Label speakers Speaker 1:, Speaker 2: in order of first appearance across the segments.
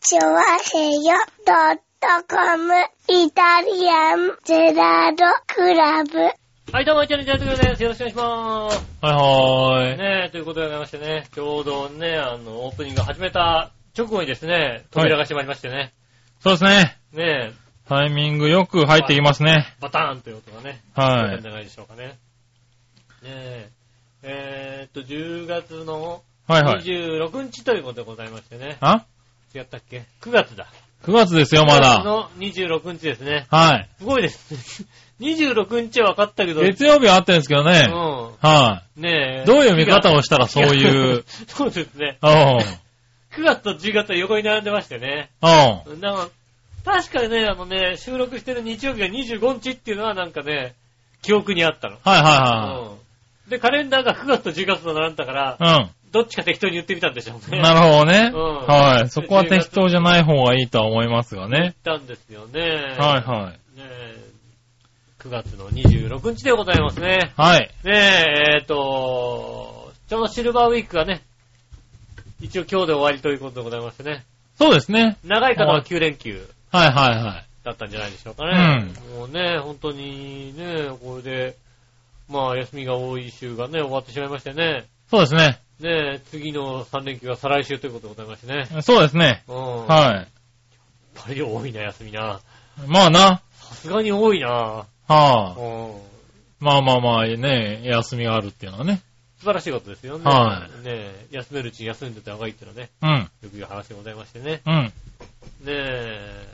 Speaker 1: チョワヘヨドットコムイタリアンゼラードクラブ。
Speaker 2: はい、どうも、イタリアンジャーズです。よろしくお願いしまーす。
Speaker 3: はいはーい。
Speaker 2: ねえ、ということでございましてね、ちょうどね、あの、オープニング始めた直後にですね、扉が閉まりましてね、
Speaker 3: そうですね。
Speaker 2: ねえ、
Speaker 3: タイミングよく入ってきますね。
Speaker 2: バターンという音がね、聞こえ
Speaker 3: は
Speaker 2: たん
Speaker 3: い
Speaker 2: じ。ゃないでしょうかね。ねえ、えーっと、10月の
Speaker 3: はいはい。
Speaker 2: 26日ということでございましてね、
Speaker 3: あ
Speaker 2: 違ったっけ ?9 月だ。
Speaker 3: ?9 月ですよ、ま
Speaker 2: 9月
Speaker 3: だ。
Speaker 2: の26日ですね。
Speaker 3: はい。
Speaker 2: すごい です。26日は分かったけど、
Speaker 3: 月曜日はあったんですけどね。
Speaker 2: う
Speaker 3: は
Speaker 2: ん。ね
Speaker 3: い。
Speaker 2: え。
Speaker 3: どういう見方
Speaker 2: を
Speaker 3: をしたらそういう。。
Speaker 2: そうですね。
Speaker 3: おうん。
Speaker 2: 9月と10月は横に並んでましてね。
Speaker 3: おう
Speaker 2: なんか確かにね、あのね、収録してる日曜日が25日っていうのはなんかね、記憶にあったの。
Speaker 3: はいは
Speaker 2: うんで、カレンダーが9月と10月と並んだから
Speaker 3: い、はい。
Speaker 2: どっちか適当に言ってみたんでしょう
Speaker 3: う
Speaker 2: ね。
Speaker 3: ん。なるほどね。
Speaker 2: うん
Speaker 3: はい。そこは適当じゃない方がいいとは思いますが
Speaker 2: 言っ
Speaker 3: ね。
Speaker 2: たんですよね。
Speaker 3: はいはい。
Speaker 2: ねえ9月の26日でございますね。
Speaker 3: はい。
Speaker 2: ねえ、えっ、と、ちょうどシルバーウィークがね、一応今日で終わりということでございましてね。
Speaker 3: そうですね。
Speaker 2: 長い方は9連休。
Speaker 3: はいはいはい。
Speaker 2: だったんじゃないでしょうかね。もうね、本当にね、これで、まあ、休みが多い週がね、終わってしまいましてね。
Speaker 3: そうですね。
Speaker 2: ね、次の3連休が再来週ということでございましてね。
Speaker 3: そうですね。
Speaker 2: うん。やっ
Speaker 3: は
Speaker 2: ぱり多いな、休みな。
Speaker 3: い。まあな。
Speaker 2: さすがに多いな。うん
Speaker 3: はあ。。まあまあまあね、休みがあるっていうのはね。
Speaker 2: 素晴らしいことですよね。
Speaker 3: は
Speaker 2: ね休めるうちに休んでた方がいいっていうのはね、
Speaker 3: うん。
Speaker 2: よく言う話でございましてね。
Speaker 3: うん。
Speaker 2: ねえ、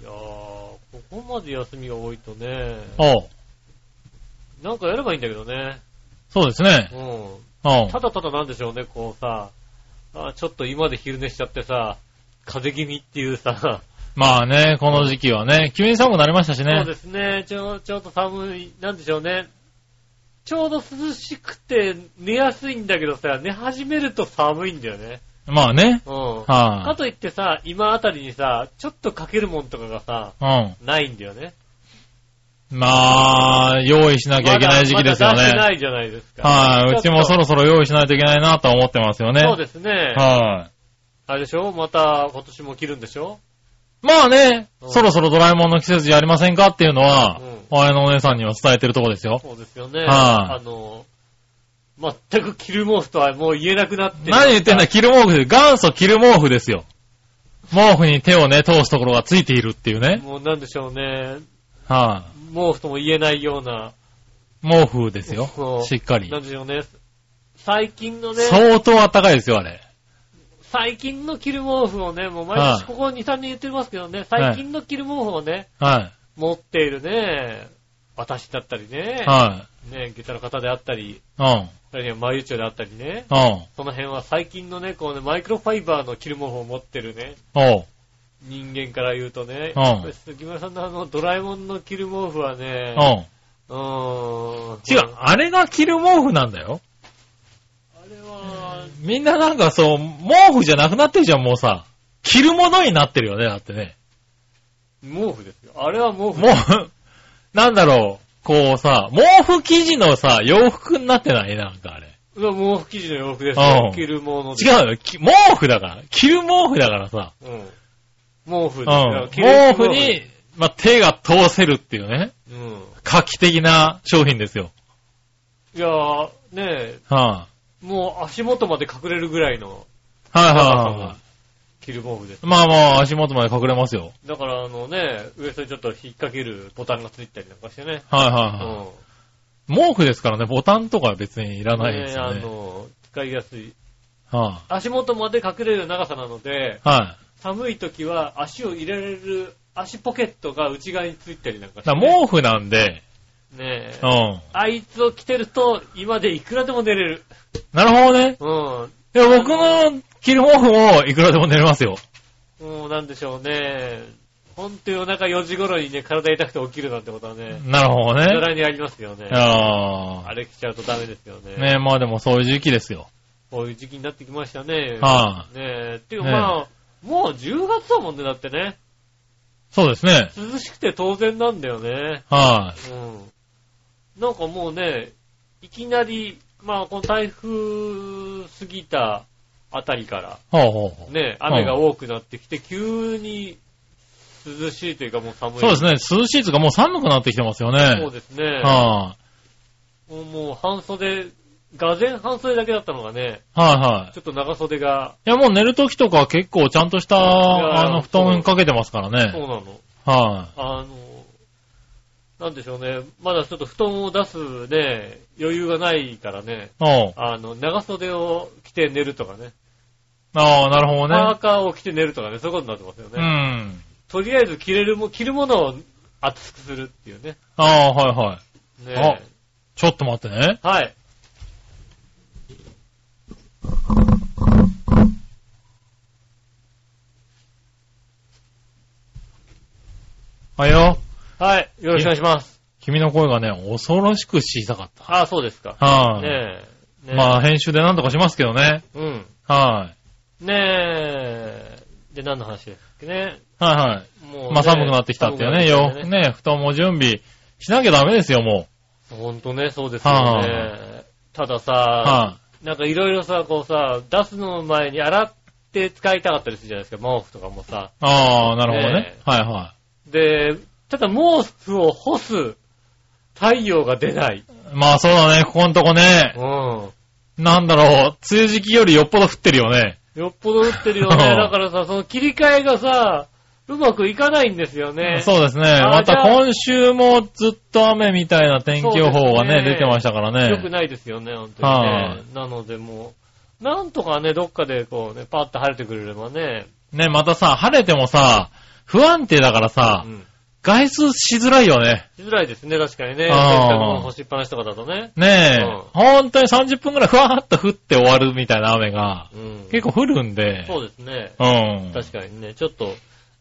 Speaker 2: いやー、ここまで休みが多いとね、
Speaker 3: おう
Speaker 2: なんかやればいいんだけどね。
Speaker 3: そうですね。
Speaker 2: うん。
Speaker 3: おう
Speaker 2: ただただなんでしょうね、こうさ、あちょっと今で昼寝しちゃってさ、風邪気味っていうさ、
Speaker 3: まあね、この時期はね、急に寒くなりましたし
Speaker 2: そう
Speaker 3: ね。
Speaker 2: ですね、ちょ、ちょっと寒い、なんでしょうね。ちょうど涼しくて寝やすいんだけどさ、寝始めると寒いんだよね。
Speaker 3: まあね。
Speaker 2: うん。か
Speaker 3: は
Speaker 2: といってさ、今あたりにさ、ちょっとかけるもんとかがさ、
Speaker 3: い、うん。
Speaker 2: ないんだよね。
Speaker 3: まあ、用意しなきゃいけない時期ですよ
Speaker 2: まだまだ出して
Speaker 3: ね。
Speaker 2: ないじゃないですか。
Speaker 3: はい。うちもそ
Speaker 2: ろ
Speaker 3: ろそろ用意しないといけないなとは思ってますよね。
Speaker 2: そうですね。
Speaker 3: はい。
Speaker 2: あれでしょまた今年も着るんでしょ
Speaker 3: まあね
Speaker 2: う、ん
Speaker 3: そろそろドラえもんの季節やりませんかっていうのは
Speaker 2: うん、
Speaker 3: お前のお姉さんには伝えてるとこですよ。
Speaker 2: そうですよね。
Speaker 3: はい
Speaker 2: あの、全く着る毛布とはもう言えなくなってる
Speaker 3: 何言ってんだ、着る毛布で、元祖着る毛布ですよ。毛布に手をね、通すところがついているっていうね。
Speaker 2: もうなんでしょうね。
Speaker 3: は
Speaker 2: 毛布とも言えないような。
Speaker 3: い。毛布ですよ
Speaker 2: そ。う
Speaker 3: しっかり
Speaker 2: な。んでしょうね。最近のね、
Speaker 3: 相当暖かいですよ、あれ。
Speaker 2: 最近の着る毛布をね、もう毎
Speaker 3: は
Speaker 2: 年
Speaker 3: い
Speaker 2: ここ2、3年言ってますけどね、最近の着る毛布をね、
Speaker 3: は
Speaker 2: 持っているね、私だったりね
Speaker 3: い。、はい。
Speaker 2: ね、下駄の方であったり、
Speaker 3: うん。
Speaker 2: あるいはマユチョであったりね、
Speaker 3: うん。
Speaker 2: その辺は最近のね、こうね、マイクロファイバーの着る毛布を持ってるね、
Speaker 3: おう。
Speaker 2: 人間から言うとね、
Speaker 3: うん
Speaker 2: やっぱり杉村さんのあの、ドラえもんの着る毛布はね、
Speaker 3: うん。
Speaker 2: うーん。
Speaker 3: 違う、あれが着る毛布なんだよ。
Speaker 2: あれは、
Speaker 3: みんななんかそう、毛布じゃなくなってるじゃん、もうさ。着るものになってるよね、だってね。
Speaker 2: 毛布ですよ。あれは毛布。
Speaker 3: もう、 なんだろう、こうさ、毛布生地のさ、洋服になってないなんかあれ。
Speaker 2: うわ毛布生地の洋服ですよ
Speaker 3: う。ん
Speaker 2: 着るもので。
Speaker 3: 違うよ、き毛布だから。着る毛布だからさ。
Speaker 2: うん。毛布で
Speaker 3: う
Speaker 2: すよ
Speaker 3: ん。。
Speaker 2: 着る
Speaker 3: 毛布に、まあ、手が通せるっていうね、
Speaker 2: 毛布。うん。
Speaker 3: 画期的な商品ですよ。
Speaker 2: いやー、ねえ、
Speaker 3: は
Speaker 2: もう足元まで隠れるぐらいの
Speaker 3: いはい
Speaker 2: 長
Speaker 3: はい
Speaker 2: さ
Speaker 3: はい
Speaker 2: の着る毛布です。
Speaker 3: まあまあ、足元まで隠れますよ。
Speaker 2: だからあのね、ウエストにちょっと引っ掛けるボタンがついたりなんかしてね。
Speaker 3: はいは
Speaker 2: う
Speaker 3: いはい。
Speaker 2: ん。
Speaker 3: 毛布ですからね、ボタンとかは別にいらないですよ
Speaker 2: あ
Speaker 3: ね。
Speaker 2: の、使いやすい。
Speaker 3: は
Speaker 2: 足元まで隠れる長さなので、
Speaker 3: い、はい、
Speaker 2: 寒い時は足を入れられる足ポケットが内側についたりなんかして、
Speaker 3: だから毛布なんで、
Speaker 2: う、ねえ
Speaker 3: う、ん。
Speaker 2: あいつを着てると今でいくらでも寝れる。
Speaker 3: なるほどね。
Speaker 2: うん。
Speaker 3: でも僕の着る毛布もいくらでも寝れますよ。
Speaker 2: もうなんでしょうね。ほんと夜中4時頃にね、体痛くて起きるなんてことはね、
Speaker 3: なるほど
Speaker 2: ざ
Speaker 3: ね。
Speaker 2: らにありますよね。
Speaker 3: あ
Speaker 2: あれ着ちゃうとダメですよね。
Speaker 3: あ。ねまあでもそういう時期ですよ。
Speaker 2: こういう時期になってきましたね。
Speaker 3: は
Speaker 2: ねえ、っていうか
Speaker 3: ねえ
Speaker 2: まあ、もう10月だもんね、だってね。
Speaker 3: そうですね。
Speaker 2: 涼しくて当然なんだよね。
Speaker 3: は
Speaker 2: うん。なんかもうね、いきなり、まあ、この台風過ぎたあたりから、
Speaker 3: ほうほうほ
Speaker 2: ね、雨が多くなってきて、急に涼しいというかもう寒
Speaker 3: う。
Speaker 2: い。
Speaker 3: そうですね。涼しいとかもう寒くなってきてますよね。
Speaker 2: そうですね。
Speaker 3: は
Speaker 2: もうもう半袖、がぜ半袖だけだったのがね、
Speaker 3: い。はいはい。
Speaker 2: ちょっと長袖が、
Speaker 3: いや、もう寝るときとか結構ちゃんとした、
Speaker 2: や
Speaker 3: あの、布団かけてますから
Speaker 2: そうな
Speaker 3: ね。
Speaker 2: の。
Speaker 3: は
Speaker 2: あの、なんでしょうね、まだちょっと布団を出すね、余裕がないからね、
Speaker 3: い。おう
Speaker 2: あの、長袖を着て寝るとかね、
Speaker 3: ああ、なる
Speaker 2: パ
Speaker 3: ほどね
Speaker 2: ー。カーを着て寝るとかね、そういうことになってますよ
Speaker 3: う
Speaker 2: ね。
Speaker 3: ん。
Speaker 2: とりあえず着れるも、着るものを厚くするっていうね。
Speaker 3: ああ、はいはい。
Speaker 2: ね
Speaker 3: ちょっと待ってね。
Speaker 2: はい。
Speaker 3: はいよ。
Speaker 2: はい。よろしくお願いします。
Speaker 3: 君の声がね、恐ろしく小さかっ
Speaker 2: ああ、そうですか。
Speaker 3: た。はい、
Speaker 2: ねえ。ねえ。
Speaker 3: まあ、編集でなんとかしますけどね。
Speaker 2: うん。
Speaker 3: はい、
Speaker 2: ねえ。で、何の話ですっけね。
Speaker 3: はいはい。
Speaker 2: もう、
Speaker 3: まあ、寒くなってきたっていうね。洋服。ね、布団も準備しなきゃダメですよ、も
Speaker 2: ほんとね、そうですよね。ただ
Speaker 3: う。
Speaker 2: さ、
Speaker 3: は
Speaker 2: なんかいろいろさ、こうさ、出すの前に洗って使いたかったりするじゃないですか、毛布とかもさ。
Speaker 3: い、ああ、なるほどね。
Speaker 2: ね
Speaker 3: はいは
Speaker 2: で、ただ毛布を干す太陽が出ない。
Speaker 3: い。まあ、そうだね、ここのとこね
Speaker 2: う。ん。
Speaker 3: なんだろう、梅雨時期よりよっぽど降ってるよね。
Speaker 2: よっぽど打ってるよ ね。だからさ、その切り替えがさ、うまくいかないんですよね。
Speaker 3: そうですね。
Speaker 2: あ
Speaker 3: ま
Speaker 2: じゃ
Speaker 3: た
Speaker 2: あ
Speaker 3: 今週もずっと雨みたいな天気予報が
Speaker 2: そうで
Speaker 3: ね、
Speaker 2: すね
Speaker 3: 出てましたから
Speaker 2: よく
Speaker 3: ね。
Speaker 2: ないですよね、本当に
Speaker 3: は
Speaker 2: ね。なのでもう、なんとかね、どっかでこうね、パッと晴れてくれればね。
Speaker 3: ね、またさ、晴れてもさ、不安定だからさ
Speaker 2: う、ん。
Speaker 3: 外出しづらいよね。
Speaker 2: しづらいですね、確かにね。
Speaker 3: あー
Speaker 2: 洗濯物干しっぱなしとかだとね。
Speaker 3: ねえ、
Speaker 2: うん
Speaker 3: 本当に30分くらいふわーっと降って終わるみたいな雨が
Speaker 2: うん。
Speaker 3: 結構降るんで。
Speaker 2: そうですね。
Speaker 3: うん。
Speaker 2: 確かにね、ちょっと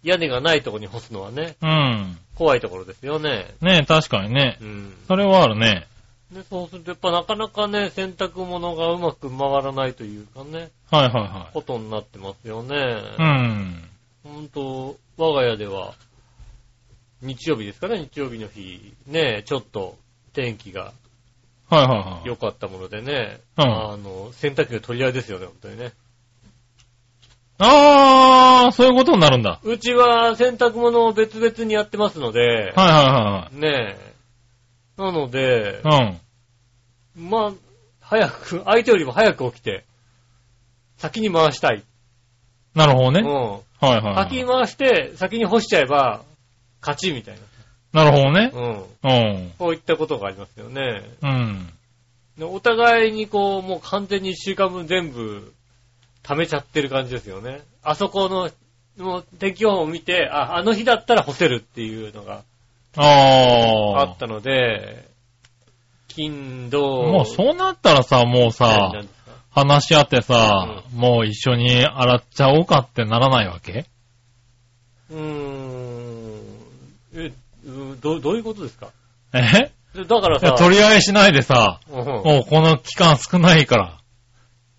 Speaker 2: 屋根がないとこに干すのはね、
Speaker 3: うん。
Speaker 2: 怖いところですよね。
Speaker 3: ねえ、確かにね。
Speaker 2: うん。
Speaker 3: それはあるね。
Speaker 2: で、そうするとやっぱなかなかね、洗濯物がうまく回らないというかね、
Speaker 3: はいはいは
Speaker 2: ことになってますよね。
Speaker 3: い。うん。
Speaker 2: ほんと、我が家では、日曜日ですかね、日曜日の日、ね、ちょっと天気が
Speaker 3: はいはいはい。
Speaker 2: 良かったものでね、
Speaker 3: うん
Speaker 2: あの、洗濯機の取り合いですよね、本当にね。
Speaker 3: あー、そういうことになるんだ。
Speaker 2: うちは洗濯物を別々にやってますので、
Speaker 3: はいは
Speaker 2: ねえ。なので
Speaker 3: い、はいはい。うん。
Speaker 2: まあ、早く、相手よりも早く起きて、先に回したい。
Speaker 3: なるほど
Speaker 2: う
Speaker 3: ね。
Speaker 2: ん。
Speaker 3: はいはいは
Speaker 2: 先に
Speaker 3: い。
Speaker 2: 回して、先に干しちゃえば、勝ちみたい
Speaker 3: なるほどね
Speaker 2: な。。うん。
Speaker 3: うん。
Speaker 2: こういったことがありますよね。
Speaker 3: うん。
Speaker 2: でお互いにこう、もう完全に1週間分全部、溜めちゃってる感じですよね。あそこの、もう天気予報を見て、あ、あの日だったら干せるっていうのがあ
Speaker 3: あ
Speaker 2: っ
Speaker 3: あ。
Speaker 2: たので、金、土、
Speaker 3: もうそうなったらさ、もう
Speaker 2: 何
Speaker 3: さ
Speaker 2: な、んですか
Speaker 3: 話し合ってさ、もう一緒に洗っちゃおうかってならないわけ
Speaker 2: うーん。え、うどどういうことですか
Speaker 3: え
Speaker 2: でだから
Speaker 3: いや
Speaker 2: さ、
Speaker 3: 取り合いしないでさ、
Speaker 2: うん
Speaker 3: もうこの期間少ないから、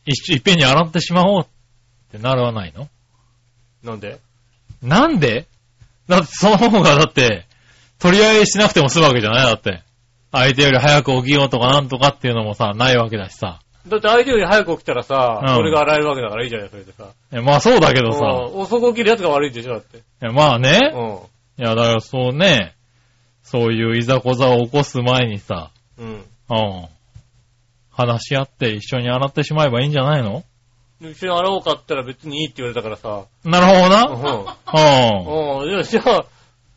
Speaker 3: 一緒いっぺんに洗ってしまおうってならないの
Speaker 2: なんで
Speaker 3: なんでだってその方がだって、取り合いしなくても済むわけじゃないだって。相手より早く起きようとかなんとかっていうのもさ、ないわけだしさ。
Speaker 2: だって相手より早く起きたらさ、
Speaker 3: うん
Speaker 2: 俺が洗えるわけだからいいじゃない、それでさ。
Speaker 3: えまあそうだけどさ
Speaker 2: うん遅く起きるやつが悪いんでしょ、だって。
Speaker 3: いや。まあね。
Speaker 2: う
Speaker 3: いや、だからそうね、そういういざこざを起こす前にさ、
Speaker 2: ん。うん。
Speaker 3: うん。話し合って一緒に洗ってしまえばいいんじゃないの
Speaker 2: で一緒に洗おうかって言ったら別にいいって言われたからさ。
Speaker 3: なるほど
Speaker 2: う
Speaker 3: な。
Speaker 2: ん。
Speaker 3: うん。
Speaker 2: うん。いやじゃあ、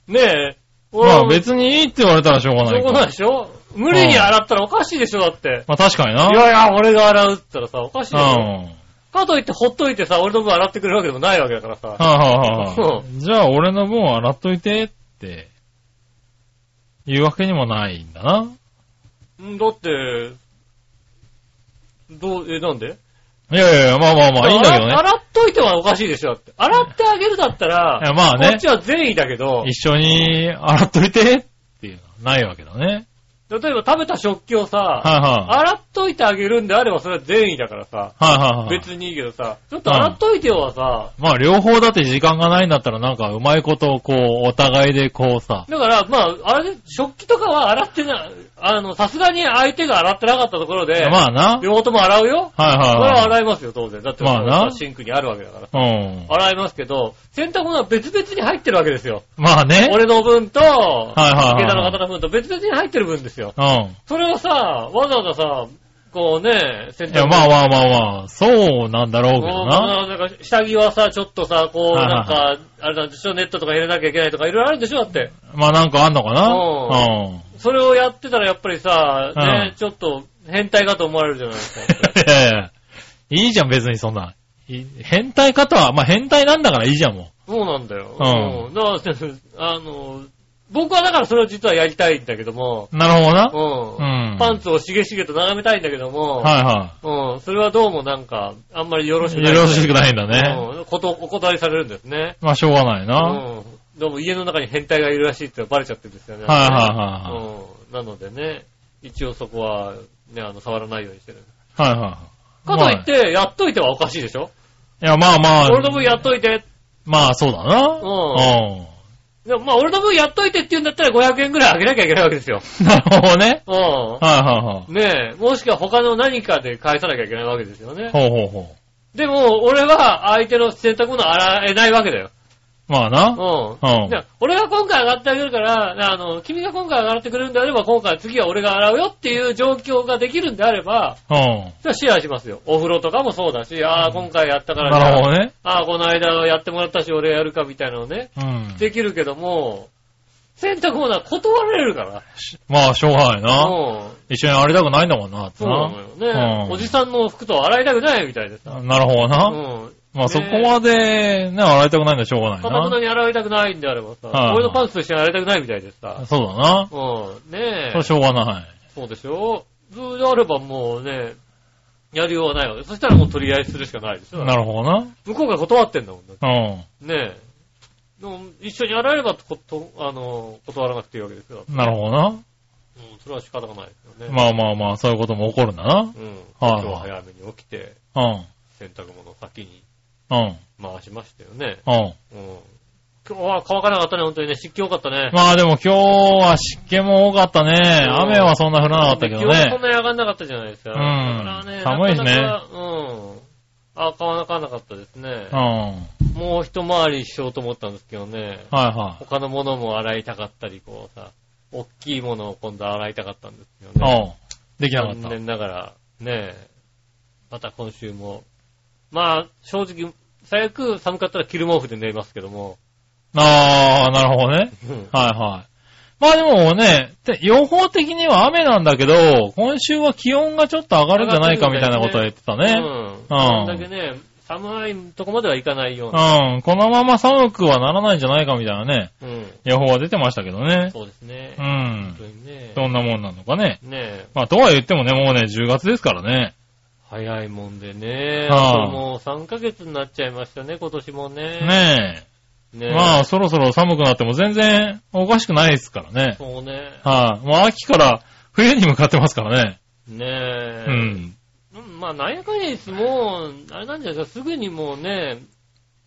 Speaker 2: ねえ、俺
Speaker 3: ま
Speaker 2: は
Speaker 3: あ別にいいって言われたらしょうが
Speaker 2: しょ
Speaker 3: な
Speaker 2: う
Speaker 3: い
Speaker 2: が
Speaker 3: か
Speaker 2: ない
Speaker 3: ら
Speaker 2: で。しょ無理に洗ったらおかしいでしょ、だって。
Speaker 3: まあ確かに
Speaker 2: い
Speaker 3: な。
Speaker 2: やいや、俺が洗うって言ったらさ、おかしいでし
Speaker 3: う
Speaker 2: ょ。
Speaker 3: ん。
Speaker 2: かといってほっといてさ、俺の分洗ってくれるわけでもないわけだからさ。
Speaker 3: はあ、はあ
Speaker 2: そ
Speaker 3: はあ、じゃあ俺の分洗っといてって、言うわけにもないんだな。
Speaker 2: んだって、どう、え、なんで
Speaker 3: いやいやいや、まあまあまあ、いいんだけどね
Speaker 2: 洗。洗っといてはおかしいでしょ、だって。洗ってあげるだったら、
Speaker 3: いやまあね
Speaker 2: こっちは善意だけど、
Speaker 3: 一緒に洗っといてっていうのはないわけだね。
Speaker 2: 例えば食べた食器をさ、
Speaker 3: はいはい。
Speaker 2: 洗っといてあげるんであればそれは善意だからさ、
Speaker 3: はいはいはい。
Speaker 2: 別にいいけどさ、ちょっと洗っといてよはさ、
Speaker 3: まあ両方だって時間がないんだったらなんかうまいことをこう、お互いでこうさ、
Speaker 2: だから、まあ、あれで、食器とかは洗ってな、あの、さすがに相手が洗ってなかったところで、
Speaker 3: まあな。
Speaker 2: 両方とも洗うよ。
Speaker 3: はい
Speaker 2: それは
Speaker 3: は
Speaker 2: 洗いますよ、当然。だって、
Speaker 3: まあな
Speaker 2: シンクにあるわけだから。
Speaker 3: いはい。うん。
Speaker 2: 洗いますけど、洗濯物は別々に入ってるわけですよ。
Speaker 3: まあね。
Speaker 2: 俺の分と、
Speaker 3: いはいはい
Speaker 2: 池田の方の分と別々に入ってる分ですよ。
Speaker 3: う
Speaker 2: それをさ、わざわざさ、こうね、洗
Speaker 3: ん。いや、
Speaker 2: 濯
Speaker 3: まあまあまあまあ、そうなんだろうけ
Speaker 2: も
Speaker 3: ど
Speaker 2: う
Speaker 3: な。
Speaker 2: なんか下着はさ、ちょっとさ、こう、
Speaker 3: はい
Speaker 2: なん
Speaker 3: はい
Speaker 2: か、あれなんでしょ、ネットとか入れなきゃいけないとか、いろいろあるんでしょ、だって。
Speaker 3: まあなんかあんのかな。
Speaker 2: うん
Speaker 3: うん。
Speaker 2: それをやってたらやっぱりさ、
Speaker 3: う
Speaker 2: ね
Speaker 3: ん、
Speaker 2: ちょっと変態かと思われるじゃないですか。
Speaker 3: いやいやいいじゃん、別にそんな。い変態かとは、まあ変態なんだからいいじゃん、も
Speaker 2: そうなんだよ。
Speaker 3: うん
Speaker 2: うん。だから、あの、僕はだからそれを実はやりたいんだけども、
Speaker 3: う。なるほどな。
Speaker 2: うん。
Speaker 3: うん
Speaker 2: パンツをしげしげと眺めたいんだけども、
Speaker 3: はいは
Speaker 2: うん。それはどうもなんか、あんまりよろしく
Speaker 3: い。
Speaker 2: ない。
Speaker 3: よろしくないんだね。
Speaker 2: うん。こと、お断りされるんですね。
Speaker 3: まあしょうがないな。
Speaker 2: うん。どうも家の中に変態がいるらしいってバレちゃってるんですよね。
Speaker 3: はいはいはいはい
Speaker 2: うん。なのでね、一応そこは、ね、あの、触らないようにしてる。
Speaker 3: はいはい。
Speaker 2: かといって、やっといてはおかしいでしょ
Speaker 3: まあいや、まあまあ。
Speaker 2: 俺の分やっといて。
Speaker 3: まあそうだな。
Speaker 2: んでもまあ、俺の分やっといてって言うんだったら500円ぐらいあげなきゃいけないわけですよ。
Speaker 3: うん。 なるほどね。
Speaker 2: う
Speaker 3: はいはいはい
Speaker 2: ん。ねえ、もしくは他の何かで返さなきゃいけないわけですよね。。
Speaker 3: ほうほうほ
Speaker 2: でも、俺は相手の洗濯物洗えないわけだよ。
Speaker 3: う。まあな。
Speaker 2: う。
Speaker 3: うんん
Speaker 2: で俺が今回上がってあげるから、あの、君が今回上がってくれるんであれば、今回次は俺が洗うよっていう状況ができるんであれば、
Speaker 3: うん。
Speaker 2: じゃあシェアしますよ。お風呂とかもそうだし、ああ、今回やったから
Speaker 3: なるほ
Speaker 2: ね。
Speaker 3: どね。
Speaker 2: ああ、この間やってもらったし、俺やるかみたいなのね。
Speaker 3: うん。
Speaker 2: できるけども、洗濯物は断られるから。
Speaker 3: まあしょうがないな。
Speaker 2: うん。
Speaker 3: 一緒に荒れたくないんだもんな、って
Speaker 2: そうなの
Speaker 3: な。
Speaker 2: よね、
Speaker 3: うん
Speaker 2: おじさんの服と洗いたくないみたいでさ。
Speaker 3: なるほど
Speaker 2: う
Speaker 3: な。
Speaker 2: ん。
Speaker 3: まあ
Speaker 2: ね
Speaker 3: そこまでね、洗いたくないんだしょうがない
Speaker 2: かたくな
Speaker 3: な。
Speaker 2: に洗いたくないんであればさ、
Speaker 3: はい
Speaker 2: 俺のパンツと一緒に洗いたくないみたいでさ。
Speaker 3: そうだな。
Speaker 2: うん。
Speaker 3: そ
Speaker 2: ね
Speaker 3: れはしょうがない。
Speaker 2: そうでしょそうであればもうね、やりようはないわけ。そしたらもう取り合いするしかないでしょ。
Speaker 3: なるほどな。
Speaker 2: 向こうが断ってんだもんね。
Speaker 3: うん。
Speaker 2: ねえ。でも一緒に洗えればこと、あの、断らなくていいわけですよ。
Speaker 3: なるほどな。
Speaker 2: うん、それは仕方がないですよね。
Speaker 3: まあまあまあ、そういうことも起こるんだな。
Speaker 2: うん。今
Speaker 3: はい
Speaker 2: 日は早めに起きて、
Speaker 3: うん。
Speaker 2: 洗濯物を先に
Speaker 3: うん。
Speaker 2: 回しましたよね。
Speaker 3: うん。
Speaker 2: うん。今日は乾かなかったね、本当にね。湿気多かったね。
Speaker 3: まあでも今日は湿気も多かったね。
Speaker 2: うん
Speaker 3: 雨はそんな降らなかったけど
Speaker 2: 気温もそん
Speaker 3: ね。
Speaker 2: なに上がんなかったじゃないですか。
Speaker 3: うん
Speaker 2: だからね、
Speaker 3: 寒いしね
Speaker 2: なかなかうん。あ、乾かなかったですね
Speaker 3: う。ん。は
Speaker 2: もう一回りしようと思ったんですけどね。
Speaker 3: いは
Speaker 2: 他のものも洗いたかったり、こうさ、大きいものを今度洗いたかったんですけど
Speaker 3: い。
Speaker 2: ね。
Speaker 3: うん。できなかった
Speaker 2: 残。念ながら、ねえ。また今週も。まあ、正直、最悪寒かったら着る毛布で寝ますけども。
Speaker 3: ああ、なるほどね。
Speaker 2: うん
Speaker 3: はいはい。まあでもね、て予報的には雨なんだけど、今週は気温がちょっと上がるんじゃないかみたいなことは言ってた
Speaker 2: う
Speaker 3: ね。
Speaker 2: ん。
Speaker 3: うん
Speaker 2: そんだけね、寒いとこまではいかないような。
Speaker 3: うん。このまま寒くはならないんじゃないかみたいなね、
Speaker 2: うん。
Speaker 3: 予報は出てましたけどね。
Speaker 2: そうですね
Speaker 3: う。
Speaker 2: 本
Speaker 3: ん
Speaker 2: 当。にね。
Speaker 3: どんなもんなのかね。
Speaker 2: ねえ、
Speaker 3: まあ、とは言ってもね、もうね、10月ですからね。
Speaker 2: 早いもんでね。
Speaker 3: は
Speaker 2: あ
Speaker 3: あ
Speaker 2: ともう3ヶ月になっちゃいましたね、今年もね。
Speaker 3: ね
Speaker 2: ね
Speaker 3: え。
Speaker 2: え。
Speaker 3: まあ、そろそろ寒くなっても全然おかしくないですからね。
Speaker 2: そうね。
Speaker 3: はい。もう秋から冬に向かってますからね。
Speaker 2: ね
Speaker 3: う
Speaker 2: え。
Speaker 3: ん。
Speaker 2: うん。まあ、なんやかんやです、もう、あれなんじゃないですか、すぐにもうね、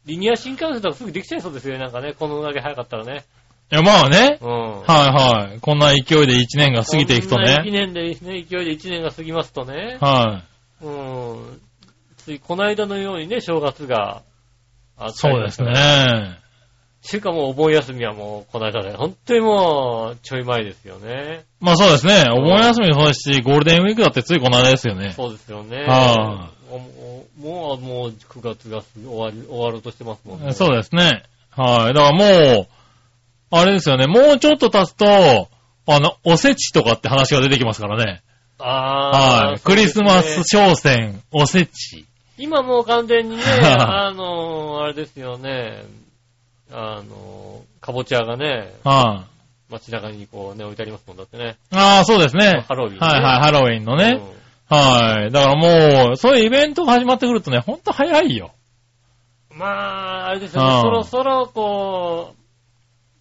Speaker 2: リニア新幹線とかすぐできちゃいそうですよね、なんかね、このだけ早かったらね。
Speaker 3: いや、まあね。
Speaker 2: うん。
Speaker 3: はいはい。こんな勢いで1年が過ぎていくと
Speaker 2: 1
Speaker 3: ね。
Speaker 2: 年でですね、勢いで1年が過ぎますとね。
Speaker 3: は
Speaker 2: うん。ついこの間のようにね、正月があっ
Speaker 3: い。
Speaker 2: たり
Speaker 3: そうです。ね。
Speaker 2: ていうかもうお盆休みはもうこの間で、本当にもうちょい前ですよね。
Speaker 3: まあそうですね。お盆休みもそうですし、ゴールデンウィークだってついこの間ですよね。
Speaker 2: そうですよね。
Speaker 3: は
Speaker 2: おおもう、もう9月がすぐ終わり、終わろうとしてますもんね。
Speaker 3: そうですね。はい。だからもう、あれですよね。もうちょっと経つと、あの、おせちとかって話が出てきますからね。
Speaker 2: あー
Speaker 3: はい。
Speaker 2: そう
Speaker 3: ク
Speaker 2: で
Speaker 3: リ
Speaker 2: す
Speaker 3: ス
Speaker 2: ね
Speaker 3: マス商戦、おせち。、
Speaker 2: 今もう完全にね あの、あれですよね。あの、かぼちゃがね、
Speaker 3: はい。
Speaker 2: 街中にこうね、置いてありますもんだってね。
Speaker 3: ああ、そうですね。
Speaker 2: ハロウィンね
Speaker 3: はいはい、ハロウィンのね。
Speaker 2: うん
Speaker 3: はい。だからもう、そういうイベントが始まってくるとね、ほんと早いよ。
Speaker 2: まあ、あれですよ
Speaker 3: う
Speaker 2: ね、
Speaker 3: ん
Speaker 2: そろそろこ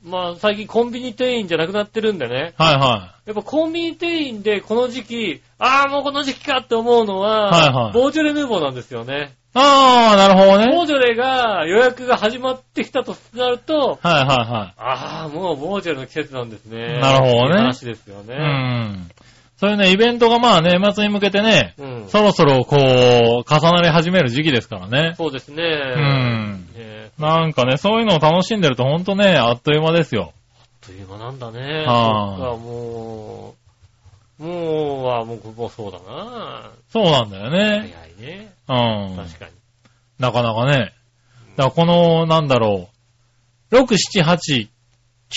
Speaker 2: う、まあ最近コンビニ店員じゃなくなってるんでね、
Speaker 3: はいは
Speaker 2: やっぱコンビニ店員でこの時期、ああもうこの時期かって思うのは、
Speaker 3: はいはい
Speaker 2: ボージョレ・ヌーボーなんですよね。
Speaker 3: ああ、なるほどね。
Speaker 2: ボージョレが予約が始まってきたとなると、
Speaker 3: はいはいはい。
Speaker 2: ああ、もうボージョレの季節なんですね。
Speaker 3: なるほどね
Speaker 2: 話ですよ
Speaker 3: う
Speaker 2: ね。
Speaker 3: ん。そういうね、イベントがまあ年末に向けてね、
Speaker 2: うん
Speaker 3: そろそろこう、重なり始める時期ですからね。
Speaker 2: そうですね。
Speaker 3: ん
Speaker 2: ねえ
Speaker 3: なんかね、そういうのを楽しんでるとほんとね、あっという間ですよ。
Speaker 2: あっという間なんだね。
Speaker 3: はあ
Speaker 2: そっか、もう、もうは、もうここそうだな。
Speaker 3: そうなんだよね。
Speaker 2: 早いね。
Speaker 3: うん。
Speaker 2: 確かに。
Speaker 3: なかなかね。だからこの、なんだろう、6、7、8、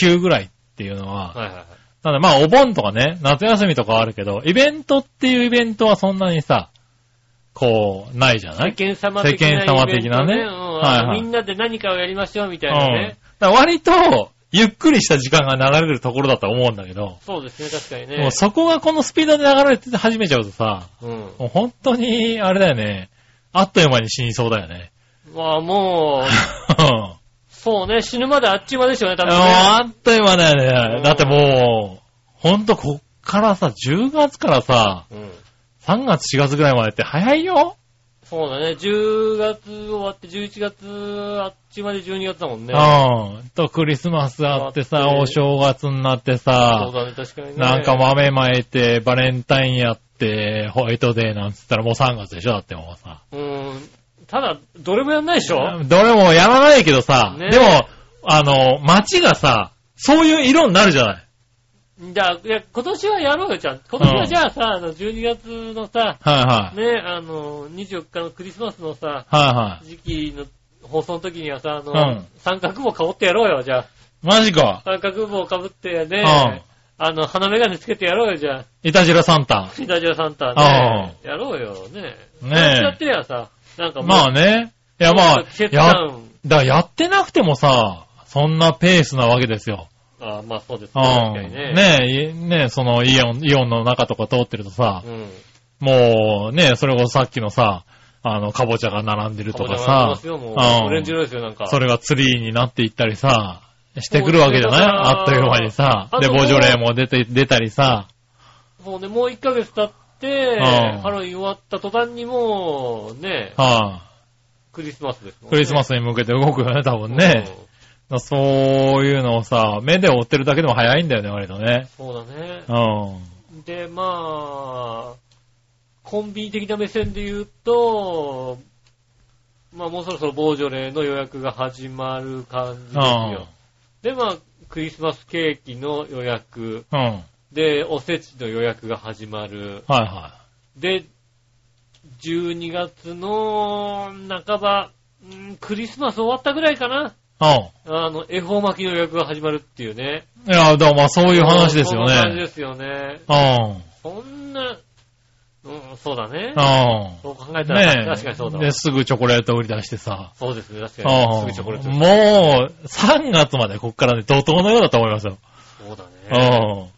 Speaker 3: 9ぐらいっていうの
Speaker 2: は
Speaker 3: は、
Speaker 2: いはいはい。
Speaker 3: なんでまあお盆とかね、夏休みとかはあるけど、イベントっていうイベントはそんなにさ、こう、ないじゃない
Speaker 2: 世間様的なイベント、ね。
Speaker 3: 世間様的なね
Speaker 2: うん
Speaker 3: はいはい
Speaker 2: みんなで何かをやりましょうみたいなね。
Speaker 3: うん。だから割と、ゆっくりした時間が流れるところだと思うんだけど、
Speaker 2: そうですね、確かに
Speaker 3: も
Speaker 2: ね
Speaker 3: う。そこがこのスピードで流れて始めちゃうとさ、
Speaker 2: うん。
Speaker 3: もう本当に、あれだよね、あっという間に死にそうだよね。
Speaker 2: まあもう、
Speaker 3: うん
Speaker 2: そうね、死ぬまであっちまでしょうね、多分ね。
Speaker 3: ああっという間だよ
Speaker 2: う
Speaker 3: ね。
Speaker 2: ん
Speaker 3: だってもう、ほんとこっからさ、10月からさ、
Speaker 2: うん。
Speaker 3: 3月4月ぐらいまでって早いよ。
Speaker 2: そうだね、10月終わって11月、あっちまで12月だもんね。
Speaker 3: うん。と、クリスマスあって
Speaker 2: あ
Speaker 3: さ、
Speaker 2: って
Speaker 3: お正月になって
Speaker 2: そ
Speaker 3: さ
Speaker 2: う、だね、確かにね。
Speaker 3: なんか豆まいて、バレンタインやって、ホワイトデーなんつったらもう3月でしょだってもうさ。
Speaker 2: うん。ただ、どれもやんないでしょ
Speaker 3: どれもやらないけどさ、
Speaker 2: ねえ
Speaker 3: でも、あの、街がさ、そういう色になるじゃない。
Speaker 2: じゃあ、いや、今年はやろうよ、じゃあ。今年はじゃあさ、あの、12月のさ、
Speaker 3: はいはい。
Speaker 2: ね、あの、24日のクリスマスのさ、
Speaker 3: はいはい。
Speaker 2: 時期の放送の時にはさ、あの、
Speaker 3: うん
Speaker 2: 三角帽かぶってやろうよ、じゃあ。
Speaker 3: マジか。
Speaker 2: 三角帽かぶってね、
Speaker 3: うん
Speaker 2: あの、鼻眼鏡つけてやろうよ、じゃあ。
Speaker 3: いたじらサンタ。
Speaker 2: ピタジオサンタね。やろうよ、ね。
Speaker 3: ねえ
Speaker 2: やってりゃさ、なんかもう
Speaker 3: まあね。いやまあ
Speaker 2: 季、節
Speaker 3: や、だか
Speaker 2: 感、
Speaker 3: らやってなくてもさ、そんなペースなわけですよ。
Speaker 2: あまあそうです
Speaker 3: う
Speaker 2: ね。確か
Speaker 3: ん。
Speaker 2: にね。
Speaker 3: ねえ、いねえ、そのイオン、イオンの中とか通ってるとさ
Speaker 2: う、ん。
Speaker 3: もうね、それこそさっきのさ、あの、カボチャが並んでると
Speaker 2: か
Speaker 3: か
Speaker 2: さ
Speaker 3: さ、、
Speaker 2: もう
Speaker 3: うん
Speaker 2: オレンジ色ですよ、なんか。
Speaker 3: それがツリーになっていったりさ、してくるわけじゃな
Speaker 2: そ
Speaker 3: い
Speaker 2: うですね
Speaker 3: あっという間にさ
Speaker 2: あ。
Speaker 3: で、
Speaker 2: の
Speaker 3: ボジョレーも出て、出たりさ。
Speaker 2: もうね、もう1ヶ月経って、
Speaker 3: うん
Speaker 2: ハロウィン終わった途端にもう、ね、
Speaker 3: はあ、
Speaker 2: クリスマスですもんね。
Speaker 3: クリスマスに向けて動くよね、多分ね。
Speaker 2: うん
Speaker 3: そういうのをさ、目で追ってるだけでも早いんだよね、割とね。
Speaker 2: そうだね
Speaker 3: う。ん。
Speaker 2: で、まあ、コンビニ的な目線で言うと、まあもうそろそろボージョレーの予約が始まる感じですよ。で、まあ、クリスマスケーキの予約、
Speaker 3: うん。はい
Speaker 2: で、おせちの予約が始まる。
Speaker 3: は
Speaker 2: で、12月の半ば、うんクリスマス終わったぐらいかな。
Speaker 3: い。うん。
Speaker 2: あの、恵方巻きの予約が始まるっていうね。
Speaker 3: いや、だからまあそういう話ですよ
Speaker 2: そんな感じ
Speaker 3: ね。
Speaker 2: ですよね。
Speaker 3: うん。
Speaker 2: そんな、うん、そうだね。
Speaker 3: う
Speaker 2: そう考えた
Speaker 3: ん。
Speaker 2: ら、
Speaker 3: ね
Speaker 2: 確かにそうだ
Speaker 3: で、
Speaker 2: わ。
Speaker 3: すぐチョコレート売り出してさ。
Speaker 2: そうですね、確
Speaker 3: うん。
Speaker 2: かに。すぐチョコレートです。
Speaker 3: もう、3月までこっからね、怒涛のようだと思いますよ。
Speaker 2: そうだね。
Speaker 3: う。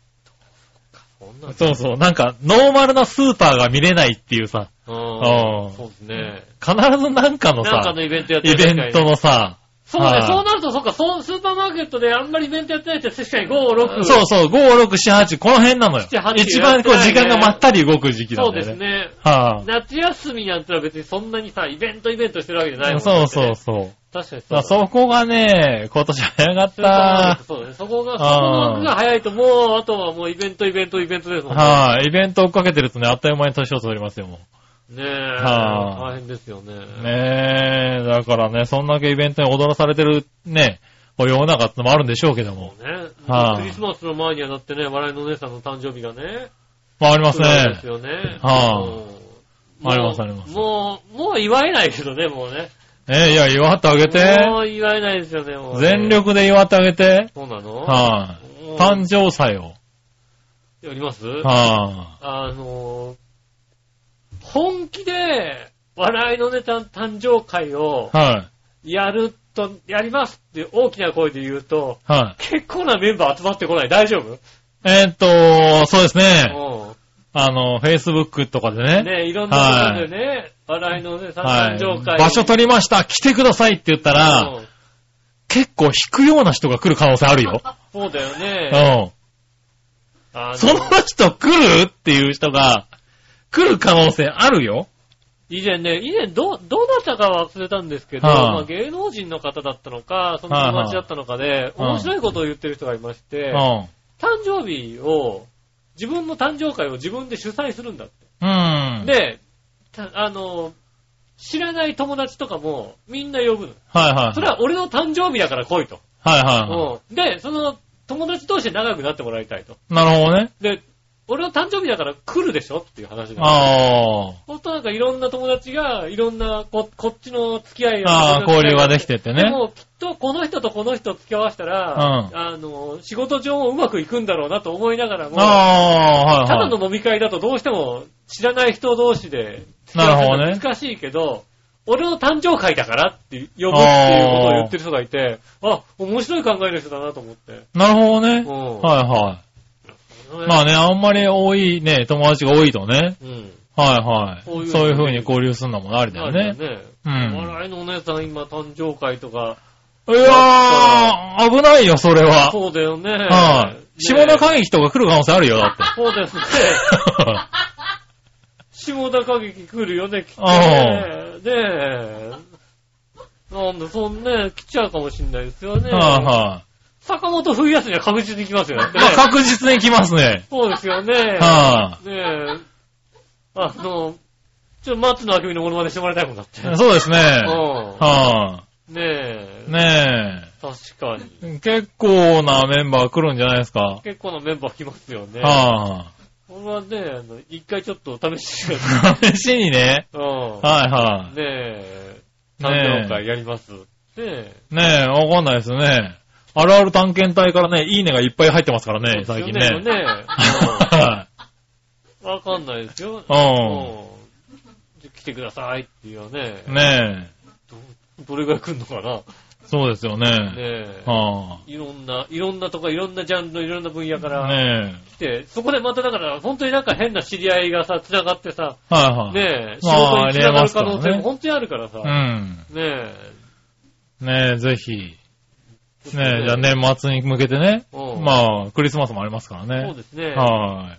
Speaker 2: そんなん
Speaker 3: そうそう。なんか、ノーマルなスーパーが見れないっていうさ、
Speaker 2: うん
Speaker 3: うん
Speaker 2: そうですね。
Speaker 3: 必ずなんかの
Speaker 2: なんか
Speaker 3: さ
Speaker 2: の、イベントやって
Speaker 3: イ
Speaker 2: る
Speaker 3: ベントのさ、
Speaker 2: そうね、
Speaker 3: はい
Speaker 2: そうなると、そうか、そう、スーパーマーケットであんまりイベントやってないって、確かに5、6。
Speaker 3: そうそう、5、6、7、8、この辺なのよ
Speaker 2: 7 8。
Speaker 3: 一番こう、
Speaker 2: やってないね
Speaker 3: 時間がまったり動く時期なん
Speaker 2: そう
Speaker 3: だ
Speaker 2: で
Speaker 3: よね。
Speaker 2: すね。
Speaker 3: は
Speaker 2: 夏休みなんてのは別にそんなにさ、イベントイベントしてるわけじゃないも
Speaker 3: い。
Speaker 2: んね
Speaker 3: そうそう。そう。
Speaker 2: 確かに
Speaker 3: だから
Speaker 2: そうだ。
Speaker 3: そこがね、今年早かっ
Speaker 2: スーパーマーケッ
Speaker 3: た
Speaker 2: ト。そうだね。そこが、そこ
Speaker 3: あー
Speaker 2: の枠が早いと、もう、あとはもうイベント、イベント、イベントですもんね。
Speaker 3: はい、イベント追っかけてるとね、あっという間に年を取りますよ、も
Speaker 2: ねえ、
Speaker 3: はあ
Speaker 2: 大変ですよね。
Speaker 3: う。ねえ、だからね、そんだけイベントに踊らされてる、ね、こう世の中ってのもあるんでしょうけども
Speaker 2: も。うね、
Speaker 3: はあ
Speaker 2: クリスマスの前にはだってね、笑いのお姉さんの誕生日がね、
Speaker 3: まあ、あります
Speaker 2: 来るんで
Speaker 3: ね
Speaker 2: す。よね。
Speaker 3: はあ
Speaker 2: うん
Speaker 3: ありますあります
Speaker 2: もう、もう祝えないけどね、もうね。
Speaker 3: え、いや、祝ってあげて。
Speaker 2: もう祝えないですよね、もうね、
Speaker 3: 全力で祝ってあげて。
Speaker 2: そうなの
Speaker 3: はい。
Speaker 2: もう
Speaker 3: 誕生祭を。
Speaker 2: やります
Speaker 3: は
Speaker 2: あのー、本気で、笑いのネタの誕生会
Speaker 3: い。
Speaker 2: を、
Speaker 3: はい。
Speaker 2: やると、やりますって大きな声で言うと、
Speaker 3: はい。
Speaker 2: 結構なメンバー集まってこない。大丈夫
Speaker 3: えーっと、そうですね。
Speaker 2: う
Speaker 3: あの、Facebook とかでね。
Speaker 2: ん。ねいろんなところでね、笑いのね、
Speaker 3: は
Speaker 2: 誕
Speaker 3: い。
Speaker 2: 生会。
Speaker 3: 場所取りました。来てくださいって言った
Speaker 2: う
Speaker 3: ら、
Speaker 2: ん
Speaker 3: 結構引くような人が来る可能性あるよ。
Speaker 2: そうだよね。
Speaker 3: うん。
Speaker 2: あの
Speaker 3: その人来るっていう人が、来る可能性あるよ。
Speaker 2: 以前ね、以前ど、どなたか忘れたんですけど、
Speaker 3: はい
Speaker 2: まあ、芸能人の方だったのか、その
Speaker 3: はい
Speaker 2: 友
Speaker 3: はい
Speaker 2: 達だったのかで、
Speaker 3: うん
Speaker 2: 面白いことを言ってる人がいまして、
Speaker 3: うん。
Speaker 2: 誕生日を、自分の誕生会を自分で主催するんだって。
Speaker 3: うん。、
Speaker 2: で、たあの、知らない友達とかもみんな呼ぶの。
Speaker 3: はいはい。
Speaker 2: それは俺の誕生日だから来いと。
Speaker 3: はいは
Speaker 2: うんで、その友達同士で仲良くなってもらいたいと。
Speaker 3: い。なるほどね。
Speaker 2: で、俺の誕生日だから来るでしょっていう話だ。
Speaker 3: ああ。
Speaker 2: ほんとなんかいろんな友達が、いろんなこ、こっちの付き合いを
Speaker 3: ああ、交流ができてって
Speaker 2: で
Speaker 3: ね。
Speaker 2: も、きっとこの人とこの人を付き合わせたら、
Speaker 3: うん
Speaker 2: あの、仕事上もうまくいくんだろうなと思いながらも、
Speaker 3: ああ、
Speaker 2: ただ
Speaker 3: はいはい。
Speaker 2: の飲み会だとどうしても知らない人同士で、
Speaker 3: なるほどね
Speaker 2: 難しいけど、俺の誕生会だからって呼ぶっていうことを言ってる人がいて、あ、面白い考えの人だなと思って。
Speaker 3: なるほどね。
Speaker 2: うん
Speaker 3: はいは
Speaker 2: うん
Speaker 3: い。まあね、あんまり多いね、友達が多いとね。
Speaker 2: うん。
Speaker 3: はい
Speaker 2: こう
Speaker 3: はい
Speaker 2: う
Speaker 3: い。そういう風に交流するのもありだ
Speaker 2: な
Speaker 3: よ
Speaker 2: るだ
Speaker 3: ね。
Speaker 2: ね。
Speaker 3: う
Speaker 2: お
Speaker 3: ん。
Speaker 2: 笑いのお姉さん今誕生会とか、
Speaker 3: いやー、危ないよ、それは。
Speaker 2: そうだよね。
Speaker 3: は
Speaker 2: ね
Speaker 3: い。下田景樹とか来る可能性あるよ、だって。
Speaker 2: そう ですね。下田歌劇来るよね、きっとね。ねえ。なんだ、そんね、来ちゃうかもしんないですよね。
Speaker 3: はいは
Speaker 2: 坂本冬休みは確実に来ますよね。
Speaker 3: い。まあ確実に来ますね。
Speaker 2: そうですよね。
Speaker 3: は
Speaker 2: ねえ。あの、ちょっと松野明美のものまねしてもらいたいもんだって。
Speaker 3: そうですね。
Speaker 2: う
Speaker 3: は
Speaker 2: ん。ねえ
Speaker 3: い。。ね
Speaker 2: 確かに。
Speaker 3: え。結構なメンバー来るんじゃないですか。
Speaker 2: 結構なメンバー来ますよね。
Speaker 3: は
Speaker 2: これはね、あの、一回ちょっと試してみてください。
Speaker 3: い。 試しにね。
Speaker 2: うん。
Speaker 3: はいは
Speaker 2: ねえ、
Speaker 3: ね
Speaker 2: 誕
Speaker 3: え
Speaker 2: 生会やります。ねえ。
Speaker 3: い。ねえ、わかんないですね。あるある探検隊からね、いいねがいっぱい入ってますからね、最近ね。
Speaker 2: そうですよね。
Speaker 3: は
Speaker 2: うんわかんないですよ。うん
Speaker 3: い。
Speaker 2: 来てくださいっていうね。
Speaker 3: うん。ねえ。
Speaker 2: どれぐらい来るのかな。
Speaker 3: そうですよね。
Speaker 2: ねえ。
Speaker 3: はい
Speaker 2: ろんな、いろんなとこ、いろんなジャンル、いろんな分野か
Speaker 3: あ。
Speaker 2: ら
Speaker 3: ね
Speaker 2: 来て、そこでまただから、本当になんか変な知り合いがさ、繋がってさ、
Speaker 3: え。はいはい。
Speaker 2: ねえ、仕
Speaker 3: まあ
Speaker 2: 事に繋がる可
Speaker 3: ありえ
Speaker 2: 能
Speaker 3: ますか
Speaker 2: 性
Speaker 3: ら
Speaker 2: も
Speaker 3: ね
Speaker 2: 本当にあるからさ、
Speaker 3: う
Speaker 2: ね
Speaker 3: ん。
Speaker 2: え。
Speaker 3: ねえ、ぜひ。ねえ、じゃあ年末に向けてね。
Speaker 2: うん
Speaker 3: まあ、クリスマスもありますからね。
Speaker 2: そうですね。
Speaker 3: は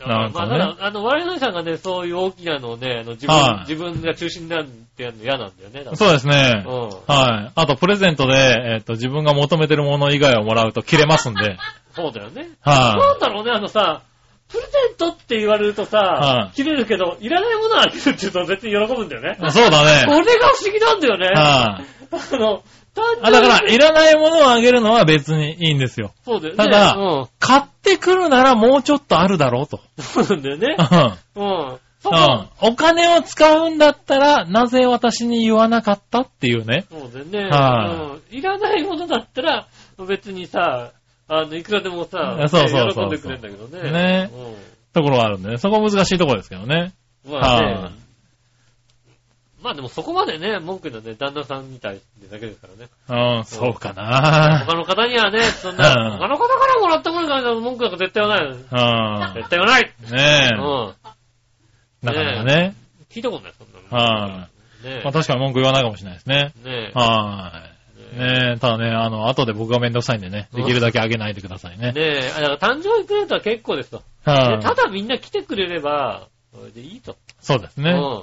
Speaker 3: な
Speaker 2: ま
Speaker 3: んか
Speaker 2: あ、た
Speaker 3: ね
Speaker 2: だ、あの、我々さんがね、そういう大きなのをね、あの自分、
Speaker 3: はい
Speaker 2: 自分が中心になるってやるの嫌なんだよね。だ
Speaker 3: い。
Speaker 2: か
Speaker 3: そうですね
Speaker 2: ら。うん。
Speaker 3: はい。あと、プレゼントで、えっ、と、自分が求めてるもの以外をもらうと切れますんで。
Speaker 2: そうだよね。な
Speaker 3: は
Speaker 2: んだろうね、あのさ、プレゼントって言われるとさ
Speaker 3: は、い
Speaker 2: 切れるけど、いらないものはあげるって言うと別に喜ぶんだよね。
Speaker 3: い。そうだ
Speaker 2: こ
Speaker 3: ね。
Speaker 2: れが不思議なんだよね。
Speaker 3: はい。
Speaker 2: あの、単純に
Speaker 3: あ、だから、いらないものをあげるのは別にいいんですよ。
Speaker 2: そうだよね。
Speaker 3: ただ
Speaker 2: うん。
Speaker 3: 買ってくるならもうちょっとあるだろうと。
Speaker 2: そうなんだよね
Speaker 3: う。ん。
Speaker 2: うん。 そうこ
Speaker 3: ん。お金を使うんだったら、なぜ私に言わなかったっていうね。
Speaker 2: そうだよね。
Speaker 3: は
Speaker 2: うん。いらないものだったら、別にさ、あの、いくらでもさ、ね
Speaker 3: そうそうそうそう
Speaker 2: 喜んでくれるんだけどね。
Speaker 3: ねところがあるんでね。そこ難しいところですけどね。
Speaker 2: うん。まあ
Speaker 3: は
Speaker 2: ね
Speaker 3: い。
Speaker 2: まあでもそこまでね、文句のね、旦那さんみたいだけですからね。
Speaker 3: うん、そうかな。
Speaker 2: 他の方にはね、そんな、
Speaker 3: うん
Speaker 2: 他の方からもらってもらうから文句なんか絶対はない。
Speaker 3: うん。
Speaker 2: 絶対はない、
Speaker 3: ね
Speaker 2: う
Speaker 3: え。
Speaker 2: ん、
Speaker 3: なかなかね。
Speaker 2: 聞いたことない、そんなの。
Speaker 3: は
Speaker 2: ねえ。
Speaker 3: まあ確かに文句言わないかもしれないですね。
Speaker 2: ね
Speaker 3: は
Speaker 2: え
Speaker 3: い。ねえ、ただね、あの、後で僕がめんどくさいんでね、できるだけあげないでください
Speaker 2: え。ね
Speaker 3: ね。
Speaker 2: え、あだから誕生日プレゼントは結構ですと。
Speaker 3: は
Speaker 2: でた
Speaker 3: い。
Speaker 2: だみんな来てくれれば、それでいいと。
Speaker 3: そうです
Speaker 2: う
Speaker 3: ね。
Speaker 2: ん。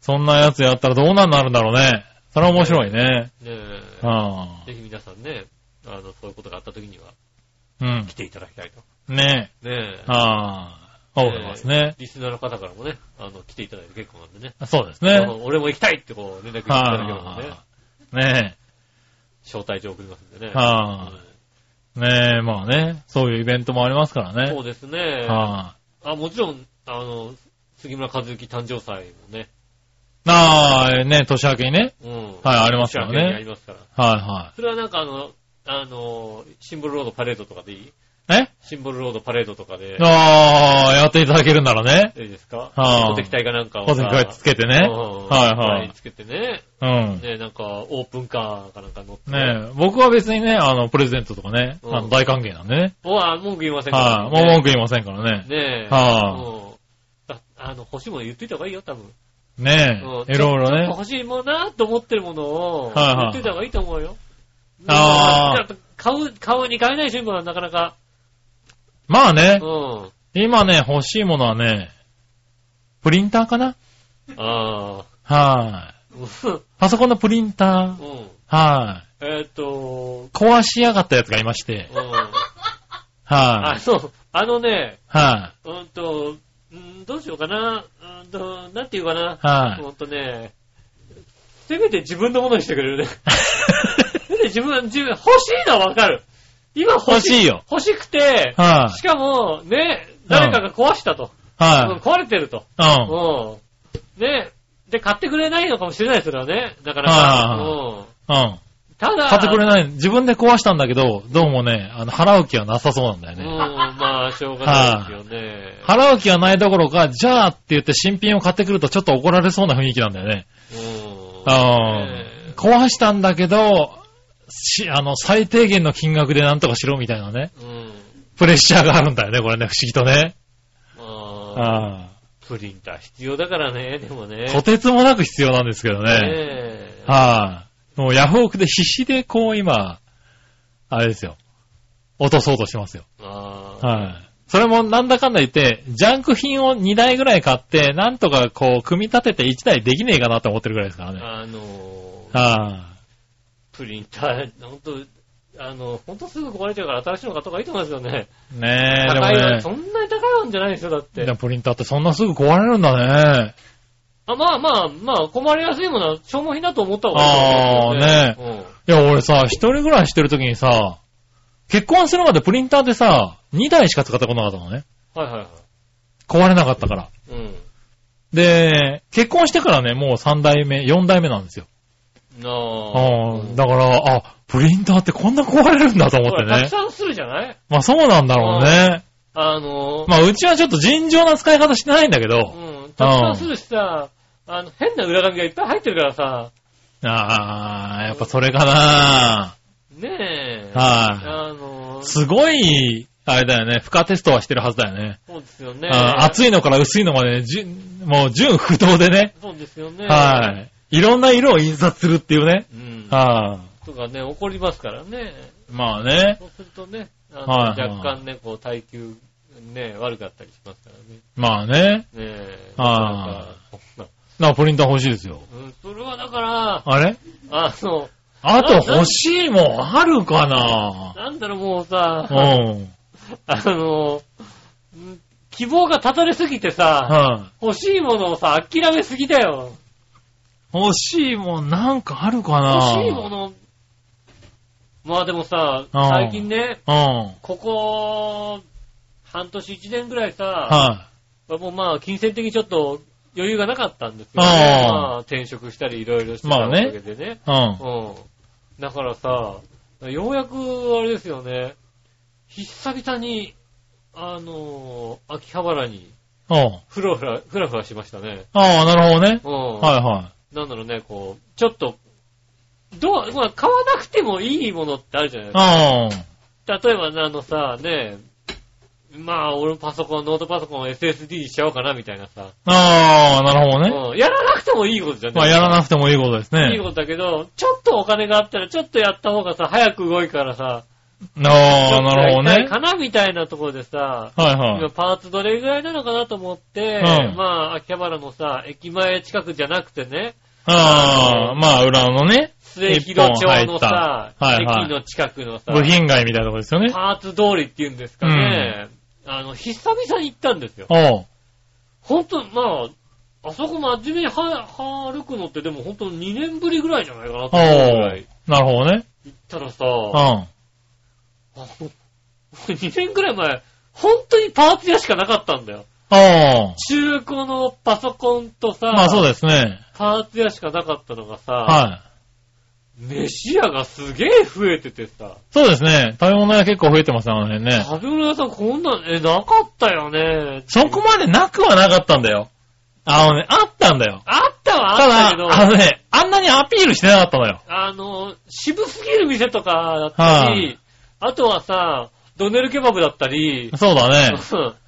Speaker 3: そんなやつやったらどうなんなるんだろうね。それは面白いね。
Speaker 2: ね
Speaker 3: う
Speaker 2: え。
Speaker 3: ん。
Speaker 2: ぜひ皆さんね、あの、そういうことがあった時には
Speaker 3: うん
Speaker 2: 来。ていただきたいと。
Speaker 3: ね
Speaker 2: ねえ
Speaker 3: え。。ああ。そうですね。
Speaker 2: リスナーの方からもね、あの、来ていただいて結構なんでね。
Speaker 3: そうです
Speaker 2: あ
Speaker 3: ね。
Speaker 2: の俺も行きたいってこう、連絡いただければね、
Speaker 3: はい。ね
Speaker 2: 招待状送りますんでね。
Speaker 3: え。は
Speaker 2: うん
Speaker 3: い。ねえ、まあね。そういうイベントもありますから
Speaker 2: そ
Speaker 3: ね。
Speaker 2: うですね。
Speaker 3: はい。
Speaker 2: あ、もちろん、あの、杉村和之誕生祭もね。
Speaker 3: ああ、ね、年明けにね。
Speaker 2: うん。
Speaker 3: はい、ありますから
Speaker 2: 年明けにあり
Speaker 3: ね。
Speaker 2: ますから。
Speaker 3: は
Speaker 2: それはなんかあの、あの、シンボルロードパレードとかでいい
Speaker 3: いはい。え
Speaker 2: シンボルロードパレードとかで、
Speaker 3: ああ、やっていただけるならね。
Speaker 2: いいですか
Speaker 3: あー
Speaker 2: 小敵隊かなんかを
Speaker 3: 小
Speaker 2: さ。
Speaker 3: 関こうやってつけてね。
Speaker 2: うん
Speaker 3: はいはい
Speaker 2: つけてね。
Speaker 3: うん。
Speaker 2: ね、なんか、オープンカーかなんか乗って。
Speaker 3: ねえ、僕は別にね、あの、プレゼントとかね、
Speaker 2: うん
Speaker 3: あの、大歓迎なんでね。
Speaker 2: おわ、文句言いません
Speaker 3: はい、もう文句言いませんからね。
Speaker 2: ねえ。
Speaker 3: はい
Speaker 2: もうああの、欲しいもの言っといた方がいいよ、多分。
Speaker 3: ね
Speaker 2: うん
Speaker 3: え、いろいろ
Speaker 2: ちょっと
Speaker 3: ね。
Speaker 2: 欲しいもんなと思ってるものを、
Speaker 3: はいはい
Speaker 2: 言ってた方がいいと思うよ。
Speaker 3: あー
Speaker 2: やっぱ買う、買うに買えない新聞はなかなか、
Speaker 3: まあね
Speaker 2: う、ん。
Speaker 3: 今ね、欲しいものはね、プリンターかな
Speaker 2: あ
Speaker 3: は
Speaker 2: あ。うん
Speaker 3: い。パソコンのプリンター。
Speaker 2: うん。
Speaker 3: はい。
Speaker 2: えーっと、
Speaker 3: 壊しやがったやつがいまして。
Speaker 2: うん。
Speaker 3: は
Speaker 2: あ、
Speaker 3: い。
Speaker 2: そう。あのね、
Speaker 3: はい。
Speaker 2: うんと、うんどうしようかな。うんと、なんていうかな。
Speaker 3: はい
Speaker 2: うんとね、せめて自分のものにしてくれる ね。せめて自分、自分、欲しいのはわかる。今欲しい。
Speaker 3: 欲しいよ。
Speaker 2: 欲しくて、
Speaker 3: は
Speaker 2: しかも、ね、誰かが壊したと。
Speaker 3: い。は
Speaker 2: うん壊れてると。
Speaker 3: い。うん。
Speaker 2: うん。ね、で、買ってくれないのかもしれないですよね。だから、
Speaker 3: はい
Speaker 2: うん。
Speaker 3: うん。
Speaker 2: ただ、
Speaker 3: 買ってくれない。自分で壊したんだけど、どうもね、あの、払う気はなさそうなんだよ
Speaker 2: う
Speaker 3: ね。
Speaker 2: ん、まあ、しょうがないですよね。
Speaker 3: 払う気はないどころか、じゃあって言って新品を買ってくるとちょっと怒られそうな雰囲気なんだよね。
Speaker 2: うん。
Speaker 3: うん。
Speaker 2: ね
Speaker 3: 壊したんだけど、し、あの、最低限の金額でなんとかしろみたいなね、
Speaker 2: うん。
Speaker 3: プレッシャーがあるんだよね、これね、不思議とね。
Speaker 2: まあ、
Speaker 3: あ
Speaker 2: プリンター必要だからね、でもね。
Speaker 3: あ。とてつもなく必要なんですけどね。
Speaker 2: ねえ
Speaker 3: はい。もうヤフオクで必死でこう今、あれですよ。落とそうとしてますよ。
Speaker 2: ああ
Speaker 3: はい。それもなんだかんだ言って、ジャンク品を2台ぐらい買って、なんとかこう、組み立てて1台できねえかなと思ってるぐらいですからね。
Speaker 2: あのー、
Speaker 3: は
Speaker 2: プリンター、ほんと、あの、ほんとすぐ壊れちゃうから新しいの買った方がいいと思いますよね。
Speaker 3: い。ねえ、でも
Speaker 2: 高いわ
Speaker 3: ね
Speaker 2: そ、んなに高いもんじゃないですよ、だっ
Speaker 3: で
Speaker 2: て
Speaker 3: も。プリンターってそんなすぐ壊れるんだね。
Speaker 2: あまあまあ、まあ、困りやすいものは消耗品だと思った方がいいと思いますよね。
Speaker 3: いや、俺さ、一人暮らししてる時にさ、結婚するまでプリンターでさ、2台しか使ってこなかったのね。
Speaker 2: うん。はいはいは
Speaker 3: 壊れなかったから。
Speaker 2: い。うん。
Speaker 3: で、結婚してからね、もう3台目、4台目なんですよ。
Speaker 2: なあ。
Speaker 3: うん。だから、あ、プリンターってこんな壊れるんだと思っ
Speaker 2: ほ
Speaker 3: て
Speaker 2: らた
Speaker 3: ね
Speaker 2: く。さんするじゃない
Speaker 3: まあそうなんだろうね。
Speaker 2: あのー、
Speaker 3: まあ、うちはちょっと尋常な使い方してないんだけど。
Speaker 2: うん。たくさんするしさ、あの、変な裏紙がいっぱい入ってるからさ、
Speaker 3: ああ、やっぱそれかな。
Speaker 2: ねえ。
Speaker 3: は
Speaker 2: あのー、
Speaker 3: い。すごい、あれだよね。負荷テストはしてるはずだよね。
Speaker 2: そうですよね。
Speaker 3: あー厚いのから薄いのまで、じゅもう純不動でね。
Speaker 2: そうですよね。
Speaker 3: はい。いろんな色を印刷するっていうね。
Speaker 2: うん。
Speaker 3: は
Speaker 2: とかね、怒りますからね。
Speaker 3: い。まあね。
Speaker 2: そうするとね、あの
Speaker 3: はいはい
Speaker 2: 若干ね、こう、耐久、ね、悪かったりしますからね。ね
Speaker 3: まあね。
Speaker 2: え。
Speaker 3: あ
Speaker 2: なんか
Speaker 3: な、プリンター欲しいですよ。
Speaker 2: うん、それはだから、
Speaker 3: あれ
Speaker 2: あの、
Speaker 3: あと欲しいもんあるかな
Speaker 2: なんだろう、もうさ、
Speaker 3: うん。
Speaker 2: あの、うん希望が立たれすぎてさ、
Speaker 3: はい。
Speaker 2: 欲しいものをさ、諦めすぎだよ。
Speaker 3: 欲しいもんなんかあるかな
Speaker 2: 欲しいもの、まあでもさ、
Speaker 3: うん
Speaker 2: 最近ね、
Speaker 3: うん。
Speaker 2: ここ、半年一年ぐらいさ、
Speaker 3: は
Speaker 2: もうまあ、金銭的にちょっと余裕がなかったんですけど、
Speaker 3: うん
Speaker 2: まあ、転職したりいろいろしてた
Speaker 3: ま
Speaker 2: わ
Speaker 3: あね
Speaker 2: けでね。
Speaker 3: い。う
Speaker 2: う
Speaker 3: ん。
Speaker 2: ん。だからさ、ようやく、あれですよね、久々に、あのー秋葉原に、
Speaker 3: うん。
Speaker 2: ふらふら、ふらふらしましたね。
Speaker 3: ああ、なるほどね。
Speaker 2: うん。
Speaker 3: はいはい。
Speaker 2: なんだろうね、こう、ちょっと、どう、まあ、買わなくてもいいものってあるじゃないです
Speaker 3: あ
Speaker 2: か。例えばね、あのさ、ね、まあ、俺もパソコン、ノートパソコンを SSD にしちゃおうかな、みたいなさ。
Speaker 3: あ。ああ、なるほどね。
Speaker 2: うん。やらなくてもいいことじゃない
Speaker 3: まあ、やらなくてもいいことです
Speaker 2: いい
Speaker 3: ね。
Speaker 2: ことだけど、ちょっとお金があったら、ちょっとやった方がさ、早く動いからさ、
Speaker 3: ああ、なるほど
Speaker 2: ちょっとやりた
Speaker 3: ね
Speaker 2: い。かな、みたいなところでさ、
Speaker 3: はいは
Speaker 2: 今
Speaker 3: い。
Speaker 2: パーツどれぐらいなのかなと思って、
Speaker 3: うん
Speaker 2: まあ、秋葉原のさ、駅前近くじゃなくてね、
Speaker 3: ああ、まあ、裏のね、
Speaker 2: 末広町のさ、
Speaker 3: 一本入ったはいはい
Speaker 2: 駅の近くのさ、
Speaker 3: 部品街みたいなとこですよね。
Speaker 2: パーツ通りっていうんですかね、あの、久々に行ったんですよ。
Speaker 3: おう。
Speaker 2: ほんと、まあ、あそこ真面目にはは歩くのってでもほんと2年ぶりぐらいじゃないかなと
Speaker 3: おう
Speaker 2: 思うぐらい。。
Speaker 3: なるほどね。
Speaker 2: 行ったらさ、
Speaker 3: う
Speaker 2: あ
Speaker 3: ん。
Speaker 2: ほん2年ぐらい前、本当にパーツ屋しかなかったんだよ。
Speaker 3: おう。
Speaker 2: 中古のパソコンとさ、
Speaker 3: まあ、そうですね。
Speaker 2: パーツ屋しかなかったのがさ、
Speaker 3: はい。
Speaker 2: 飯屋がすげえ増えててさ、
Speaker 3: そうですね。食べ物屋結構増えてますね、あの辺ね。
Speaker 2: 食べ物屋さんこんなん、え、なかったよね。
Speaker 3: そこまでなくはなかったんだよ。あのね、あったんだよ。
Speaker 2: あったは
Speaker 3: た
Speaker 2: あったけ
Speaker 3: だ
Speaker 2: ど、、
Speaker 3: あのね、あんなにアピールしてなかったのよ。
Speaker 2: あの、渋すぎる店とかだったり、あとはさ、ドネルケバブだったり、
Speaker 3: そうだね。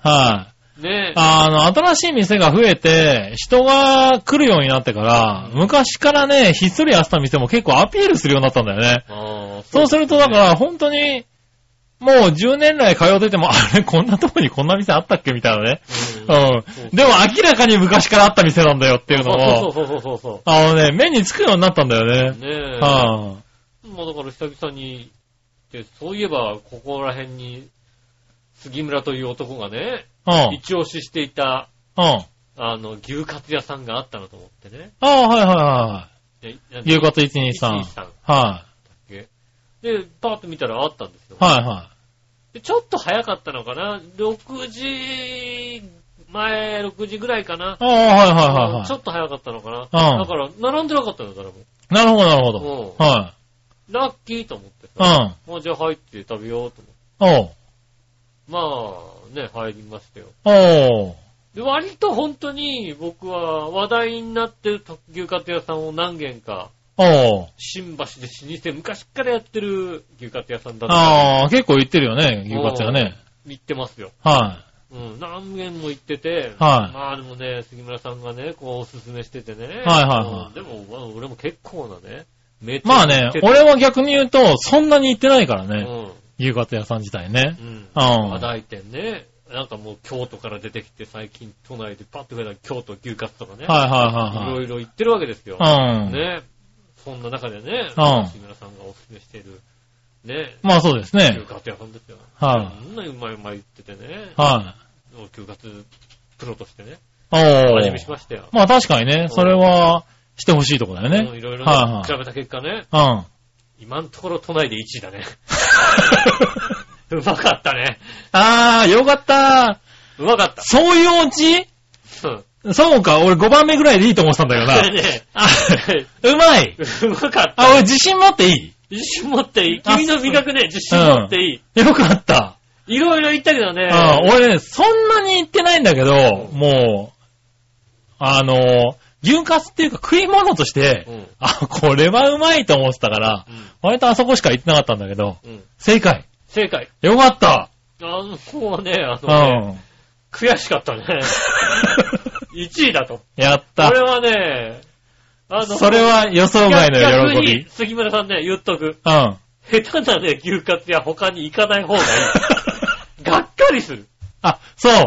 Speaker 3: はい。
Speaker 2: ね
Speaker 3: あの、新しい店が増えて、人が来るようになってから、昔からね、ひっそりやってた店も結構アピールするようになったんだよね。
Speaker 2: あー
Speaker 3: そうすると、だから、本当に、もう10年来通ってても、あれ、こんなとこにこんな店あったっけみたいなね。
Speaker 2: そうん。
Speaker 3: うん。でも明らかに昔からあった店なんだよっていうの
Speaker 2: そう
Speaker 3: を、
Speaker 2: そうそうそうそ
Speaker 3: あのね、目につくようになったんだよ
Speaker 2: う。
Speaker 3: ね。
Speaker 2: ねえ。
Speaker 3: は
Speaker 2: まあだから久々に、で、そういえば、ここら辺に、杉村という男がね、
Speaker 3: あ。うん。
Speaker 2: 一押ししていた、
Speaker 3: うん。あ
Speaker 2: あの、牛カツ屋さんがあったなと思ってね。
Speaker 3: あ、はいは
Speaker 2: で
Speaker 3: いはい。牛
Speaker 2: カ
Speaker 3: カツ123。
Speaker 2: 123だっ
Speaker 3: は
Speaker 2: けで、パーッと見たらあったんですよ。
Speaker 3: い。はいは。。
Speaker 2: でちょっと早かったのかな ?6 時前、6時ぐらいかない
Speaker 3: ああ、はいはいはい
Speaker 2: ちょ
Speaker 3: は
Speaker 2: っと早かったのかな、
Speaker 3: うん
Speaker 2: だから、並んでなかったんだからも
Speaker 3: い。なるほどなるほど。
Speaker 2: う。うん
Speaker 3: は
Speaker 2: ラッキーと思って
Speaker 3: い。う
Speaker 2: さ。
Speaker 3: ん。
Speaker 2: もうじゃあ入って食べようと
Speaker 3: おう。
Speaker 2: 思って。まあ、ね、入りましたよ。
Speaker 3: おう。
Speaker 2: で割と本当に僕は話題になってる特牛カツ屋さんを何軒か、
Speaker 3: おう。
Speaker 2: 新橋で老舗昔からやってる牛カツ屋さんだった
Speaker 3: ああ、結構行ってるよね、牛カツはね。
Speaker 2: 行ってますよ。
Speaker 3: は
Speaker 2: うん、何軒も行ってて、
Speaker 3: はい
Speaker 2: まあでもね、杉村さんがね、こうおすすめしててね。はい
Speaker 3: はいはい
Speaker 2: でも、まあ俺も結構なね、めっ
Speaker 3: い。まあね、俺は逆に言うと、そんなに行ってないから
Speaker 2: う
Speaker 3: ね、
Speaker 2: ん、
Speaker 3: 牛カツ屋さん自体ね
Speaker 2: う。ん。
Speaker 3: うん。
Speaker 2: 話題店ね、なんかもう京都から出てきて最近都内でパッと増えた京都牛カツとかね、
Speaker 3: はいはいい
Speaker 2: ろいろ行ってるわけですよ
Speaker 3: い。はい。うん。
Speaker 2: ね。そんな中でね、
Speaker 3: うん
Speaker 2: 杉村さんがおすすめしている、ね、
Speaker 3: まあそうです
Speaker 2: 牛
Speaker 3: ね。
Speaker 2: カツ屋さんですよ。
Speaker 3: は
Speaker 2: そんなにうまいうまい言っててね
Speaker 3: い。、は
Speaker 2: 牛カツプロとしてね、
Speaker 3: い。お
Speaker 2: お
Speaker 3: お
Speaker 2: 味見しましたよ。
Speaker 3: まあ確かにね、それはしてほしいとこだよ
Speaker 2: う
Speaker 3: ね
Speaker 2: ん。いろいろ
Speaker 3: はいは
Speaker 2: ね
Speaker 3: い
Speaker 2: 調べた結果ね、
Speaker 3: うん。
Speaker 2: 今のところ都内で1位だね。 うまかったね。
Speaker 3: あー、よかったー。
Speaker 2: うまかった。
Speaker 3: そういうお家
Speaker 2: うん。
Speaker 3: そうか、俺5番目ぐらいでいいと思ってたんだけど な。
Speaker 2: ね
Speaker 3: あ、うまい。
Speaker 2: うまかった。
Speaker 3: あ、俺自信持ってい
Speaker 2: 自信持っていい。君の味覚ね、自信持っていい。
Speaker 3: いよかった。
Speaker 2: いろいろ言ったけどね。
Speaker 3: あ俺ね、そんなに行ってないんだけど、もう、あの、牛カツっていうか食い物として
Speaker 2: う、ん。
Speaker 3: あ、これはうまいと思ってたから、割とあそこしか行ってなかったんだけど、
Speaker 2: うん。うん。
Speaker 3: 正解。
Speaker 2: 正解。
Speaker 3: よかった。
Speaker 2: あの、こうね、あ
Speaker 3: う
Speaker 2: のね、
Speaker 3: ん。
Speaker 2: 悔しかった ね。1位だと。
Speaker 3: やった
Speaker 2: こ。れはね、あ
Speaker 3: それは予想外の喜
Speaker 2: 逆
Speaker 3: び
Speaker 2: に。杉村さんね、言っとく。
Speaker 3: うん。
Speaker 2: 下手なね、牛カツや他に行かない方がい い。がっかりする。
Speaker 3: あ、そ
Speaker 2: うん
Speaker 3: う。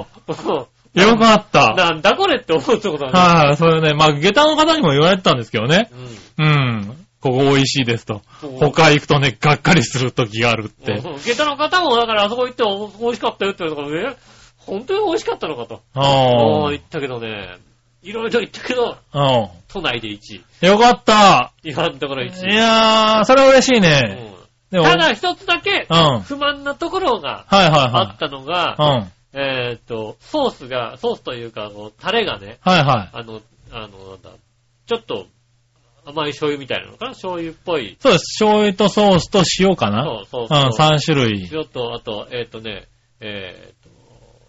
Speaker 3: よかった。
Speaker 2: なんだこれって思うとこだね。
Speaker 3: はい、それね、まあ、下駄の方にも言われてたんですけどね。
Speaker 2: うん
Speaker 3: うん。ここ美味しいですと。
Speaker 2: そう
Speaker 3: 他行くとね、がっかりする時があるって。
Speaker 2: うん下駄の方も、だからあそこ行ってお美味しかったよって言われたからね、本当に美味しかったのかと。
Speaker 3: あ
Speaker 2: うん言ったけどね、いろいろ言ったけど、
Speaker 3: あ。うん。
Speaker 2: 都内で1位。
Speaker 3: よかった。
Speaker 2: 今のところ1
Speaker 3: い
Speaker 2: 位。
Speaker 3: やー、それは嬉しいね。
Speaker 2: うん
Speaker 3: でも、
Speaker 2: た
Speaker 3: はい
Speaker 2: だ一つだけ
Speaker 3: うん、
Speaker 2: 不満なところが
Speaker 3: はい
Speaker 2: あっ
Speaker 3: は
Speaker 2: たのが
Speaker 3: い。う、ん。
Speaker 2: えーっと、ソースが、ソースというか、あのタレがね、
Speaker 3: はいはい。
Speaker 2: あの、あの、なんだ、ちょっと甘い醤油みたいなのかな醤油っぽい。
Speaker 3: そうです。醤油とソースと塩かな。
Speaker 2: そうそう
Speaker 3: う
Speaker 2: そ
Speaker 3: ん、
Speaker 2: う。
Speaker 3: 3種類。
Speaker 2: 塩と、あと、えーっとね、えーっと、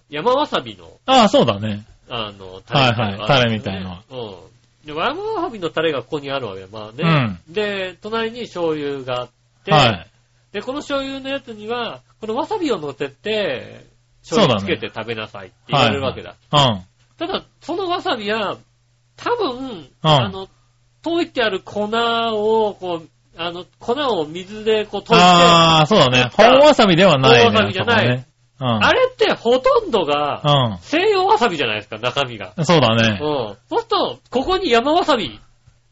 Speaker 2: 山わさびの、
Speaker 3: ああ、そうだね。
Speaker 2: あの、
Speaker 3: はいはいタレみたいな。
Speaker 2: うん。で、ワムワハビのタレがここにあるわけだ。まあね。で、隣に醤油があって、
Speaker 3: はい。
Speaker 2: で、この醤油のやつには、このわさびを乗せて、
Speaker 3: そ
Speaker 2: 醤
Speaker 3: うだ
Speaker 2: 油
Speaker 3: ね
Speaker 2: つけて食べなさいって言われるわけだ。
Speaker 3: うん。
Speaker 2: ただ、そのわさびは、多分、あの、溶いてある粉を、こう、あの、粉を水でこう溶いて、あ
Speaker 3: ああ、そうだね。本わさびではないね。
Speaker 2: 本わさびじゃない
Speaker 3: あそこはね。うん。
Speaker 2: れってほとんどが、
Speaker 3: う
Speaker 2: 西洋わさびじゃないですか、中身が。
Speaker 3: ん。そうだ
Speaker 2: うん。
Speaker 3: ね。
Speaker 2: そうすると、ここに山わさび。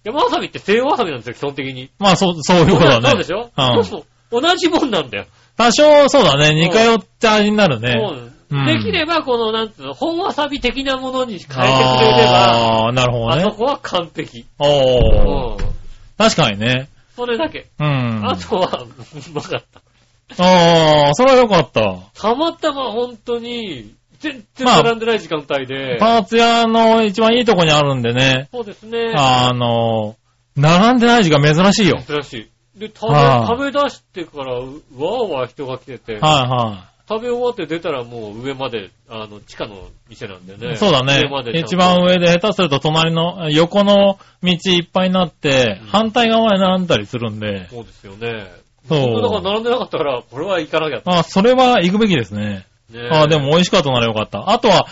Speaker 2: 山わさびって西洋わさびなんですよ、基本的に。
Speaker 3: まあ、そう、そういうことだね。
Speaker 2: そうでしょ
Speaker 3: うん
Speaker 2: そうそう。同じもんなんだよ。
Speaker 3: 多少、そうだね。似通った味になる
Speaker 2: そ
Speaker 3: ね。
Speaker 2: う
Speaker 3: うん
Speaker 2: できれば、この、なんつうの、本わさび的なものに変えてくれれば、
Speaker 3: ああ、なるほど
Speaker 2: あそ
Speaker 3: ね。
Speaker 2: こは完璧。う
Speaker 3: おー。
Speaker 2: ん。
Speaker 3: 確かにね。
Speaker 2: それだけ。
Speaker 3: うん。
Speaker 2: あとは、うまかった。
Speaker 3: ああ、それはよかった。
Speaker 2: たまたま本当に、全然
Speaker 3: まあ
Speaker 2: 並んでない時間帯で、
Speaker 3: パーツ屋の一番いいとこにあるんでね。
Speaker 2: そうですね。
Speaker 3: あの、並んでない時間珍しいよ。はい
Speaker 2: 珍しい。で、食べ、
Speaker 3: ああ
Speaker 2: 食べ出してから、うわーわー人が来てて、
Speaker 3: は
Speaker 2: 食べ終わって出たらもう上まで、あの、地下の店なんでね。
Speaker 3: い。そうだ
Speaker 2: 上
Speaker 3: ね
Speaker 2: まで。ちゃんと
Speaker 3: 一番。上で下手すると隣の、横の道いっぱいになって
Speaker 2: うん、
Speaker 3: 反対側に並んだりするんで。
Speaker 2: そうですよね。
Speaker 3: そう
Speaker 2: 僕だから並んでなかったから、これは行かなきゃと。
Speaker 3: あ、それは行くべきですね。
Speaker 2: ね
Speaker 3: ああ、でも。美味しかったならよかった。あとは、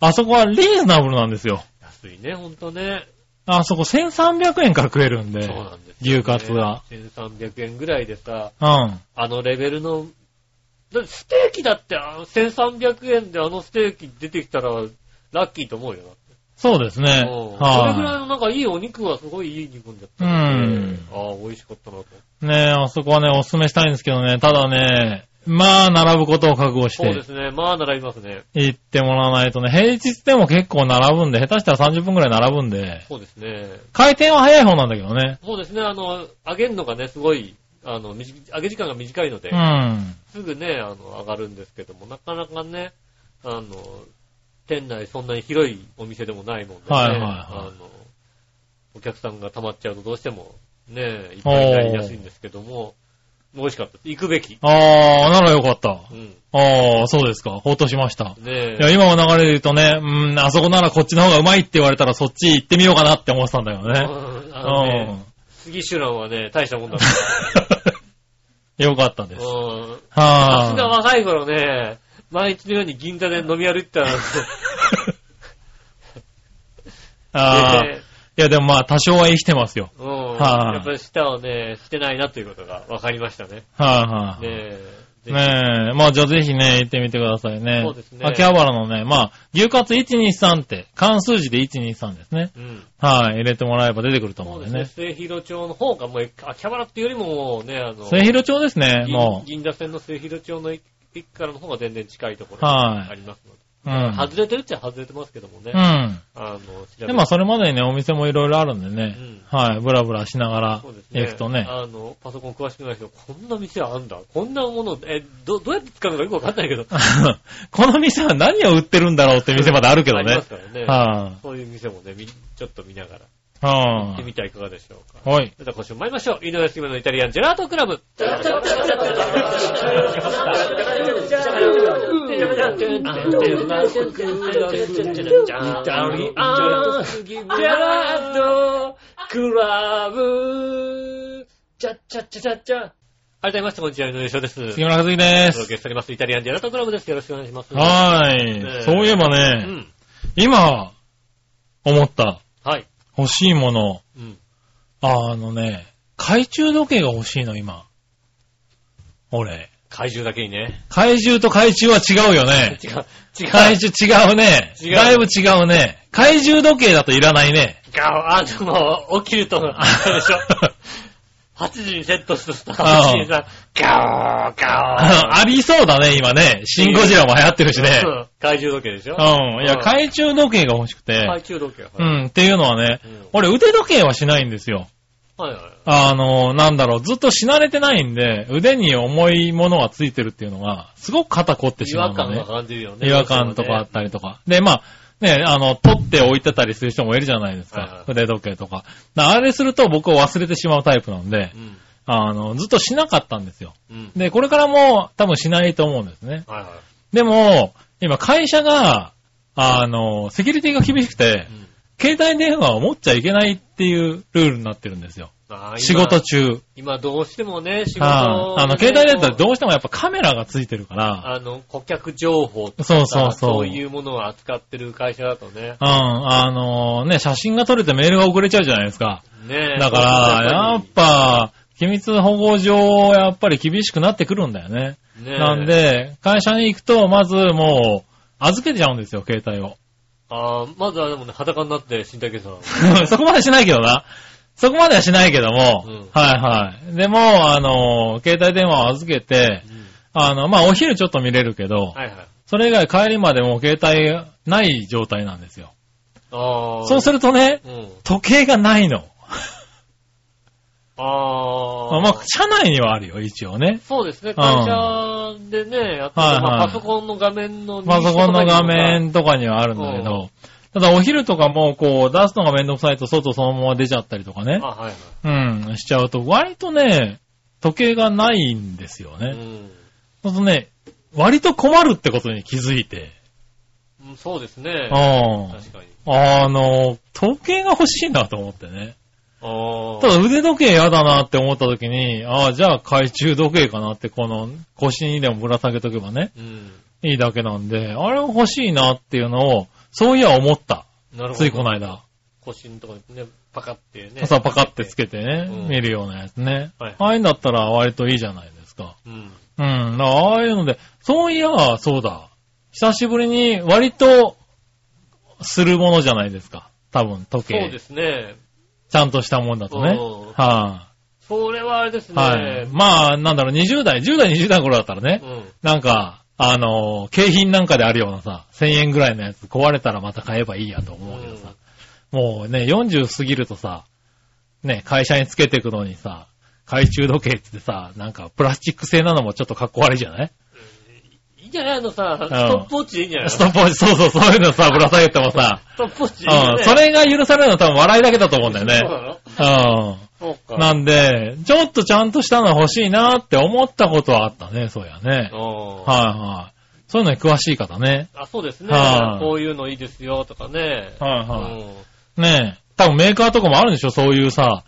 Speaker 3: あそこはリーズナブルなんですよ。
Speaker 2: 安いね、ほんとね。
Speaker 3: あそこ1300円から食えるんで。
Speaker 2: そうなんです、
Speaker 3: 牛カツが。。
Speaker 2: 1300円ぐらいでさ、
Speaker 3: うん。
Speaker 2: あのレベルの、だってステーキだって、あの1300円であのステーキ出てきたら、ラッキーと思うよな。
Speaker 3: そうですね。
Speaker 2: うんそれぐらい
Speaker 3: は
Speaker 2: のなんかいいお肉がすごいいい煮込んじゃった
Speaker 3: うん
Speaker 2: ああ、美味しかったなと。
Speaker 3: い。ねえ、あそこはね、おすすめしたいんですけどね、ただね、まあ、並ぶことを覚悟し
Speaker 2: そうで
Speaker 3: て、
Speaker 2: すね。まあ、並びますね。
Speaker 3: 行ってもらわないとね、平日でも結構並ぶんで、下手したら30分くらい並ぶんで、
Speaker 2: そうですね。
Speaker 3: 回転は早い方なんだけどね。
Speaker 2: そうですね。あの、揚げるのがね、すごい、あの、短い揚げ時間が短いので、
Speaker 3: うん。
Speaker 2: すぐね、あの、上がるんですけども、なかなかね、あの、店内そんなに広いお店でもないもんでね、
Speaker 3: はいはいはい
Speaker 2: あの、お客さんが溜まっちゃうとどうしても、ね、いっぱいになりやすいんですけども、美味しかった。行くべき。
Speaker 3: ああ、ならよかった。
Speaker 2: うん。
Speaker 3: ああ、そうですか。ほっとしました。
Speaker 2: ね
Speaker 3: いや、今の流れで言うとね、うん、あそこならこっちの方がうまいって言われたらそっち行ってみようかなって思ってたんだよ
Speaker 2: う
Speaker 3: ね。
Speaker 2: んあのね
Speaker 3: う
Speaker 2: 杉修蘭はね、大したもんだった。
Speaker 3: ん。 よかった です。
Speaker 2: うん。私が
Speaker 3: は
Speaker 2: 若い頃ね、毎日のように銀座で飲み歩いて たなんて
Speaker 3: あ。ああ。い
Speaker 2: で
Speaker 3: や、でもまあ、多少は生きてますよ。
Speaker 2: うん。
Speaker 3: はい
Speaker 2: やっぱり舌をね、してないなということが分かりましたね。
Speaker 3: はいはい。
Speaker 2: ねえ。
Speaker 3: ねえ。まあ、じゃあぜひね、行ってみてくださいね。
Speaker 2: そうですね
Speaker 3: 秋葉原のね、まあ、牛カツ123って、関数字で123ですね。
Speaker 2: うん。
Speaker 3: はい、入れてもらえば出てくると思
Speaker 2: そううんで
Speaker 3: ですね
Speaker 2: ね。。末広町の方が、もう、秋葉原っていうよりももうね、あの、
Speaker 3: 末広町ですね、
Speaker 2: 銀
Speaker 3: も
Speaker 2: 銀座線の末広町の駅駅からの方が全然近いところ
Speaker 3: はい
Speaker 2: がありますので。
Speaker 3: う。うん。
Speaker 2: 外れてるっちゃ外れてますけどもね。
Speaker 3: うん。
Speaker 2: あの、調べ
Speaker 3: で、まあ、それまでにね、お店もいろいろあるんでね、
Speaker 2: うん
Speaker 3: はい、ブラブラしながら
Speaker 2: そうですね。
Speaker 3: 行くとね、
Speaker 2: あの、パソコン詳しくない人、こんな店あんだ。こんなもの、え、ど、どうやって使うのかよくわかんないけど。
Speaker 3: この店は何を売ってるんだろうって店まであるけど
Speaker 2: あり
Speaker 3: ね
Speaker 2: ます。からね。
Speaker 3: は
Speaker 2: そういう店もね、みちょっと見ながら
Speaker 3: い、
Speaker 2: 行っ
Speaker 3: は
Speaker 2: て
Speaker 3: い、
Speaker 2: みてはいかがでしょうか。
Speaker 3: はい。
Speaker 2: それでは今週も参りましょう。井上杉村のイタリアンジェラートクラブ。改めまして、こんにちは、井上翔です。
Speaker 3: 杉村和樹で
Speaker 2: お届
Speaker 3: す。
Speaker 2: けしております。イタリアンジェラートクラブです。よろしくお願いします。
Speaker 3: は
Speaker 2: ねえ
Speaker 3: い。そういえば
Speaker 2: う
Speaker 3: ね、
Speaker 2: ん。
Speaker 3: 今、思った、
Speaker 2: はい。
Speaker 3: 欲しいもの、
Speaker 2: うん。
Speaker 3: あのね、懐中時計が欲しいの、今。俺。
Speaker 2: 怪獣だけにね。
Speaker 3: 怪獣と懐中は違うよね。
Speaker 2: 違う。違う。
Speaker 3: 怪獣違うね。
Speaker 2: 違う
Speaker 3: だいぶ違うね。怪獣時計だといらないね。
Speaker 2: が、あ、でも、起きる と、あれでしょ。8時にセットすると、
Speaker 3: ああ
Speaker 2: 8時にさ、ガオー
Speaker 3: あ
Speaker 2: ガオー。
Speaker 3: のありそうだね、今ね。シンゴジラも流行ってるしね
Speaker 2: う。ん怪獣時計でしょ
Speaker 3: うん。いや、
Speaker 2: うん
Speaker 3: 懐中時計が欲しくて。
Speaker 2: 懐中時計は。
Speaker 3: う
Speaker 2: はい
Speaker 3: ん。っていうのはね
Speaker 2: うん、
Speaker 3: 俺腕時計はしないんですよ。
Speaker 2: はいはい。
Speaker 3: あの、なんだろう、ずっとしなれてないんで、腕に重いものがついてるっていうのが、すごく肩凝ってし
Speaker 2: 違
Speaker 3: まう
Speaker 2: 和
Speaker 3: の
Speaker 2: 感が
Speaker 3: ね。
Speaker 2: 感じるよね。
Speaker 3: 違和感とかあ
Speaker 2: は
Speaker 3: ったりとか。で、まあ、ね、あの、取って置いてたりする人もいるじゃないです
Speaker 2: はいはい
Speaker 3: か。腕時計とか。だからあれすると僕は忘れてしまうタイプなんで
Speaker 2: う、ん。
Speaker 3: あの、ずっとしなかったんですよ。
Speaker 2: うん。
Speaker 3: で、これからも多分しないと思うんですね。
Speaker 2: はいは
Speaker 3: でも、今会社が、あの、セキュリティが厳しくて
Speaker 2: い。う、ん
Speaker 3: 携帯電話を持っちゃいけないっていうルールになってるんですよ。
Speaker 2: ああ
Speaker 3: 仕事
Speaker 2: 今
Speaker 3: 中。
Speaker 2: 今どうしてもね、仕事
Speaker 3: ああの、携帯電話ってどうしてもやっぱカメラがついてるから、
Speaker 2: あの、顧客情報とか、
Speaker 3: そうそうそう
Speaker 2: そういうものを扱ってる会社だとね。
Speaker 3: うん、あのね、写真が撮れてメールが遅れちゃうじゃないですか。
Speaker 2: ね
Speaker 3: だから、やっぱ、機密保護上、やっぱり厳しくなってくるんだよね。
Speaker 2: ぱ、ね
Speaker 3: なん、で、会社に行くと、まずもう、預けちゃうんですよ、携帯を。
Speaker 2: ああ、まずはでもね、裸になって身体検査を。
Speaker 3: そこまでしないけどな。そこまではしないけども、
Speaker 2: うん
Speaker 3: はいはい。でも、あの、携帯電話を預けて、あの、まあ、お昼ちょっと見れるけど、
Speaker 2: はいはい。
Speaker 3: それ以外帰りまでもう携帯ない状態なんですよ。
Speaker 2: ああ。
Speaker 3: そうするとね、
Speaker 2: うん。
Speaker 3: 時計がないの。
Speaker 2: ああ。
Speaker 3: まあ、車内にはあるよ、一応ね。
Speaker 2: そうですね。会社でね、やってた、
Speaker 3: はいはい
Speaker 2: まあ、パソコンの画面の
Speaker 3: パソコンの画
Speaker 2: 右
Speaker 3: 面とかにはあるんだけど、ただお昼とかもうこう出すのがめんどくさいと外そのまま出ちゃったりとか
Speaker 2: 下
Speaker 3: ね
Speaker 2: とかに。あ、はい
Speaker 3: うん、しちゃうと割とね、時計がないんですよね。
Speaker 2: はい。うん
Speaker 3: そうするとね、割と困るってことに気づいて。
Speaker 2: うん。そうですね
Speaker 3: う。ん。
Speaker 2: 確かに。
Speaker 3: あの、時計が欲しいなと思ってね。
Speaker 2: あ
Speaker 3: ただ腕時計嫌だなって思った時に、ああ、じゃあ懐中時計かなってこの腰にでもぶら下げとけばね、
Speaker 2: あ。うん。
Speaker 3: いいだけなんで、あれ欲しいなっていうのを、そういや思った。
Speaker 2: なるほど。
Speaker 3: ついこの間。
Speaker 2: 腰のとこにね、パカってね。
Speaker 3: 朝パカってつけて
Speaker 2: う
Speaker 3: ね
Speaker 2: ん、
Speaker 3: 見るようなやつね。
Speaker 2: はい
Speaker 3: ああいうんだったら割といいじゃないですか。
Speaker 2: うん。
Speaker 3: うん。だからああいうので、そういや、そうだ。久しぶりに割と、するものじゃないですか。多分、時計。
Speaker 2: そうですね。
Speaker 3: ちゃんとしたもんだとね。
Speaker 2: うん
Speaker 3: はい、
Speaker 2: それはあれですね。
Speaker 3: はい。まあ、なんだろう、20代、10代、20代の頃だったらね、
Speaker 2: うん。
Speaker 3: なんか、あのー景品なんかであるようなさ、1000円ぐらいのやつ壊れたらまた買えばいいやと思うけどさ、もうね、40過ぎるとさ、ね、会社につけていくのにさ、懐中時計ってさ、なんかプラスチック製なのもちょっとかっこ悪いじゃない
Speaker 2: いいんじゃないあのさ、ストップウォッチでいいんじゃないの
Speaker 3: ストップウォッチ、そうそう、そういうのさ、ぶら下げてもさ、
Speaker 2: ストップウォッチいいよ
Speaker 3: う
Speaker 2: ね
Speaker 3: ん、それが許されるのは多分笑いだけだと思うんだ
Speaker 2: そ
Speaker 3: よ
Speaker 2: う
Speaker 3: ね。
Speaker 2: なの
Speaker 3: う
Speaker 2: そうか。
Speaker 3: ん。なんで、ちょっとちゃんとしたの欲しいなって思ったことはあったね、そうやね。
Speaker 2: うん
Speaker 3: はいはい。そういうのに詳しい方ね。
Speaker 2: あ、そうですね
Speaker 3: は。い
Speaker 2: こういうのいいですよとかね。
Speaker 3: はいは
Speaker 2: うん
Speaker 3: い。ねえ。多分メーカーとかもあるんでしょそういうさ、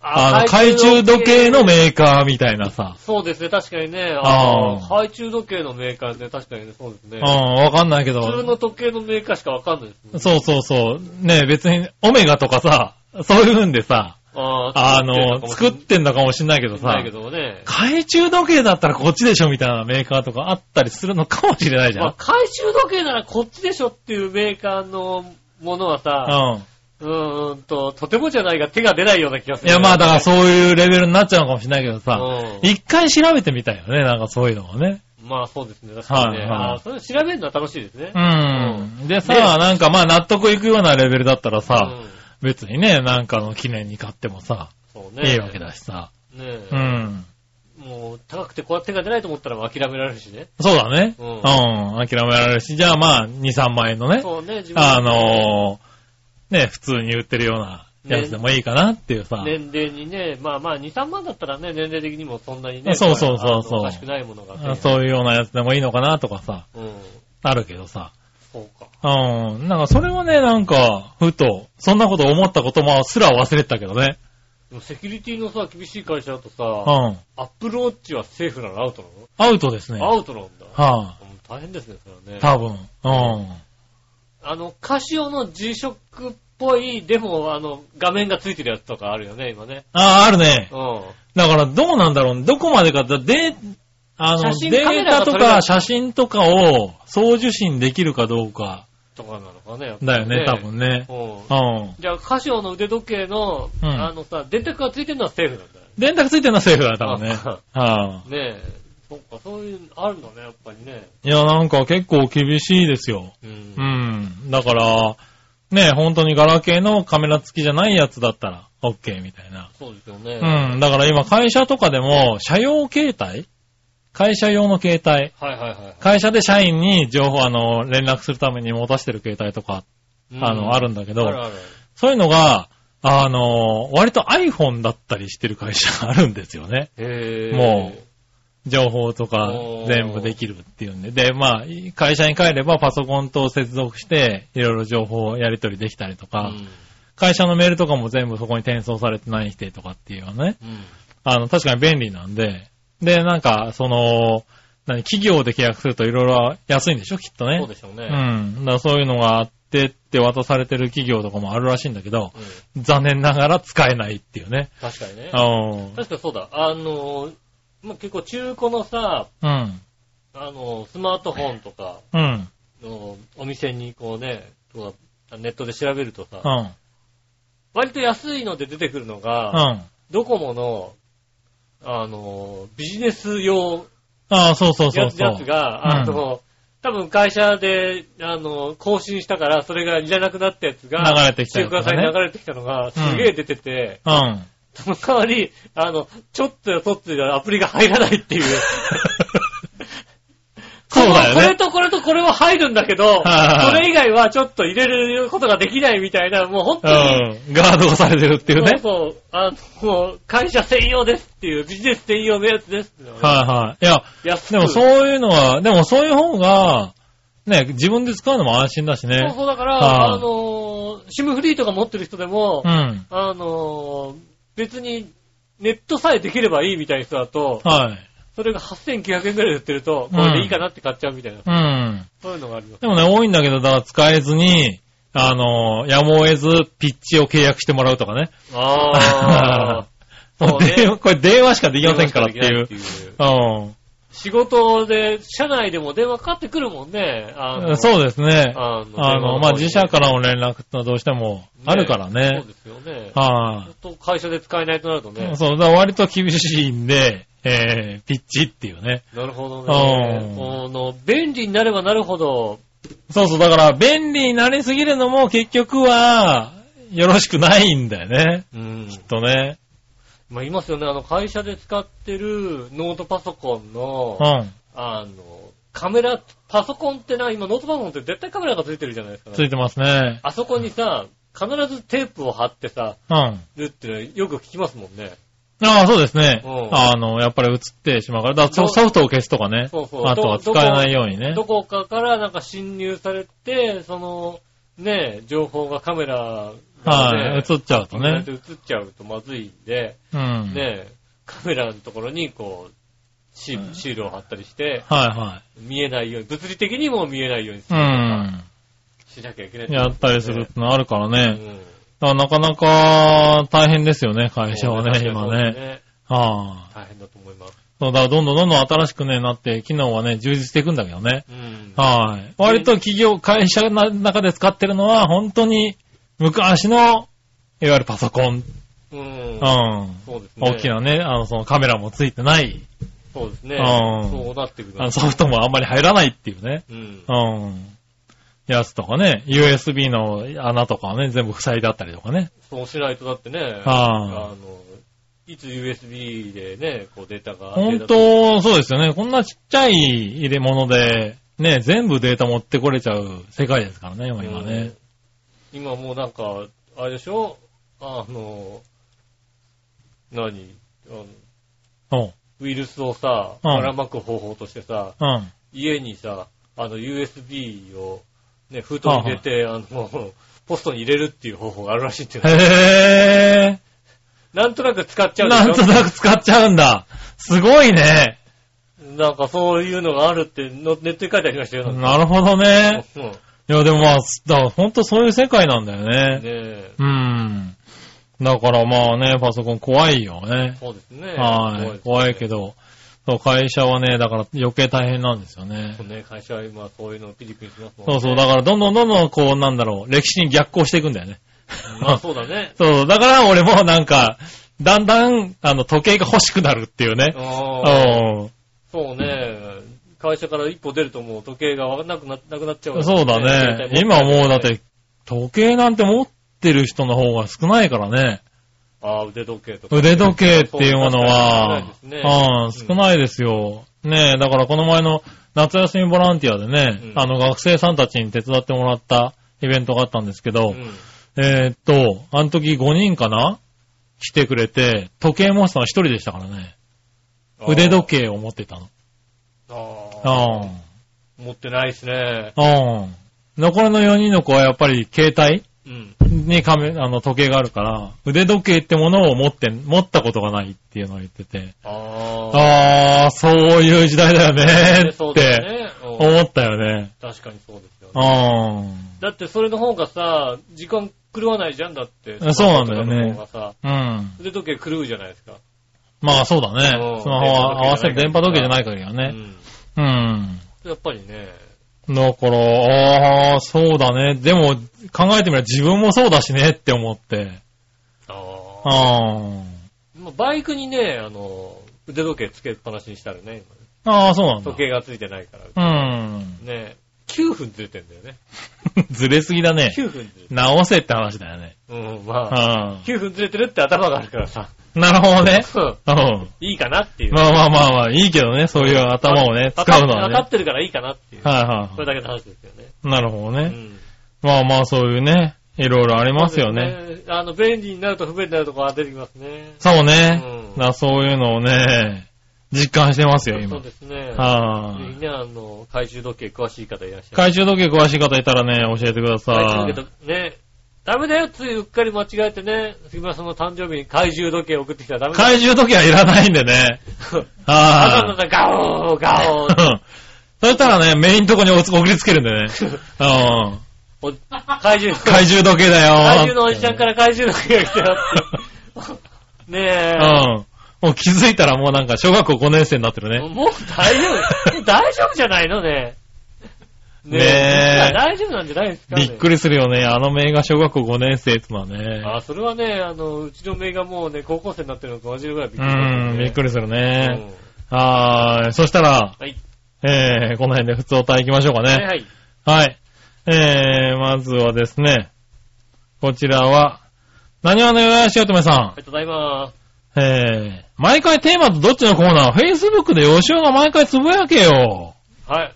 Speaker 3: あの、懐中時計のメーカーみたいなさ。
Speaker 2: そうですね、確かにね。
Speaker 3: あー
Speaker 2: あの懐中時計のメーカーですね、確かにね、そうです
Speaker 3: う
Speaker 2: ね
Speaker 3: ん、。わかんないけど。
Speaker 2: 普通の時計のメーカーしかわかんないですね。
Speaker 3: そうそうそう。ねえ、別に、オメガとかさ、そういうんでさ、
Speaker 2: あ
Speaker 3: あの、作ってんのかもしんないけどさ
Speaker 2: ない、けどね。
Speaker 3: 懐中時計だったらこっちでしょみたいなメーカーとかあったりするのかもしれないじゃん。
Speaker 2: まあ、懐中時計ならこっちでしょっていうメーカーのものはさ、
Speaker 3: うん。
Speaker 2: うーんと、とてもじゃないが手が出ないような気がす
Speaker 3: い
Speaker 2: る。
Speaker 3: や、まあだからそういうレベルになっちゃうのかもしれないけどさ、
Speaker 2: うん
Speaker 3: 一回調べてみたいよね、なんかそういうのもね。
Speaker 2: まあそうですね、確かにね。
Speaker 3: はいはい
Speaker 2: あーそれ調べるのは楽しいですね
Speaker 3: う。ん。でさ、
Speaker 2: ね
Speaker 3: なんかまあ納得いくようなレベルだったら
Speaker 2: う
Speaker 3: さ、
Speaker 2: ん
Speaker 3: 別にね、なんかの記念に買ってもさ、
Speaker 2: そうね。
Speaker 3: いいわけだしさ。
Speaker 2: ね
Speaker 3: う
Speaker 2: え
Speaker 3: ん。
Speaker 2: もう、高くてこうやって手が出ないと思ったらもう諦められるしね。
Speaker 3: そうだね。
Speaker 2: う
Speaker 3: うんん。諦められるし、じゃあまあ2、3万円のね、
Speaker 2: そうね、自分
Speaker 3: あのーね、普通に売ってるようなやつでもいいかなっていうさ。
Speaker 2: 年齢にね、まあまあ、2、3万だったらね、年齢的にもそんなにね、
Speaker 3: そうそうそうそ
Speaker 2: あ
Speaker 3: う
Speaker 2: のおかしくないものがね。
Speaker 3: あそういうようなやつでもいいのかなとかさ、
Speaker 2: うん。
Speaker 3: あるけどさ。
Speaker 2: そうか。
Speaker 3: うん。なんかそれはね、なんか、ふと、そんなこと思ったこともすら忘れてたけどね。
Speaker 2: でもセキュリティのさ、厳しい会社だと
Speaker 3: う
Speaker 2: さ、
Speaker 3: ん。
Speaker 2: アップルウォッチはセーフなのアウトなの
Speaker 3: アウトですね。
Speaker 2: アウトなんだ。
Speaker 3: は
Speaker 2: うん大変ですね、それ
Speaker 3: い、
Speaker 2: はね。
Speaker 3: 多分。うん。
Speaker 2: あの、カシオの G ショックっぽい、でも、あの、画面がついてるやつとかあるよね、今ね。
Speaker 3: ああ、あるね
Speaker 2: う。ん。
Speaker 3: だからどうなんだろう。どこまでか、だで、あ
Speaker 2: 写
Speaker 3: の、
Speaker 2: 真
Speaker 3: デ
Speaker 2: カメ
Speaker 3: ー
Speaker 2: ラが
Speaker 3: タ
Speaker 2: 撮
Speaker 3: と
Speaker 2: れな
Speaker 3: か
Speaker 2: い
Speaker 3: 写真とかを送受信できるかどうか
Speaker 2: とかなのかね、やっぱり
Speaker 3: だよね、多分ね。
Speaker 2: うん。
Speaker 3: うん。
Speaker 2: じゃあ、カシオの腕時計の、
Speaker 3: うん
Speaker 2: あのさ、電卓がついてるのはセーフなんだよ
Speaker 3: 電卓ついてるのはセーフだ、多分ね。は
Speaker 2: ねえ。そっか、そういう、あるんだね、やっぱりね。
Speaker 3: い。いや、なんか結構厳しいですよ。
Speaker 2: う。
Speaker 3: うんん。だから、ね、本当にガラケーのカメラ付きじゃないやつだったら、OK みたいな。
Speaker 2: そうですよね。
Speaker 3: うん。だから今、会社とかでも、社用携帯会社用の携帯。
Speaker 2: はいはいはい。
Speaker 3: 会社で社員に情報、あの、連絡するために持たしてる携帯とか、あの、あ
Speaker 2: る
Speaker 3: るんだけ
Speaker 2: ある
Speaker 3: ど、
Speaker 2: ある。
Speaker 3: そういうのが、あの、割と iPhone だったりしてる会社 があるんですよね。
Speaker 2: へえ。
Speaker 3: も情報とか
Speaker 2: おー
Speaker 3: 全部できるっていうんで。で、まあ、会社に帰ればパソコンと接続して、いろいろ情報をやり取りできたりと
Speaker 2: う
Speaker 3: か、
Speaker 2: ん。
Speaker 3: 会社のメールとかも全部そこに転送されてないしてとかっていうのはね、
Speaker 2: うん。
Speaker 3: あの、確かに便利なんで、で、なんか、その、何、企業で契約するといろいろ安いんでしょきっとね。
Speaker 2: そうでしょうね。
Speaker 3: うん。だからそういうのがあってって渡されてる企業とかもあるらしいんだけど、
Speaker 2: うん。
Speaker 3: 残念ながら使えないっていうね。
Speaker 2: 確かにね。
Speaker 3: うん。
Speaker 2: 確かそうだ。あのー、まあ、結構中古のさ、
Speaker 3: うん。
Speaker 2: あのー、スマートフォンとか
Speaker 3: うん。
Speaker 2: のお店にこうね、こうネットで調べるとさ
Speaker 3: う、ん。
Speaker 2: 割と安いので出てくるのが、
Speaker 3: うん。
Speaker 2: ドコモの、あの、ビジネス用
Speaker 3: ああ、そうそうそ
Speaker 2: や
Speaker 3: う
Speaker 2: つ
Speaker 3: そう。
Speaker 2: やつが、あ
Speaker 3: うん
Speaker 2: の、多分会社で、あの、更新したから、それがいらなくなったやつが、
Speaker 3: 流れてきた
Speaker 2: 中
Speaker 3: やつが
Speaker 2: 華
Speaker 3: ね
Speaker 2: さんに流れてきたのが、すげえ出てて、
Speaker 3: うん。
Speaker 2: その代わり、あの、ちょっとやそっとじゃアプリが入らないっていう。
Speaker 3: そうだよ
Speaker 2: こ
Speaker 3: ね
Speaker 2: れとこれとこれは入るんだけど、
Speaker 3: はい
Speaker 2: それ以外はちょっと入れることができないみたいな、もう本当に、
Speaker 3: うん。ガードがされてるっていうね。
Speaker 2: そうそう。あの、会社専用ですっていう、ビジネス専用のやつですっていうのがね。
Speaker 3: はいはい。いや、
Speaker 2: 安く
Speaker 3: でも
Speaker 2: そう。
Speaker 3: そういうのは、でもそういう方が、ね、自分で使うのも安心だし
Speaker 2: そう
Speaker 3: ね。
Speaker 2: だから、
Speaker 3: はい
Speaker 2: あのー、シムフリーとか持ってる人でも、
Speaker 3: うん。
Speaker 2: あのー、別に、ネットさえできればいいみたいな人だと、
Speaker 3: はい。
Speaker 2: それが8900円くらいで売ってると、
Speaker 3: うん
Speaker 2: これでいいかなって買っちゃうみたいな、
Speaker 3: うん。
Speaker 2: そういうのがあります。
Speaker 3: でもね、多いんだけど、だから使えずに、あの、やむを得ず、ピッチを契約してもらうとかね。
Speaker 2: ああ。そうね
Speaker 3: 電話これ電話しかできませんからって
Speaker 2: 電
Speaker 3: い
Speaker 2: 話し。
Speaker 3: う
Speaker 2: かできないう仕事で、社内でも電話かかってくるもんね。あの
Speaker 3: そうですね。
Speaker 2: あの、
Speaker 3: あの、まあ、自社かららの連絡ってのはどうしてもあるからね
Speaker 2: そう。ですよね。
Speaker 3: は
Speaker 2: ずっと会社で使えないとなると
Speaker 3: い、
Speaker 2: ね。
Speaker 3: そう、だから割と厳しいんで、えー、ピッチっていうね。
Speaker 2: なるほどね
Speaker 3: う。ん
Speaker 2: この、便利になればなるほど、
Speaker 3: そうそう、だから便利になりすぎるのも結局は、よろしくないんだよね。
Speaker 2: うん。
Speaker 3: きっとね。
Speaker 2: まあ、いますよね。あの、会社で使ってるノートパソコンの
Speaker 3: う、ん。
Speaker 2: あの、カメラ、パソコンってな、今ノートパソコンって絶対カメラがついてるじゃないですか、
Speaker 3: ついてますね。
Speaker 2: あそこにさ、必ずテープを貼ってさ、
Speaker 3: うん。あ
Speaker 2: るってよく聞きますもんね。
Speaker 3: あ、そうですね
Speaker 2: う。ん
Speaker 3: あの、やっぱり映ってしまうから、だからそうソフトを消すとかね。
Speaker 2: そうそう
Speaker 3: あとは使
Speaker 2: ど
Speaker 3: えないようにね。
Speaker 2: どこかからなんか侵入されて、その、ね、情報がカメラがね、
Speaker 3: はい。映っちゃうとね
Speaker 2: 映。っちゃうとまずいんで、
Speaker 3: うん。
Speaker 2: ね、カメラのところにこう、シールシールを貼ったりして、
Speaker 3: は
Speaker 2: 見えないように、物理的にも見えないようにす
Speaker 3: い
Speaker 2: ると
Speaker 3: は
Speaker 2: か
Speaker 3: い。
Speaker 2: しなきゃいけない
Speaker 3: うん。やったりするってのあるからね。
Speaker 2: うん
Speaker 3: だからなかなか大変ですよね、会社はね、
Speaker 2: そう
Speaker 3: 今
Speaker 2: そう
Speaker 3: ね。
Speaker 2: ね
Speaker 3: はあ。
Speaker 2: 大変だと思います。
Speaker 3: そうだ、どんどんどんどん新しくね、なって、機能はね、充実していくんだけどね。
Speaker 2: うん。
Speaker 3: はい。割と企業、会社の中で使ってるのは、本当に昔の、いわゆるパソコン。
Speaker 2: うん
Speaker 3: う。ん。
Speaker 2: そうですね。
Speaker 3: 大きなね、あの、そのカメラもついてない。
Speaker 2: そうですね。
Speaker 3: うん
Speaker 2: そうなってくる
Speaker 3: あのソフトもあんまり入らないっていうね。
Speaker 2: うん。
Speaker 3: うん。やつとかね、USB の穴とかはね、全部塞いであったりとかね。
Speaker 2: そうしないとだってね、
Speaker 3: あ
Speaker 2: あの、いつ USB でね、こうデータが。
Speaker 3: 本
Speaker 2: デー
Speaker 3: 当、そうですよね。こんなちっちゃい入れ物で、ね、全部データ持ってこれちゃう世界ですからね、
Speaker 2: タ
Speaker 3: 今
Speaker 2: が
Speaker 3: 今ね。。
Speaker 2: うん今もうなんか、あれでしょあの、何あの
Speaker 3: うん。
Speaker 2: ウイルスをさ、
Speaker 3: うん
Speaker 2: ばらまく方法としてさ、
Speaker 3: うん。
Speaker 2: 家にさ、あの USB をね、封筒に入れて、あの、ポストに入れるっていう方法があるらしいっていう。
Speaker 3: へ
Speaker 2: なんとなく使っちゃ
Speaker 3: ー。
Speaker 2: うでし
Speaker 3: な
Speaker 2: ょ
Speaker 3: んとなく使っちゃうんだ。すごいね。
Speaker 2: なんかそういうのがあるってのネットに書いてありましたよ。
Speaker 3: なるほどね。
Speaker 2: うんね
Speaker 3: いや、でもまあ、だから本当そういう世界なんだよね。
Speaker 2: え。
Speaker 3: うん。だからまあね、パソコン怖いよね。
Speaker 2: そうですね。
Speaker 3: はい。怖いけ
Speaker 2: ど。
Speaker 3: ど。そう、会社はね、だから余計大変なんですよね
Speaker 2: そう。ね、会社は今そういうのをピリピリしますもん
Speaker 3: そ
Speaker 2: ね。
Speaker 3: うそう、だからどんどんどんどんこう、なんだろう、歴史に逆行していくんだよね。
Speaker 2: まあそうだね。
Speaker 3: そう、だから俺もなんか、だんだん、あの、時計が欲しくなるっていうね。
Speaker 2: ああ。
Speaker 3: う
Speaker 2: そうね。会社から一歩出るともう時計がなくななくなっちゃう、
Speaker 3: ん。そうだね。今もうだっ。て、時計なんて持ってる人の方が少ないからね。
Speaker 2: ああ、腕時計とか。
Speaker 3: 腕時計っていうものは、
Speaker 2: そう確か
Speaker 3: うん、
Speaker 2: に
Speaker 3: 少ないですよ。ねえ、だからこの前の夏休みボランティアでね、
Speaker 2: うん
Speaker 3: あの学生さんたちに手伝ってもらったイベントがあったんですけど、
Speaker 2: うん。
Speaker 3: えーっと、あの時5人かな来てくれて、時計持ってたの1人でしたからね。腕時計を持ってたの。
Speaker 2: ああ。
Speaker 3: あ
Speaker 2: 持ってないですね。
Speaker 3: あ。うん。残りの4人の子はやっぱり携帯
Speaker 2: うん。
Speaker 3: にカメあの時計があるから、腕時計ってものを持って、持ったことがないっていうのを言ってて、
Speaker 2: あ
Speaker 3: ああ、そういう時代だよ
Speaker 2: あ。
Speaker 3: ね
Speaker 2: ねそ
Speaker 3: っ
Speaker 2: うだよ
Speaker 3: て
Speaker 2: ね。うん
Speaker 3: 思ったよね。
Speaker 2: 確かにそうですよね。
Speaker 3: う
Speaker 2: だってそれの方がさ、時間狂わないじゃんだって。
Speaker 3: あそうなんだよね
Speaker 2: スマホとかの方がさ、
Speaker 3: ん。うん。
Speaker 2: 腕時計狂うじゃないですか。
Speaker 3: まあそうだ
Speaker 2: う
Speaker 3: ね。
Speaker 2: ん
Speaker 3: スマホは合わせる電波時計じゃない限りは
Speaker 2: う
Speaker 3: ね。
Speaker 2: ん
Speaker 3: うん。
Speaker 2: やっぱりね、
Speaker 3: だから、ああ、そうだね。でも、考えてみれば自分もそうだしねって思って。
Speaker 2: ああ。
Speaker 3: あ
Speaker 2: まあバイクにね、あの、腕時計つけっぱなしにしたらね、
Speaker 3: あ。ああ、そうなんだ
Speaker 2: 時。計がついてないから。
Speaker 3: うん。
Speaker 2: ね、9分ずれてんだよね。
Speaker 3: ずれすぎだね。
Speaker 2: 9分ずれて
Speaker 3: 直せって話だよね。
Speaker 2: うん、
Speaker 3: う
Speaker 2: まあ、
Speaker 3: ん。
Speaker 2: 9分ずれてるって頭があるからさ、
Speaker 3: なるほどね。
Speaker 2: うん
Speaker 3: うん。
Speaker 2: いいかなっていう。
Speaker 3: まあまあまあまあ、いいけどね、そういう頭をね、使うのは
Speaker 2: 分
Speaker 3: ね。
Speaker 2: か
Speaker 3: は
Speaker 2: ってるからいいかなっていう。
Speaker 3: いは
Speaker 2: それだけの話ですよね。
Speaker 3: い。なるほど
Speaker 2: う
Speaker 3: ね。
Speaker 2: ん。
Speaker 3: まあまあ、そういうね、いろいろありますよね。
Speaker 2: そうですね。あの、便利になると不便になるとこは出てきますね。
Speaker 3: そうね
Speaker 2: う。ん
Speaker 3: なそういうのをね、実感してますよ、
Speaker 2: そ
Speaker 3: 今
Speaker 2: う。ですね。
Speaker 3: は
Speaker 2: ぜ
Speaker 3: い
Speaker 2: ひ。ね、あの、懐中時計詳しい方いらっしゃる。
Speaker 3: 懐中時計詳しい方いたらね、教えてくださ
Speaker 2: 懐
Speaker 3: い。
Speaker 2: 中時計とね、ダメだよ、ついうっかり間違えてね、杉村さんの誕生日に懐中時計送ってきたらダメだよ。
Speaker 3: 怪獣時計はいらないんでね。
Speaker 2: あな
Speaker 3: は
Speaker 2: たガオーガオー
Speaker 3: い。そしたらね、メインとこにおつ送りつけるんでね。うん。
Speaker 2: お怪獣、
Speaker 3: 怪獣時計だよー。
Speaker 2: 怪獣のおじちゃんから怪獣時計が来たよって。ねえ。
Speaker 3: うん。もう気づいたらもうなんか小学校5年生になってるね。
Speaker 2: もう大丈夫。大丈夫じゃないのね。
Speaker 3: ねえ
Speaker 2: 大丈夫なんじゃないですか、ね、
Speaker 3: びっく
Speaker 2: り。
Speaker 3: りするよね。あの名が小学校5年生ってのはね。
Speaker 2: あ、それはね、あの、うちのメがもうね、高校生になってるのと同じぐらいびっく
Speaker 3: う
Speaker 2: りします
Speaker 3: ん、
Speaker 2: ね
Speaker 3: びっくりするね。
Speaker 2: う
Speaker 3: はーい。そしたら、
Speaker 2: んはい。
Speaker 3: えー、この辺で普通お題行きましょうかね。
Speaker 2: はいはい。
Speaker 3: はい。えー、まずはですね、こちらは、何話のよやしおとめ
Speaker 2: あ
Speaker 3: さ
Speaker 2: りがとうございます。
Speaker 3: ん。えー、毎回テーマとどっちのコーナー ?Facebook でよしおが毎回つぶやけ よ。
Speaker 2: はい。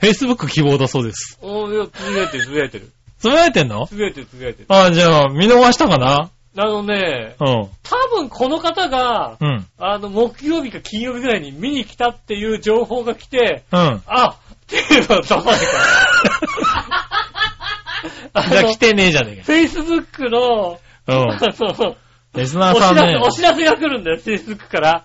Speaker 3: Facebook 希望だそうです。
Speaker 2: おー、いやつぶやいてる、つぶやいてる。
Speaker 3: つぶやいてんの
Speaker 2: つぶやいてる、つぶやいてる。
Speaker 3: あ、じゃあ、見逃したかな
Speaker 2: あのね、
Speaker 3: うん。
Speaker 2: 多分この方が、
Speaker 3: うん。
Speaker 2: あの、木曜日か金曜日ぐらいに見に来たっていう情報が来て、
Speaker 3: うん。
Speaker 2: あ、テーマ出さない から。
Speaker 3: じゃあ来てねえじゃねえ
Speaker 2: フェイスブックの、
Speaker 3: かよ。
Speaker 2: あの
Speaker 3: うん。リス
Speaker 2: お
Speaker 3: ナーさ
Speaker 2: 知
Speaker 3: ん
Speaker 2: らせ、
Speaker 3: ね。
Speaker 2: お知らせが来るんだよ、フェイスブックから。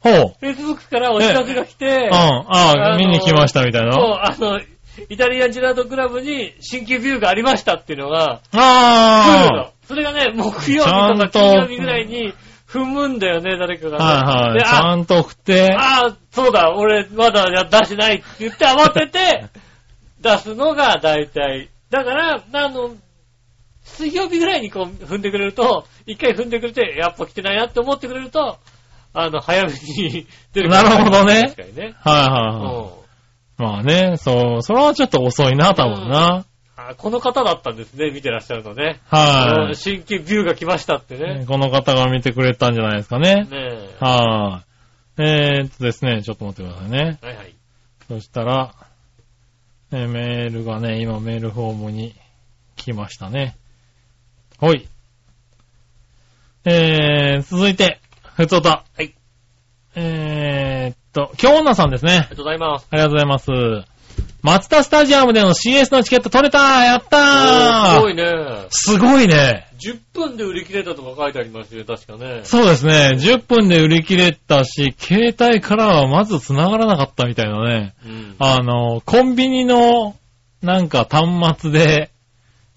Speaker 3: ほう。
Speaker 2: フェイスブックからお知らせが来て
Speaker 3: うん。、あ
Speaker 2: あの
Speaker 3: あ、見に来ましたみたい
Speaker 2: そう、
Speaker 3: な。
Speaker 2: あの、イタリアンジェラートクラブに新規ビューがありましたっていうのが、来る
Speaker 3: あ
Speaker 2: の。それがね、木曜日と
Speaker 3: ちゃ
Speaker 2: か
Speaker 3: んと
Speaker 2: 金曜日ぐらいに踏むんだよね、誰か
Speaker 3: あ。
Speaker 2: が、ね。
Speaker 3: はいはい。
Speaker 2: で
Speaker 3: ち
Speaker 2: あ
Speaker 3: ゃんと送って。
Speaker 2: ああ、そうだ、俺、まだや出してないって言って慌て て、出すのが大体。だから、あの、水曜日ぐらいにこう踏んでくれると、一回踏んでくれて、やっぱ来てないなって思ってくれると、あの、早めに出るから
Speaker 3: なるほどね
Speaker 2: 確かにね。
Speaker 3: はいうはいはい。
Speaker 2: ん
Speaker 3: まあね、そう、それはちょっと遅いな、多分な。
Speaker 2: あこの方だったんですね、見てらっしゃるのね。
Speaker 3: は
Speaker 2: うん
Speaker 3: い。
Speaker 2: 新規ビューが来ましたってね。
Speaker 3: この方が見てくれたんじゃないですか
Speaker 2: ね
Speaker 3: ね。
Speaker 2: え。
Speaker 3: はい。えーっとですね、ちょっと待ってくださいね。
Speaker 2: はいはい。
Speaker 3: そしたら、えーメールがね、今メールフォームに来ましたね。ほい。えー、続いて、ふつおた。
Speaker 2: はい。
Speaker 3: えーっと、京女さんですね
Speaker 2: ありが。とうございます。
Speaker 3: ありがとうございます。松田スタジアムでの CS のチケット取れたやった
Speaker 2: おーす
Speaker 3: ー
Speaker 2: ごいね。
Speaker 3: すごいね。
Speaker 2: 10分で売り切れたとか書いてありますよ、確かね。
Speaker 3: そうですね。10分で売り切れたし、携帯からはまず繋がらなかったみたいなね。
Speaker 2: うん。
Speaker 3: あの、コンビニの、なんか端末で、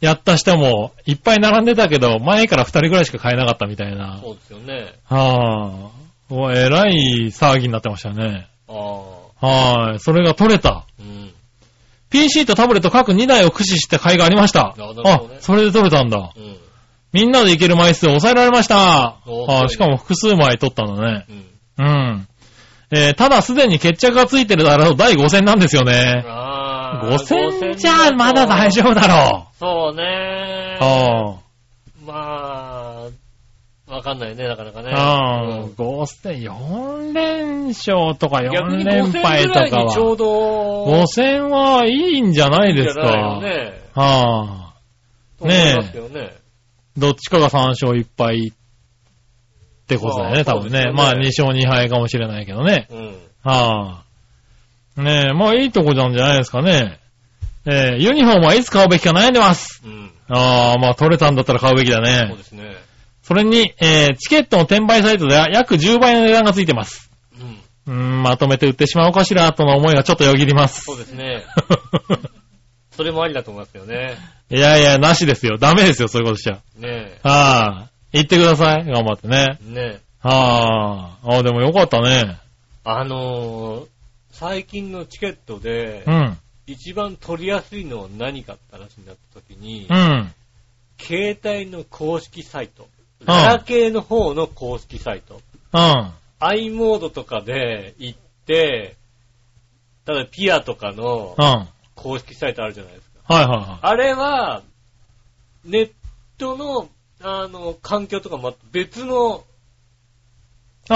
Speaker 3: やった人も、いっぱい並んでたけど、前から2人ぐらいしか買えなかったみたいな。
Speaker 2: そうですよね。
Speaker 3: はぁ、おえらい騒ぎになってましたね。
Speaker 2: あ
Speaker 3: はーい。それが取れた。
Speaker 2: あ。うん。
Speaker 3: PC とタブレット各2台を駆使して買いがありました。
Speaker 2: なるほどね
Speaker 3: あ、それで取れたんだ。
Speaker 2: うん。
Speaker 3: みんなで行ける枚数を抑えられました。
Speaker 2: お
Speaker 3: あ
Speaker 2: そう
Speaker 3: ーしかも複数枚取ったんだね。
Speaker 2: うん。
Speaker 3: うん。えーただすでに決着がついてるだろう第5戦なんですよね。
Speaker 2: ああ。
Speaker 3: 5000じゃまだ大丈夫だろ
Speaker 2: そうね
Speaker 3: う。。あ
Speaker 2: まあ、わかんないね、なかなかね。
Speaker 3: あ、
Speaker 2: う
Speaker 3: うんん。5戦、4連勝とか
Speaker 2: 逆
Speaker 3: 4
Speaker 2: に
Speaker 3: 連
Speaker 2: 5000ぐ
Speaker 3: 敗と
Speaker 2: らい
Speaker 3: か
Speaker 2: にちょう
Speaker 3: は。
Speaker 2: ど、
Speaker 3: 5戦はいいんじゃないです
Speaker 2: じゃない
Speaker 3: か。
Speaker 2: よね。
Speaker 3: はあ、
Speaker 2: と思いますけどね。
Speaker 3: どっちかが3勝1敗ってことだよ
Speaker 2: まあ
Speaker 3: ね、多分
Speaker 2: そうです
Speaker 3: ね。
Speaker 2: よね
Speaker 3: まあ2勝2敗かもしれないけどね。
Speaker 2: うん。
Speaker 3: はあ。ねえ、まあいいとこなんじゃないですかね。えーユニフォームはいつ買うべきか悩んでます。
Speaker 2: うん。
Speaker 3: ああ、まあ取れたんだったら買うべきだ
Speaker 2: そう
Speaker 3: ね
Speaker 2: で。すね。
Speaker 3: それに、えーチケットの転売サイトでは約10倍の値段がついてます。
Speaker 2: うん。
Speaker 3: うーん、まとめて売ってしまおうかしら、との思いがちょっとよぎります
Speaker 2: そ。うですね。それもありだと思いますよね。
Speaker 3: いやいや、なしですよ。ダメですよ、そういうことしちゃ。
Speaker 2: ね
Speaker 3: はあ。行ってください。頑張ってね。
Speaker 2: え。ねえ。
Speaker 3: はあ。ああ、でもよかったね。
Speaker 2: あのー、最近のチケットで、
Speaker 3: うん。
Speaker 2: 一番取りやすいのは何かって話になった時に、
Speaker 3: うん。
Speaker 2: 携帯の公式サイト、
Speaker 3: ん
Speaker 2: ガラケーの方の公式サイト、
Speaker 3: うん。
Speaker 2: i モードとかで行って、ただピアとかの
Speaker 3: うん。はい
Speaker 2: 公式サイトあるじゃないですか。
Speaker 3: はいは
Speaker 2: あれは、ネットの、あの、環境とかまた別の
Speaker 3: い。
Speaker 2: とこ
Speaker 3: あ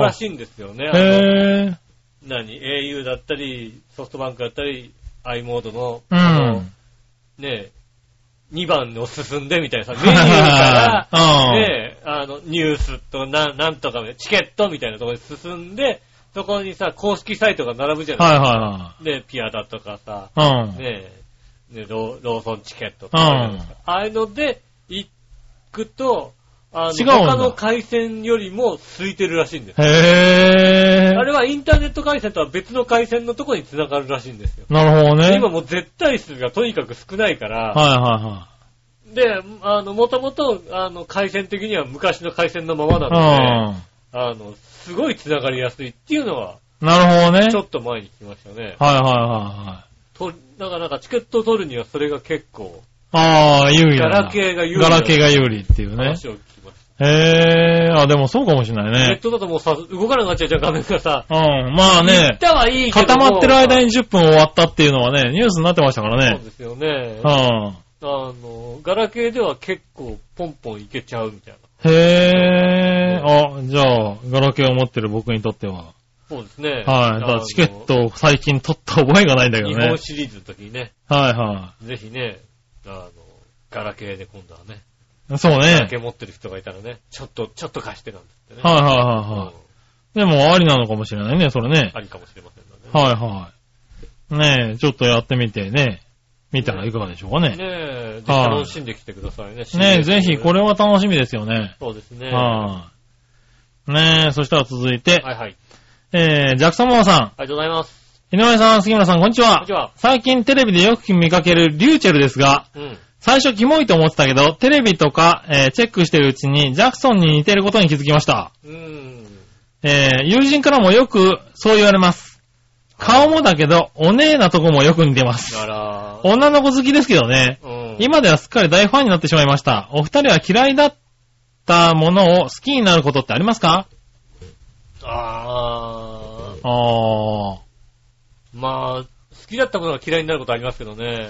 Speaker 2: ら
Speaker 3: あ。
Speaker 2: しいんですよね。あの
Speaker 3: へえ。
Speaker 2: 何 ?au だったり、ソフトバンクだったり、i モードの、
Speaker 3: う
Speaker 2: あの
Speaker 3: ん。
Speaker 2: ねえ、2番を進んでみたいなさ、メニューから、
Speaker 3: うん
Speaker 2: ねえ、あの、ニュースとな、なんとかね、チケットみたいなところに進んで、そこにさ、公式サイトが並ぶじゃない
Speaker 3: はいは
Speaker 2: で、ピアだとかさ、
Speaker 3: いはい。うん。
Speaker 2: ねえ、ねローローソンチケットとかあるじゃないですか、ああいうので、行くと、あ
Speaker 3: 違う
Speaker 2: の、
Speaker 3: んだ
Speaker 2: 他の回線よりも空いてるらしいんです。
Speaker 3: へえ。
Speaker 2: あれはインターネット回線とは別の回線のところに繋がるらしいんですよ。
Speaker 3: なるほどね。
Speaker 2: 今もう絶対数がとにかく少ないから、
Speaker 3: はいは
Speaker 2: で、あの、もともと、あの、回線的には昔の回線のままな
Speaker 3: う
Speaker 2: ので、
Speaker 3: ん。
Speaker 2: あの、すごい繋がりやすいっていうのは、
Speaker 3: なるほどね。
Speaker 2: ちょっと前に聞きましたね。
Speaker 3: はいはいはいはい。
Speaker 2: と、だからなんかチケットを取るにはそれが結構、
Speaker 3: ああ、有利
Speaker 2: ガ
Speaker 3: なんだ
Speaker 2: ラケーが有利
Speaker 3: ガ
Speaker 2: な
Speaker 3: ラケーが有利っていうね。
Speaker 2: 話を聞きまし
Speaker 3: へえ、あ、でもそうかもしれ
Speaker 2: た。ネ
Speaker 3: ない
Speaker 2: ットだともうさ、動かなくなっちゃうじゃん、画面がさ。
Speaker 3: ね。うん、まあ
Speaker 2: 行っ
Speaker 3: ね、
Speaker 2: たはいいけど
Speaker 3: 固
Speaker 2: も
Speaker 3: まってる間に10分終わったっていうのはね、ニュースになってましたから
Speaker 2: そう
Speaker 3: ね。
Speaker 2: ですよね。
Speaker 3: う
Speaker 2: あ
Speaker 3: ん。
Speaker 2: の、ガラケーでは結構ポンポンいけちゃうみたいな。
Speaker 3: へえ、あ、じゃあ、ガラケーを持ってる僕にとっては。
Speaker 2: そうですね。
Speaker 3: はい、だか
Speaker 2: あ
Speaker 3: ら
Speaker 2: の
Speaker 3: チケットを最近取った覚えがないんだけ
Speaker 2: 日
Speaker 3: どね
Speaker 2: 本。シリーズの時にね、
Speaker 3: はいは
Speaker 2: ぜひね、あの、ガラケーで今度はね、
Speaker 3: い。そう
Speaker 2: ガ
Speaker 3: ね
Speaker 2: ラ。ケー持ってる人がいたらね、ちょっと、ちょっと貸してなんて言ってね。
Speaker 3: はいはい
Speaker 2: うん
Speaker 3: はいはい。でもありなのかもしれないね、それね。
Speaker 2: ありかもしれませんのでね。
Speaker 3: はいはい。ねえ、ちょっとやってみてね、見たらいかがでしょうかね。
Speaker 2: ねえ、ぜひ
Speaker 3: はい
Speaker 2: 楽しんできてくださいね。
Speaker 3: ねえ、ぜひこ
Speaker 2: れ。
Speaker 3: れは楽しみですよね。
Speaker 2: そうですね。
Speaker 3: はい。ねえ、そしたら続いて、
Speaker 2: はいはい。
Speaker 3: えー、ジャクソンモアさ
Speaker 2: ありがとうございます。
Speaker 3: ん、井上さん、杉村さん、こんにち
Speaker 2: こん
Speaker 3: は
Speaker 2: にち。は。
Speaker 3: 最近テレビでよく見かけるリューチェルですが、
Speaker 2: うん。
Speaker 3: 最初キモいと思ってたけど、テレビとか、えーチェックしてるうちにジャクソンに似てることに気づきました。
Speaker 2: うーん。
Speaker 3: えー、友人からもよくそう言われます。顔もだけど、おねえなとこもよく似てます。
Speaker 2: なら、
Speaker 3: 女の子好きですけどね。
Speaker 2: うん。
Speaker 3: 今ではすっかり大ファンになってしまいました。お二人は嫌いだったものを好きになることってありますか
Speaker 2: あー、
Speaker 3: あー。
Speaker 2: まあ、好きだったものが嫌いになることありますけどね。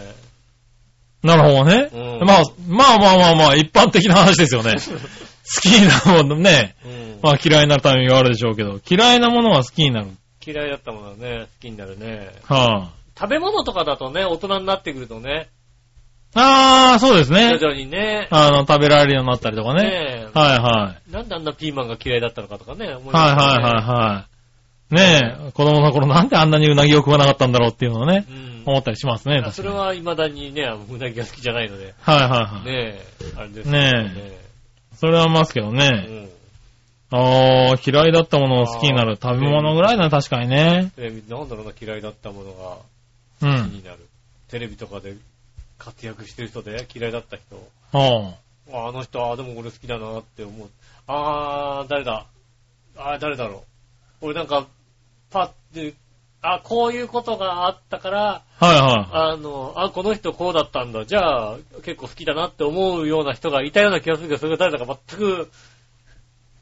Speaker 3: なるほどね。
Speaker 2: うん
Speaker 3: まあ、まあまあまあまあ、一般的な話ですよね。好きなものね。
Speaker 2: うん。
Speaker 3: まあ嫌いになるタイミングがあるでしょうけど、嫌いなものは好きになる。
Speaker 2: 嫌いだったものはね、好きになるね。
Speaker 3: は
Speaker 2: 食べ物とかだとね、大人になってくるとね、
Speaker 3: あ。あー、そうです
Speaker 2: 徐
Speaker 3: ね。
Speaker 2: 々にね、
Speaker 3: あの、食べられるようになったりとかね。
Speaker 2: ねえ
Speaker 3: はいはい。
Speaker 2: なんであんなピーマンが嫌いだったのかとかね、思いますよ
Speaker 3: はい
Speaker 2: ね
Speaker 3: はいはいはい。ねえ、子供の頃なんであんなにうなぎを食わなかったんだろうっていうのをね、
Speaker 2: うん。
Speaker 3: 思ったりしますね。確かに
Speaker 2: それは未だにね、あのうなぎが好きじゃないので、
Speaker 3: はいはいは
Speaker 2: ね
Speaker 3: い。
Speaker 2: え、あれです
Speaker 3: ねそれはますけど
Speaker 2: え
Speaker 3: ね。
Speaker 2: うん。
Speaker 3: ああ、嫌いだったものを好きになる食べ物ぐらいな、確かにね。
Speaker 2: テレビ、なんだろうな、嫌いだったものが
Speaker 3: う
Speaker 2: 気
Speaker 3: ん。
Speaker 2: になる。テレビとかで活躍してる人で嫌いだった人。
Speaker 3: は
Speaker 2: ああの人、ああ、でも俺好きだなって思う。ああ、誰だああ、誰だろう。俺なんか、パッて、あこういうことがあったから、
Speaker 3: あ。はいは
Speaker 2: あの、あ、この人こうだったんだ。じゃあ、結構好きだなって思うような人がいたような気がするけど、それが誰だか全く、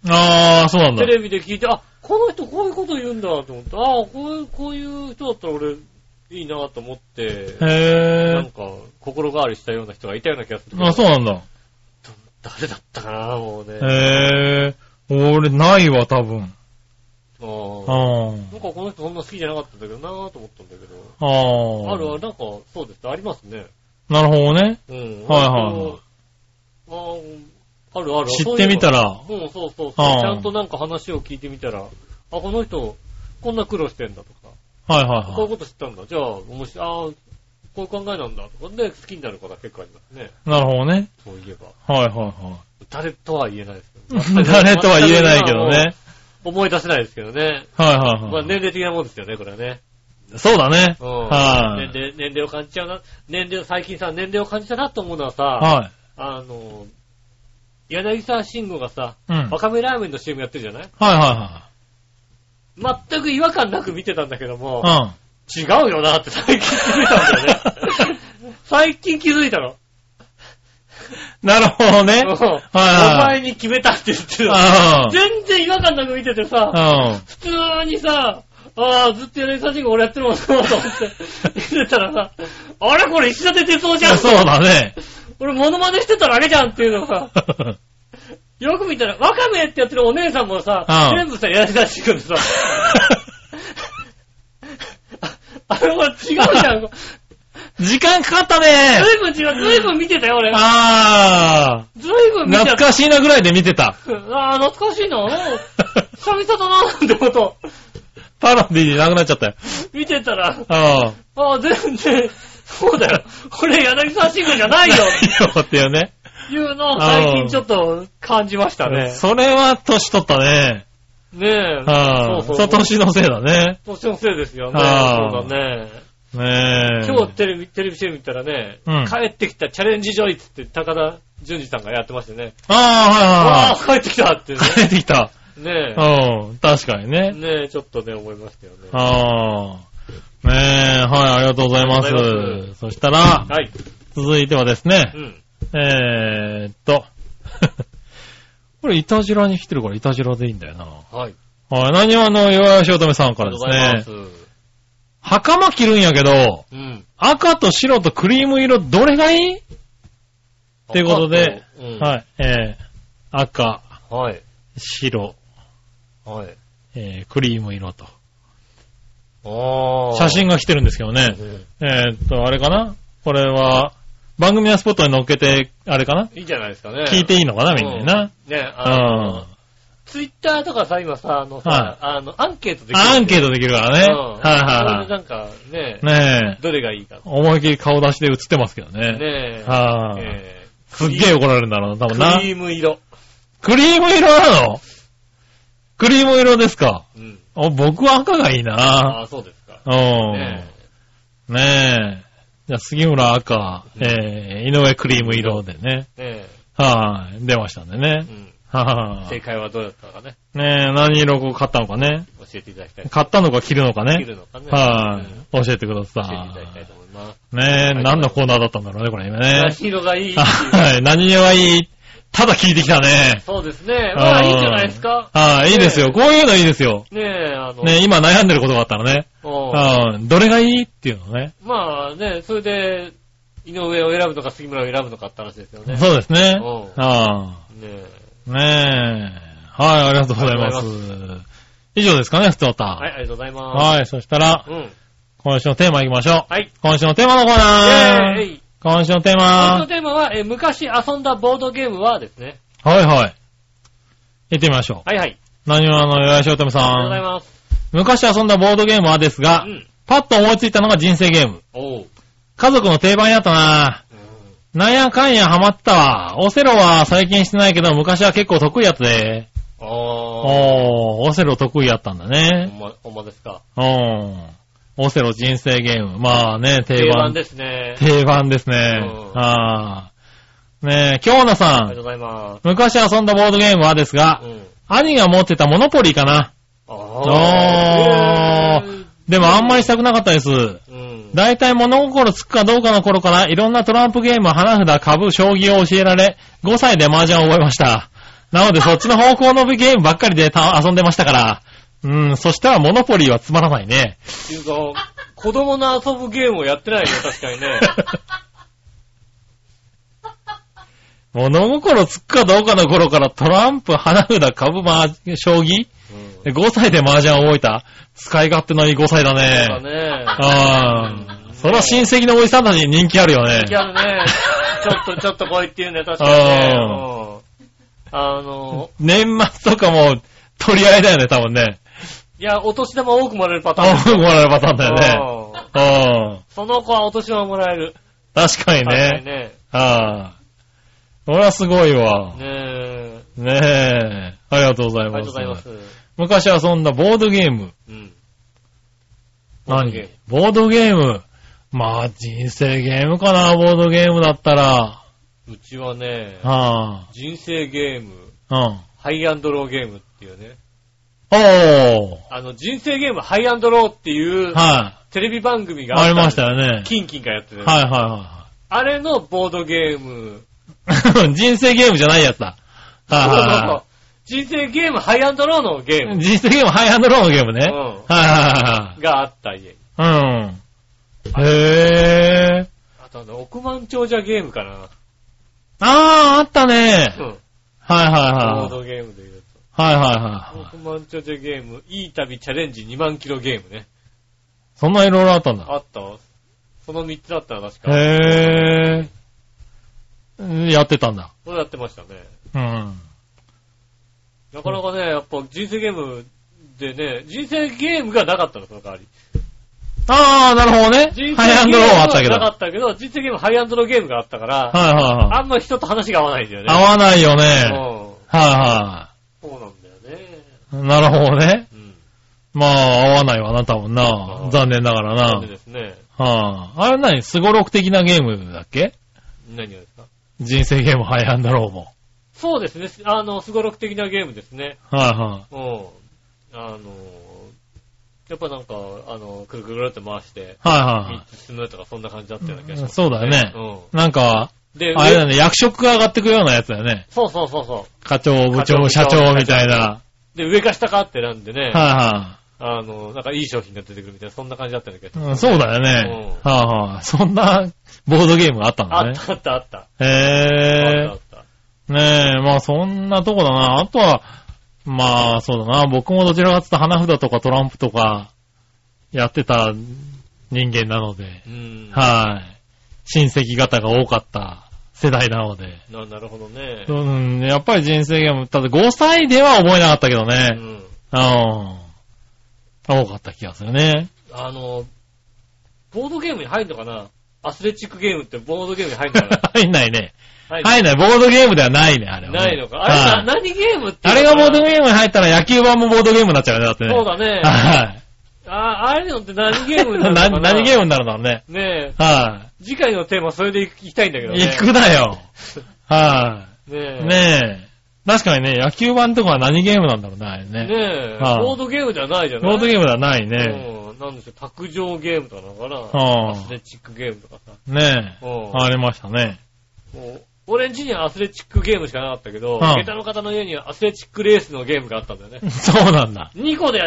Speaker 3: い。ああ、そうなんだ
Speaker 2: テ。レビで聞いて、あ、この人こういうこと言うんだと思って、あこういう、こういう人だったら俺、いいなと思って、な
Speaker 3: へ
Speaker 2: んか、心変わりしたような人がいたような気がするけ
Speaker 3: え。
Speaker 2: ど。
Speaker 3: あ、そうなんだ。
Speaker 2: 誰だったかな、もうね。
Speaker 3: へえ。俺、ないわ、多分。
Speaker 2: うん
Speaker 3: あ
Speaker 2: なんかこの人そんな好きじゃなかったんだけどなぁと思ったんだけど。
Speaker 3: あ。あ
Speaker 2: あるある、
Speaker 3: る。
Speaker 2: なんか、そうですね、ありますね。
Speaker 3: なるほどね。
Speaker 2: うん。
Speaker 3: はいはい
Speaker 2: あのあーあるある。
Speaker 3: 知ってみた
Speaker 2: ら。
Speaker 3: ら。
Speaker 2: そういえばうん、そうそうそう。ち
Speaker 3: あー
Speaker 2: ゃんとなんか話を聞いてみたら、あ、この人、こんな苦労してんだとか、
Speaker 3: はいはい
Speaker 2: こういうこ
Speaker 3: は
Speaker 2: と知ったんだ。じゃあ、面白い、あーこういう考えなんだとか、で、好きになる方結構ありますね。
Speaker 3: い。なるほどね。
Speaker 2: そういえば。
Speaker 3: はいはいは
Speaker 2: 誰とは言えないですけど。
Speaker 3: い。 誰とは言えないけどね。。
Speaker 2: 思い出せないですけどね。
Speaker 3: はいはい
Speaker 2: ま
Speaker 3: は
Speaker 2: あ、年齢的なもんですよね、これはね。
Speaker 3: い。そうだね。
Speaker 2: うん
Speaker 3: はい
Speaker 2: 年齢、年齢を感じちゃうな。年齢、最近さ、年齢を感じたなと思うのはさ、
Speaker 3: は
Speaker 2: あの、柳沢慎吾がさ、
Speaker 3: い。うん。はい
Speaker 2: わかめラーメンの CM やってるじゃない
Speaker 3: はいは
Speaker 2: 全く違和感なく見てたんだけども、
Speaker 3: い。うん。
Speaker 2: 違うよなって最近気づいたんだよね。 最近気づいたの。
Speaker 3: なるほどね。
Speaker 2: うん
Speaker 3: はい
Speaker 2: お前に決めたって言ってた。
Speaker 3: あ
Speaker 2: 全然違和感なく見ててさ、
Speaker 3: あ。
Speaker 2: 普通にさ、ああ、ずっと柳沢慎吾俺やってるもんなと思 って、見てたらさ、あれこれ石立哲夫じゃ
Speaker 3: うんん。 そう だね。
Speaker 2: 俺モノマネしてたらあれじゃんっていうの がさ、よく見たら、ワカメってやってるお姉さんもさ、
Speaker 3: うん
Speaker 2: 全部さ、やりだしてくるさ、 ああれは違うじ ゃん。
Speaker 3: 時間かかったね
Speaker 2: ずいぶん違う、ずいぶん見てたよ、俺。
Speaker 3: ああ。
Speaker 2: ずいぶん見て
Speaker 3: 懐
Speaker 2: た。
Speaker 3: かしいなぐらいで見てた。
Speaker 2: ああ、懐かしいな。久々だな、なんてこと。
Speaker 3: パロディでなくなっちゃったよ。
Speaker 2: 見てたら、
Speaker 3: あ
Speaker 2: ああ、全然、そうだよ。これ柳沢慎吾じゃな
Speaker 3: あ。
Speaker 2: いよ。
Speaker 3: いよっていうね。
Speaker 2: いうのを最近ちょっと感じましたね。
Speaker 3: それは年取ったね。
Speaker 2: ねえ。
Speaker 3: ああ。
Speaker 2: そう
Speaker 3: そ
Speaker 2: そう
Speaker 3: う。年のせいだね。
Speaker 2: 年のせいですよね。そう
Speaker 3: あ
Speaker 2: だ
Speaker 3: あ
Speaker 2: ね。
Speaker 3: ねえ。
Speaker 2: 今日テレビ、テレビ CM 見たらね、
Speaker 3: うん
Speaker 2: 帰ってきたチャレンジジョイっつって高田純次さんがやってましたね。あ
Speaker 3: あ
Speaker 2: あ、帰ってきたって
Speaker 3: あ、
Speaker 2: ね
Speaker 3: はいはいはい。帰ってきた。
Speaker 2: ね
Speaker 3: うん、確かに
Speaker 2: え。
Speaker 3: ね。
Speaker 2: ねえ、ちょっとね、思いましたよね。
Speaker 3: ああ。ねえ、はい、ありがとうございま。
Speaker 2: ありがとうございます
Speaker 3: そしたら、
Speaker 2: はい。
Speaker 3: 続いてはですね
Speaker 2: う、ん。
Speaker 3: えーっと、 これ、いたじらに来てるから、いたじらでいいんだよな。
Speaker 2: はい。
Speaker 3: はい、何はの岩橋乙女さん
Speaker 2: あ
Speaker 3: からです
Speaker 2: りが
Speaker 3: ね
Speaker 2: と、うございます。
Speaker 3: 袴着るんやけど、
Speaker 2: うん。
Speaker 3: 赤と白とクリーム色、どれがいい、ということで
Speaker 2: 赤と、うん
Speaker 3: はい、えー、赤、
Speaker 2: はい。
Speaker 3: 白、
Speaker 2: はい。
Speaker 3: えー、クリーム色と。
Speaker 2: ああ。
Speaker 3: 写真が来てるんですけどね
Speaker 2: う。ん。
Speaker 3: えーっと、あれかなこれは、番組のスポットに乗っけて、あれかない
Speaker 2: いじゃないですかね。
Speaker 3: 聞いて
Speaker 2: い
Speaker 3: いいのかなみんなにな。。
Speaker 2: ねえ、
Speaker 3: う
Speaker 2: あの
Speaker 3: ん。、
Speaker 2: ツイッターとかさ、今さ、あの
Speaker 3: はい
Speaker 2: さ、あの、アンケートできる
Speaker 3: アンケートできるからね。
Speaker 2: うん
Speaker 3: はいはい
Speaker 2: それで
Speaker 3: は
Speaker 2: なんか、ね
Speaker 3: い。ねえ。
Speaker 2: どれがいいか。
Speaker 3: 思いっきり顔出しで映ってますけどね。
Speaker 2: ねえ。
Speaker 3: はあ
Speaker 2: えー
Speaker 3: すっげえ怒られるんだろうな、多
Speaker 2: ク
Speaker 3: 分な。
Speaker 2: リーム色。
Speaker 3: クリーム色なのクリーム色ですか
Speaker 2: うん。
Speaker 3: お僕は赤がいい
Speaker 2: あ
Speaker 3: な。
Speaker 2: あ、そうですか。
Speaker 3: うん。
Speaker 2: ね
Speaker 3: ねえ。じゃあ、杉村赤、えー、井上クリーム色でね。
Speaker 2: え。ね
Speaker 3: はい、出ましたんでね
Speaker 2: え。う。ん。
Speaker 3: は
Speaker 2: 正解はどうだったのかね。
Speaker 3: い。ねえ、何色を買ったのかね。
Speaker 2: 教えていただきたい。
Speaker 3: 買ったのか着るのか
Speaker 2: でき
Speaker 3: ね。
Speaker 2: るのかね。
Speaker 3: は
Speaker 2: うん
Speaker 3: い。教えてく
Speaker 2: 教
Speaker 3: だ
Speaker 2: えてい
Speaker 3: さ
Speaker 2: ただきたいと思います。
Speaker 3: い。ねえ、
Speaker 2: はい
Speaker 3: 何のコーナーだったんだろうね、これ今ね。
Speaker 2: 紫色がいいっていう。
Speaker 3: はい。何色はいい。ただ聞いてきたね。
Speaker 2: そうですね。まあ、
Speaker 3: うん
Speaker 2: いいんじゃないですか。
Speaker 3: はい、いいですよ。こういうのいいですよ。
Speaker 2: ねえ、あの、
Speaker 3: ね、今悩んでることがあったらね。
Speaker 2: うん
Speaker 3: うん。どれがいいっていうのね。
Speaker 2: まあね、それで、井上を選ぶのか杉村を選ぶのかって話ですよね。
Speaker 3: そうですね。
Speaker 2: う
Speaker 3: あ
Speaker 2: ねえ。
Speaker 3: あ。ねえ。はい、ありがとうございます
Speaker 2: ありが。
Speaker 3: 以上ですかね、ふつおた。
Speaker 2: はい、ありがとうございま
Speaker 3: はい、そしたら
Speaker 2: す。、うん。
Speaker 3: 今週のテーマ行きましょう。
Speaker 2: はい。
Speaker 3: 今週のテーマのコーナ
Speaker 2: え
Speaker 3: ー。
Speaker 2: い。
Speaker 3: 今週のテー
Speaker 2: 今日
Speaker 3: マ
Speaker 2: のテーマは、えー昔遊んだボードゲームはですね。
Speaker 3: はいはい。行ってみましょ
Speaker 2: はいはい。
Speaker 3: う。何はの岩井翔太
Speaker 2: ありがとうござい
Speaker 3: さん。
Speaker 2: ます。
Speaker 3: 昔遊んだボードゲームはですが
Speaker 2: う、ん。
Speaker 3: パッと思いついたのが人生ゲーム。
Speaker 2: おう。
Speaker 3: 家族の定番やったな
Speaker 2: う
Speaker 3: なんやかんやハマったわ。オセロは最近してないけど、昔は結構得意やったで。
Speaker 2: んあ
Speaker 3: おー、オセロ得意やったんだ
Speaker 2: ー。ほ
Speaker 3: ね。
Speaker 2: んま、ほんまですか。
Speaker 3: うん。オセロ人生ゲーム。まあね、定
Speaker 2: 定
Speaker 3: 番。
Speaker 2: 番ですね。
Speaker 3: 定番ですね
Speaker 2: う。ん
Speaker 3: あー。ねえ、京奈さ
Speaker 2: ありがと
Speaker 3: ん。
Speaker 2: うございま
Speaker 3: 昔遊んだボードゲームはです
Speaker 2: す。
Speaker 3: が
Speaker 2: う、ん。
Speaker 3: 兄が持ってたモノポリーかな。
Speaker 2: あ
Speaker 3: おーでもあんまりしたくなかったです。
Speaker 2: ー。うん。
Speaker 3: 大体物心つくかどうかの頃から、いろんなトランプゲーム、花札、株、将棋を教えられ、5歳で麻雀を覚えました。なので、そっちの方向のゲームばっかりでた遊んでましたから。うん、そしたらモノポリーはつまらないね。
Speaker 2: っていうか、子供の遊ぶゲームをやってないよ、確かに ね。
Speaker 3: 物心つくかどうかの頃から、トランプ、花札、株、麻将棋
Speaker 2: うん。
Speaker 3: ?5 歳で麻雀を覚えた使い勝手のいい5歳だね。
Speaker 2: そうだ ね。
Speaker 3: ああ、そら親戚のおじさんたちに人気あるよね。
Speaker 2: やるね。ちょっと、ちょっと来いっていうね、確かにね。うんあの、
Speaker 3: 年末とかも取り合いだよね、多分ね。
Speaker 2: いや、お年玉多くもらえるパターン
Speaker 3: 多
Speaker 2: ですよ。
Speaker 3: 分もらえるパターンだよね。
Speaker 2: うん
Speaker 3: うん。
Speaker 2: その子はお年玉もらえる。
Speaker 3: 確かに
Speaker 2: 確かに
Speaker 3: ね。
Speaker 2: ね。
Speaker 3: ああ。これはすごいわ
Speaker 2: ね。え。
Speaker 3: ねえ。ありがとうござい
Speaker 2: ありがとうご
Speaker 3: ま
Speaker 2: ざいます
Speaker 3: す。。昔遊んだボードゲーム。
Speaker 2: うん。
Speaker 3: 何ボードゲーム。まあ、人生ゲームかな、ボードゲームだったら。
Speaker 2: うちはね、
Speaker 3: は
Speaker 2: 人生ゲーム、
Speaker 3: あ。うん。
Speaker 2: ハイアンドローゲームっていうね。
Speaker 3: おー。
Speaker 2: あの、人生ゲームハイアンドローっていう
Speaker 3: は
Speaker 2: テレビ番組
Speaker 3: い。
Speaker 2: が
Speaker 3: あり
Speaker 2: ったん
Speaker 3: ま
Speaker 2: で
Speaker 3: し
Speaker 2: す
Speaker 3: たよね。
Speaker 2: キンキンがやってる。
Speaker 3: はいは
Speaker 2: あれのボードゲーム。
Speaker 3: いはい はい。人生ゲームじゃないやつだ。はい
Speaker 2: そう
Speaker 3: はい
Speaker 2: そう
Speaker 3: はい
Speaker 2: そう。人生ゲームハイアンドローのゲーム
Speaker 3: 実質ゲーム、ハイハンドローのゲームね。
Speaker 2: うん
Speaker 3: は
Speaker 2: があった家。
Speaker 3: いはいはいはい。うん。へぇー。
Speaker 2: あとあの、億万長者ゲームかな。
Speaker 3: あー、あったね。
Speaker 2: うん。
Speaker 3: はいはい
Speaker 2: ボー
Speaker 3: は
Speaker 2: ドゲームで言う
Speaker 3: い。はいはい
Speaker 2: と。
Speaker 3: は
Speaker 2: 億
Speaker 3: い。
Speaker 2: 万長者ゲーム、いい旅チャレンジ2万キロゲームね。
Speaker 3: そんないろいろあったんだ。
Speaker 2: あったわその3つだったら確か。
Speaker 3: へぇー。やってたんだ。
Speaker 2: それやってましたね。
Speaker 3: うん。
Speaker 2: なかなかね、やっぱ人生ゲームでね、人生ゲームがなかったの、その代わり。
Speaker 3: あー、なるほどね
Speaker 2: 人。生
Speaker 3: ハイハンドローはあったけ
Speaker 2: ゲーム
Speaker 3: ど。
Speaker 2: はな
Speaker 3: は
Speaker 2: かったけど、人生ゲームハイアンドローゲームがあったから、
Speaker 3: いはいは
Speaker 2: あんまり人と話が合わないんだよ
Speaker 3: い。
Speaker 2: ね。
Speaker 3: 合わないよね。
Speaker 2: うん
Speaker 3: はいは
Speaker 2: そうなんだよね。
Speaker 3: い。なるほどね。
Speaker 2: うん。
Speaker 3: まあ、合わないわな、多分な
Speaker 2: あ。
Speaker 3: 残念ながらな。
Speaker 2: なんで
Speaker 3: は
Speaker 2: ですね。
Speaker 3: あ、あれ何すごろく的なゲームだっけ
Speaker 2: 何がですか
Speaker 3: 人生ゲーム流行んだろうも。
Speaker 2: そうですね。あの、すごろく的なゲームですね。
Speaker 3: はいは
Speaker 2: うん。あの、やっぱなんか、あの、くるくるって回して、
Speaker 3: い。はい
Speaker 2: 3つ進むとかそんな感じだったような気がし
Speaker 3: はい。
Speaker 2: ます。
Speaker 3: そうだよね。
Speaker 2: う
Speaker 3: なんか、
Speaker 2: ん。で、
Speaker 3: あれだ
Speaker 2: 上
Speaker 3: ね、役職が上がってくようなやつだよね。
Speaker 2: そうそうそうそ
Speaker 3: 課長、部
Speaker 2: 課
Speaker 3: 長、
Speaker 2: 長
Speaker 3: 社長みたいな。
Speaker 2: う。で、上か下かって選んでね、
Speaker 3: は
Speaker 2: あの、なんかいい商品が出てくるみたいな、そんな感じだったような気
Speaker 3: い
Speaker 2: がし
Speaker 3: はい。
Speaker 2: ま
Speaker 3: う
Speaker 2: す。
Speaker 3: んそうだよね。
Speaker 2: う
Speaker 3: はいはい。そんな、ボードゲームがあったんだ
Speaker 2: あ
Speaker 3: ね
Speaker 2: っ。たあったあった。あ
Speaker 3: へー
Speaker 2: っ。たあっ
Speaker 3: ねえ、まあそんなとこだな。あとは、まあそうだな。僕もどちらかっていうと花札とかトランプとかやってた人間なので、
Speaker 2: た。うん。
Speaker 3: はい。親戚方が多かった世代なので。
Speaker 2: ななるほどね
Speaker 3: う。ん、やっぱり人生ゲーム、ただ5歳では覚えなかったけど
Speaker 2: う
Speaker 3: ね。
Speaker 2: ん。
Speaker 3: うん。多かった気がするね。
Speaker 2: あの、ボードゲームに入るのかなアスレチックゲームってボードゲームに入るの か
Speaker 3: 入んないね。
Speaker 2: な入んの
Speaker 3: 入んない。ボードゲームではないね、あれはね、
Speaker 2: ないのか。あれ
Speaker 3: は
Speaker 2: さ、
Speaker 3: い
Speaker 2: 何ゲームってい
Speaker 3: あ
Speaker 2: うの
Speaker 3: れ
Speaker 2: かな
Speaker 3: がボードゲームに入ったら野球版もボードゲームになっちゃうよね、だってね。
Speaker 2: そうだね。
Speaker 3: はい。
Speaker 2: あ、あれのって何ゲームになるのかな
Speaker 3: 何、何ゲ
Speaker 2: ム
Speaker 3: ームに なるんだろうね。
Speaker 2: ねえ、
Speaker 3: は
Speaker 2: 次回のテーマそれで行きたいんだけど
Speaker 3: い。
Speaker 2: ね。
Speaker 3: 行くなよ。は
Speaker 2: ね
Speaker 3: い。
Speaker 2: え。
Speaker 3: ねえ。確かにね、野球版とかは何ゲームなんだろうね、あれね。
Speaker 2: ねえ、
Speaker 3: はい
Speaker 2: ボードゲームじゃないじゃない
Speaker 3: ボードゲームではないね。
Speaker 2: うん、なんでしょう、卓上ゲームとかだから、アス
Speaker 3: う
Speaker 2: レチックゲームとかさ。
Speaker 3: ん。ねえ。
Speaker 2: うん
Speaker 3: ありまし たね。
Speaker 2: もう俺ん家にはアスレチックゲームしかなかったけど、
Speaker 3: ん
Speaker 2: 下駄の方の家にはアスレチックレースのゲームがあったんだよね。
Speaker 3: そうなんだ。
Speaker 2: 2個でや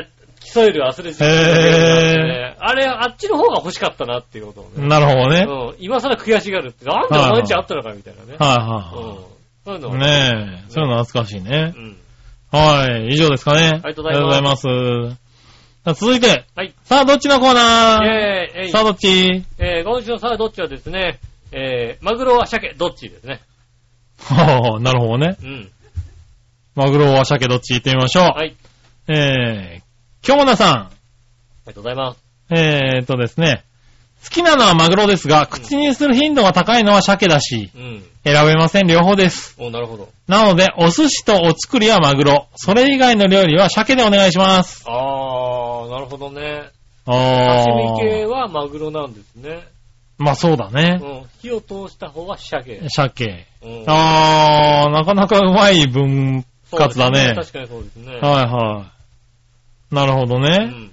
Speaker 2: 競えるアスレチックゲームがあってね、あれ、あっちの方が欲しかったなっていうことをね。
Speaker 3: なるほどね。は
Speaker 2: う
Speaker 3: い
Speaker 2: ん、今更悔しがるって、なんでお前んちあったのかみたいなね。うん
Speaker 3: は
Speaker 2: そういう
Speaker 3: い
Speaker 2: の
Speaker 3: はい。
Speaker 2: が
Speaker 3: ねえ。そういうの懐かしいね
Speaker 2: う。ん。
Speaker 3: はい。以上ですかね。
Speaker 2: ありがとうございます
Speaker 3: ありがとうございます。さあ続いて。
Speaker 2: はい。
Speaker 3: さあ、どっちのコーナー
Speaker 2: えー、えい
Speaker 3: さあ、どっち
Speaker 2: えー、今週のさあどっちはですね、えー、マグロは鮭、どっちですね。
Speaker 3: はあなるほどね。
Speaker 2: うん。
Speaker 3: マグロは鮭どっち行ってみましょう。
Speaker 2: はい。あり
Speaker 3: えー、京奈さ
Speaker 2: がとうございます。
Speaker 3: ん。えーとですね。好きなのはマグロですが、口にする頻度が高いのは鮭だし、
Speaker 2: うん。
Speaker 3: 選べません、両方です。
Speaker 2: お、なるほど。
Speaker 3: なので、お寿司とお作りはマグロ、それ以外の料理は鮭でお願いします。
Speaker 2: あー、なるほどね。
Speaker 3: あ
Speaker 2: 刺身系
Speaker 3: ー。
Speaker 2: はマグロなんですね。
Speaker 3: まあそうだ
Speaker 2: う
Speaker 3: ね。
Speaker 2: ん。火を通した方は鮭。
Speaker 3: 鮭。
Speaker 2: うん。
Speaker 3: あー、なかなかうまい分
Speaker 2: そうで
Speaker 3: 割
Speaker 2: す
Speaker 3: だね。
Speaker 2: 確かにそうですね。
Speaker 3: はいはい。なるほど
Speaker 2: う
Speaker 3: ね。
Speaker 2: ん。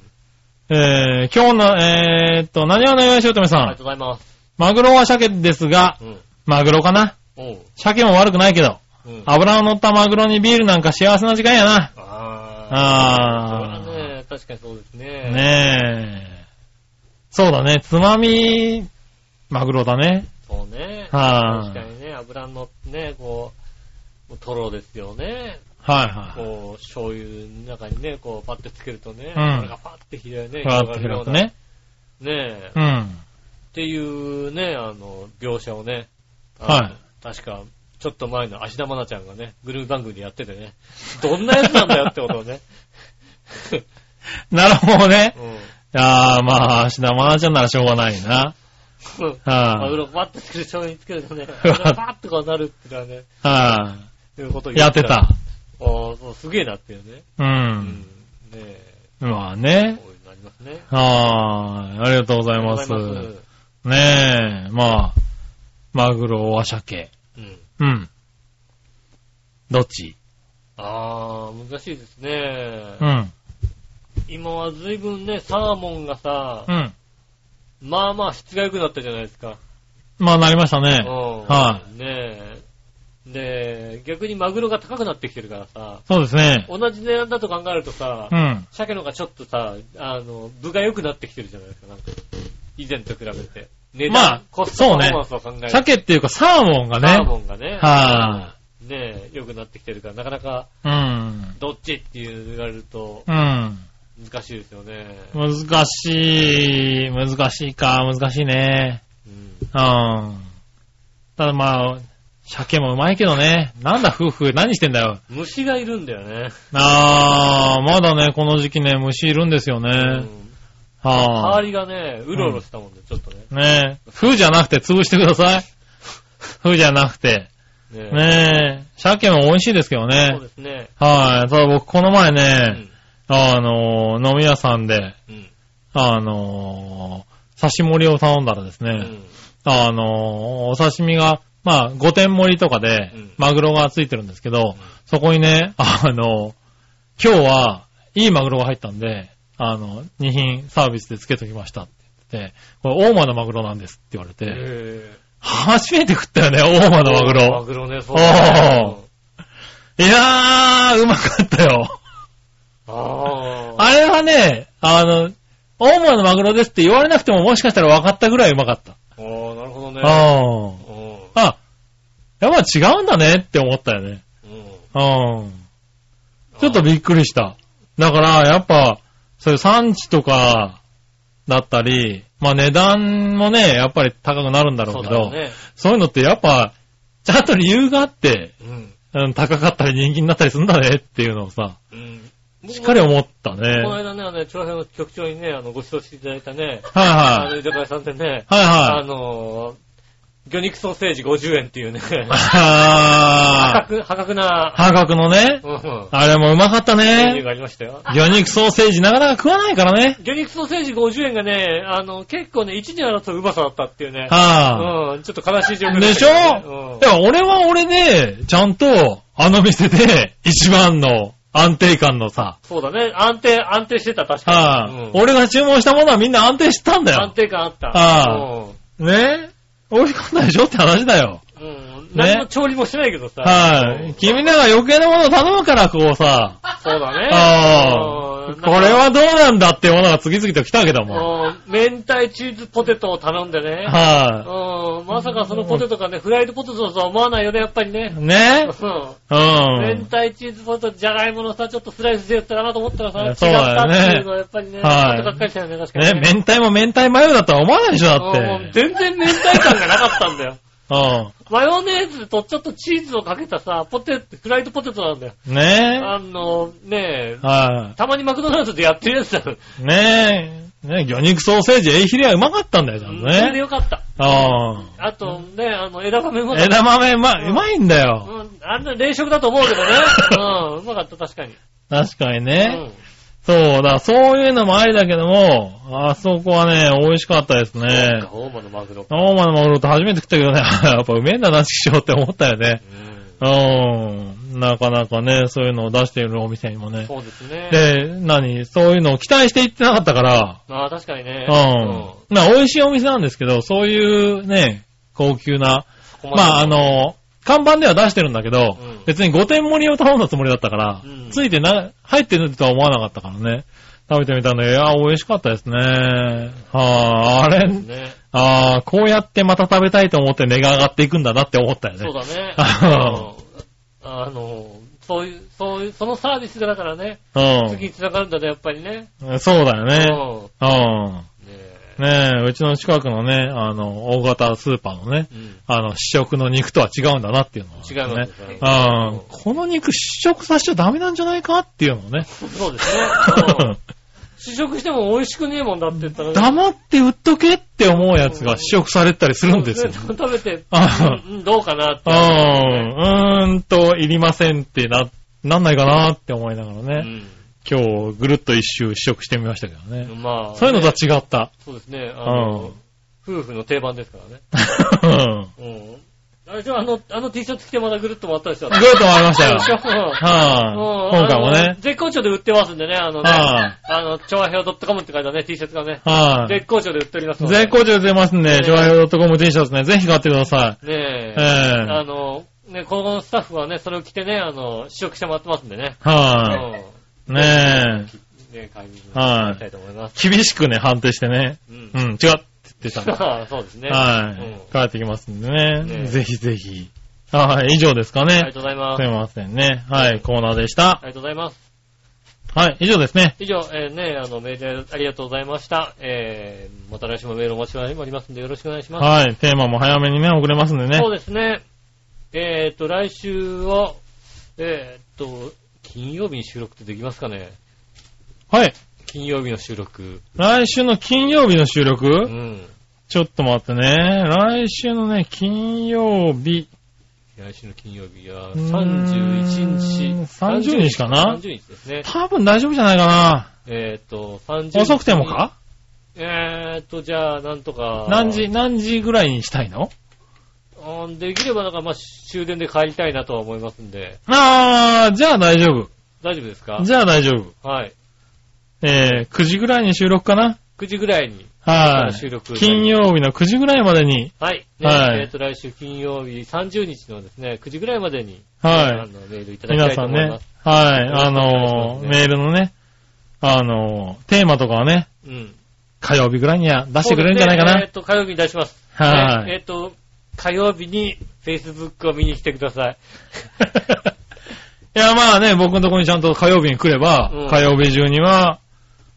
Speaker 3: えー、今日の、えーっと、何をお願いしようとめさ
Speaker 2: ありが
Speaker 3: ん。
Speaker 2: とうございます。
Speaker 3: マグロは鮭ですが、
Speaker 2: うん。
Speaker 3: マグロかな
Speaker 2: おう。
Speaker 3: 鮭も悪くないけど、
Speaker 2: うん。
Speaker 3: 油の乗ったマグロにビールなんか幸せな時間やな。
Speaker 2: あ
Speaker 3: あー
Speaker 2: ー。それはね、確かにそうですね。。
Speaker 3: ねえ。そうだね、つまみ、マグロだね。
Speaker 2: そうね。
Speaker 3: は
Speaker 2: 確
Speaker 3: い
Speaker 2: かにね、油のね、こう、トロですよね。
Speaker 3: はいはい。
Speaker 2: こう、醤油の中にね、こう、パッてつけるとね、
Speaker 3: うん
Speaker 2: 油がパッて広いね、
Speaker 3: ふわっと開く
Speaker 2: 広がるよ
Speaker 3: ね。
Speaker 2: うな。ねえ
Speaker 3: う。ん。
Speaker 2: っていうね、あの、描写をね、あの
Speaker 3: はい。
Speaker 2: 確か、ちょっと前の芦田愛菜ちゃんがね、グループ番組でやっててね、どんなやつなんだよってことをね。
Speaker 3: なるほどね。
Speaker 2: うん
Speaker 3: あー、まあ、芦田愛菜ちゃんならしょうがないな。
Speaker 2: そう。マグ
Speaker 3: はい
Speaker 2: ロパッてつける、醤油につける とね、油がパッてこうなるっていうのはね、
Speaker 3: は
Speaker 2: いうことを
Speaker 3: い。や
Speaker 2: 言
Speaker 3: ってた。。
Speaker 2: おーそうすげえなっていうね。
Speaker 3: う。
Speaker 2: うんねえ、
Speaker 3: まあ
Speaker 2: こ
Speaker 3: ね。
Speaker 2: ういうのありますね。
Speaker 3: はーい。ありがとうござ
Speaker 2: あ
Speaker 3: います。
Speaker 2: りがとうございま
Speaker 3: ねえ、まあ、マグロは鮭。
Speaker 2: すうん。
Speaker 3: うん。どっち
Speaker 2: あー、難しいですね。
Speaker 3: うん。
Speaker 2: 今は随分ね、サーモンがさ
Speaker 3: う、ん。
Speaker 2: まあまあ質が良くなったじゃないですか。
Speaker 3: まあ、なりました
Speaker 2: う
Speaker 3: ね。
Speaker 2: ん。
Speaker 3: は
Speaker 2: ねえ。で、逆にマグロが高くなってきてるからさ、
Speaker 3: そうですね。
Speaker 2: 同じ値段だと考えるとさ
Speaker 3: う、ん。
Speaker 2: 鮭の方がちょっとさ、あの、部が良くなってきてるじゃないですか、なんか。以前と比べて。値段、
Speaker 3: まあ
Speaker 2: コストパフォ
Speaker 3: そうね
Speaker 2: ーマンスを考えると。
Speaker 3: 鮭っていうかサーモンが
Speaker 2: サー
Speaker 3: ね。
Speaker 2: モンがね、
Speaker 3: は
Speaker 2: ねえ、良くなってきてるから、なかなか、
Speaker 3: うん。
Speaker 2: どっちって言われると
Speaker 3: う、ん。
Speaker 2: 難しいですよね。
Speaker 3: 難しい。難しいか。難しいね。
Speaker 2: うん。
Speaker 3: うん。ただまあ、鮭もうまいけどね。なんだ夫婦、何してんだよ。
Speaker 2: 虫がいるんだよね。
Speaker 3: あー、まだね、この時期ね、虫いるんですよ
Speaker 2: う
Speaker 3: ね。
Speaker 2: ん
Speaker 3: は
Speaker 2: 周りがね、うろうろしたもんで、ちょっとね。
Speaker 3: い。ねえ。風じゃなくて潰してください。風じゃなくて。
Speaker 2: ねえ
Speaker 3: ねえ。鮭も美味しいですけど
Speaker 2: そう
Speaker 3: ね
Speaker 2: で。すね。
Speaker 3: はい。ただ僕この前
Speaker 2: う
Speaker 3: ね、
Speaker 2: ん
Speaker 3: ああのー飲み屋さんで、
Speaker 2: うん。
Speaker 3: あのー刺し盛りを頼んだらですね、
Speaker 2: うん。
Speaker 3: あのーお刺身が、まあ、5点盛りとかで
Speaker 2: うん、
Speaker 3: マグロがついてるんですけど、そこにね、 あのー今日は、いいマグロが入ったんで、あの、2品サービスでつけときましたって言って、これ、大間のマグロなんですって言われて、
Speaker 2: え
Speaker 3: 初めて食ったよね、大間
Speaker 2: ー
Speaker 3: のマグ
Speaker 2: マ
Speaker 3: ロ。
Speaker 2: グロね、そうだね
Speaker 3: いやー、うまかったよ。
Speaker 2: ああ。
Speaker 3: あれはね、あの、大間のマグロですって言われなくてももしかしたら分かったぐらいうまかった。
Speaker 2: ああ、なるほどね。
Speaker 3: うん。
Speaker 2: うん
Speaker 3: あ、やっぱ違うんだねって思ったよね。
Speaker 2: うん
Speaker 3: うん。ちょっとびっくりした。だから、やっぱ、そういう産地とか、だったり、まあ値段もね、やっぱり高くなるんだろうけど、
Speaker 2: そうだよね。
Speaker 3: そういうのってやっぱ、ちゃんと理由があって、
Speaker 2: うん。
Speaker 3: うん、高かったり人気になったりするんだねっていうのをさ、
Speaker 2: うん。
Speaker 3: しっかり思ったね。
Speaker 2: この
Speaker 3: はい
Speaker 2: 間ね、あのね、長編の局長にね、あの、ご指導していただいたね、あ
Speaker 3: は
Speaker 2: の、
Speaker 3: い。
Speaker 2: 居酒屋さんでね、
Speaker 3: はい
Speaker 2: あ
Speaker 3: はい。
Speaker 2: の、魚肉ソーセージ50円って いうね、破
Speaker 3: あー、
Speaker 2: 格、破格な、
Speaker 3: 破格のね、
Speaker 2: うん
Speaker 3: あれもうまかった
Speaker 2: メニュー
Speaker 3: ね。
Speaker 2: がありましたよ。
Speaker 3: 魚肉ソーセージなかなか食わないからね。
Speaker 2: 魚肉ソーセージ50円がね、あの、結構ね、一時争ううまさだったっていうね。
Speaker 3: は
Speaker 2: うん、ちょっと悲しい状況
Speaker 3: い。 でしょ
Speaker 2: たけどね
Speaker 3: いや、俺は俺で、ちゃんと、あの店で、 一番の安定感のさ、
Speaker 2: うん、そうだね。安定、安定してた、確かに。
Speaker 3: は
Speaker 2: うん
Speaker 3: い。俺が注文したものはみんな安定してたんだ
Speaker 2: 安
Speaker 3: よ。
Speaker 2: 定感あった。
Speaker 3: はね美味しかったでしょって話だよ。
Speaker 2: うん。うん何も調理もしてないけどさ。
Speaker 3: はい。君らが余計なものを頼むから、こうさ、
Speaker 2: そうだね。
Speaker 3: あ
Speaker 2: う
Speaker 3: あ
Speaker 2: ん、
Speaker 3: これはどうなんだっていうものが次々と来たわけだもん。
Speaker 2: うん明太チーズポテトを頼んでね。
Speaker 3: は
Speaker 2: うん、まさかそのポテトがね、フライドポテトだとは思わないよね、やっぱりね
Speaker 3: い。。ね
Speaker 2: うん。
Speaker 3: う
Speaker 2: 明
Speaker 3: ん。
Speaker 2: 太チーズポテト、じゃがいものさ、ちょっとスライスでやったかなと思ったらさ、違っ
Speaker 3: そう
Speaker 2: た
Speaker 3: だ
Speaker 2: っ
Speaker 3: よね
Speaker 2: ていうのはやっぱりね、
Speaker 3: はい
Speaker 2: ちょっとがっかりしたよね、確かに
Speaker 3: ね、明太も明太マヨだとは思わないでしょ、だっ
Speaker 2: うんもう
Speaker 3: て。
Speaker 2: 全然明太感がなかったんだよ。
Speaker 3: う
Speaker 2: マヨネーズとちょっとチーズをかけたさ、ポテト、フライドポテトなんだよ。
Speaker 3: ん。ね
Speaker 2: あの、ねえ、
Speaker 3: は
Speaker 2: たまにマクドナルドでやってるやつだよ。
Speaker 3: い。ねね魚肉ソーセージ、エイヒレはうまかったんだよ、ちゃんと
Speaker 2: それで
Speaker 3: ね。
Speaker 2: よかった。
Speaker 3: う
Speaker 2: あとね、あの、枝豆も
Speaker 3: ん。枝豆、うま、
Speaker 2: うん
Speaker 3: うまいんだよ。
Speaker 2: うん、あんな冷食だと思うけ どね。うん、うまかった、確かに。
Speaker 3: 確かに
Speaker 2: う
Speaker 3: ね。
Speaker 2: ん。
Speaker 3: そう、だからそういうのもありだけども、あそこはね、美味しかったですね。
Speaker 2: 大間のマグロ。
Speaker 3: ノーマのマグロって初めて食ったけどね、 やっぱうめえんだな、師匠って思ったよね。
Speaker 2: うん。
Speaker 3: うん。なかなかね、そういうのを出しているお店にもね。
Speaker 2: そうですね。
Speaker 3: で、何そういうのを期待して行ってなかったから、
Speaker 2: まあ確かにね。
Speaker 3: うん。な、美味しいお店なんですけど、そういうね、高級な、まああ、の、看板では出してるんだけど、
Speaker 2: うん
Speaker 3: 別に5点盛りを頼んだつもりだったから、
Speaker 2: うん
Speaker 3: ついてな、入ってるとは思わなかったからね。食べてみたんで、いや、美味しかったですね。はあ、あ
Speaker 2: そ
Speaker 3: れ、
Speaker 2: うですね。
Speaker 3: ああ、こうやってまた食べたいと思って値が上がっていくんだなって思ったよね。
Speaker 2: そうだね。
Speaker 3: あ
Speaker 2: うんあの、そういう、そういう、そのサービスがだからね、次に繋がるんだね、やっぱりね。
Speaker 3: うん。そうだよ
Speaker 2: う
Speaker 3: ね。う
Speaker 2: ん。
Speaker 3: ん。
Speaker 2: ねえ
Speaker 3: ねえ、うちの近くのね、あの、大型スーパーのね、
Speaker 2: うん。
Speaker 3: あの、試食の肉とは違うんだなっていうのは、ね。
Speaker 2: 違いますよね
Speaker 3: うん。この肉試食させちゃダメなんじゃないかっていうのをね。
Speaker 2: そうです ね。うん試食しても美味しくねえもんだって言ったら。
Speaker 3: 黙って売っとけって思うやつが試食されたりするんですよ。
Speaker 2: そうね食べて、
Speaker 3: あ
Speaker 2: うんうんどうかなって
Speaker 3: う。ん。うーんと、いりませんってな、なんないかなって思いながらね。今日、ぐるっと一周試食してみましたけど
Speaker 2: う
Speaker 3: ね。
Speaker 2: んまあ。
Speaker 3: そういうのとは違った。
Speaker 2: そうですね。あの、夫婦の定番ですからね。
Speaker 3: うん
Speaker 2: うん。あれじゃあ、あの、あの T シャツ着てまだぐるっと回ったでしょ。
Speaker 3: ぐるっと回りましたよ。
Speaker 2: しょうん
Speaker 3: は
Speaker 2: う
Speaker 3: い。
Speaker 2: ん
Speaker 3: 今回も
Speaker 2: あ
Speaker 3: ね
Speaker 2: の。絶好調で売ってますんでね、あのね。
Speaker 3: はい
Speaker 2: あの、調和表 .com って書いたね、T シャツがね。
Speaker 3: はい。
Speaker 2: 絶好調で売っておりますので。
Speaker 3: 絶好調出ますん
Speaker 2: ね
Speaker 3: で、ジョアヨ .com T シャツね、ぜひ買ってください。
Speaker 2: ねえ。
Speaker 3: ええ
Speaker 2: あの、ね、このスタッフはね、それを着てね、あの、試食してもらってますんでね。
Speaker 3: は
Speaker 2: う
Speaker 3: い。
Speaker 2: ん
Speaker 3: ねえ。
Speaker 2: ね、買いに行きたいと思います。
Speaker 3: 厳しくね、判定してね。
Speaker 2: うん
Speaker 3: うん、違うって言ってたんで。
Speaker 2: ああ そうですね。
Speaker 3: はい。帰ってきますんで
Speaker 2: ね
Speaker 3: ね。ぜひぜひ。はい、以上ですか
Speaker 2: うんありが
Speaker 3: ね。
Speaker 2: とうございます
Speaker 3: すい。ませんね。はい、コーナーでし
Speaker 2: あ。
Speaker 3: た
Speaker 2: りがとうございます。
Speaker 3: はい、以上ですね。
Speaker 2: 以上、えーね、あの、メールありがとうございました。えー、また来週もメールお待ちしておりますんで、よろしくお願いします。
Speaker 3: はい、テーマも早めにね、遅れますんでね。
Speaker 2: そうですね。えーっと、来週は、えーっと、金曜日に収録ってできますかね
Speaker 3: はい。
Speaker 2: 金曜日の収録。
Speaker 3: 来週の金曜日の収録、
Speaker 2: うん。
Speaker 3: ちょっと待ってね。来週のね、金曜日。
Speaker 2: い来週の金曜日は
Speaker 3: うーん
Speaker 2: 31日。
Speaker 3: 30日かな
Speaker 2: ?30 日ですね。
Speaker 3: 多分大丈夫じゃないかな。
Speaker 2: えっ、と、30日。
Speaker 3: 遅くてもか
Speaker 2: えっ、と、じゃあ、なんとか。
Speaker 3: 何時、何時ぐらいにしたいの
Speaker 2: うんできれば、なんか、まあ、終電で帰りたいなとは思いますんで。
Speaker 3: あー、じゃあ大丈夫。
Speaker 2: 大丈夫ですか
Speaker 3: じゃあ大丈夫。
Speaker 2: はい。
Speaker 3: えー、9時ぐらいに収録かな
Speaker 2: 9時ぐらいに。
Speaker 3: はい。
Speaker 2: 収録
Speaker 3: 金曜日の9時ぐらいまでに、
Speaker 2: はい。ね
Speaker 3: はい
Speaker 2: えっ、と、来週金曜日30日のですね、9時ぐらいまでに、あ
Speaker 3: は
Speaker 2: の、メールいた
Speaker 3: い。
Speaker 2: だきた
Speaker 3: 皆
Speaker 2: いと
Speaker 3: さん
Speaker 2: 思いま
Speaker 3: ね
Speaker 2: す。、
Speaker 3: はい、
Speaker 2: よろしくお願い
Speaker 3: あ
Speaker 2: します
Speaker 3: の
Speaker 2: ね
Speaker 3: ー、メールのね、あのー、テーマとかはね、
Speaker 2: うん。
Speaker 3: 火曜日ぐらいには出してくれるんじゃないか
Speaker 2: そう
Speaker 3: な。
Speaker 2: ですねえっ、と、火曜日に出します。
Speaker 3: は
Speaker 2: ねえ
Speaker 3: い。
Speaker 2: っ、と、火曜日に Facebook を見に来てください。
Speaker 3: いや、まあね、僕のところにちゃんと火曜日に来れば、
Speaker 2: うん
Speaker 3: 火曜日中には、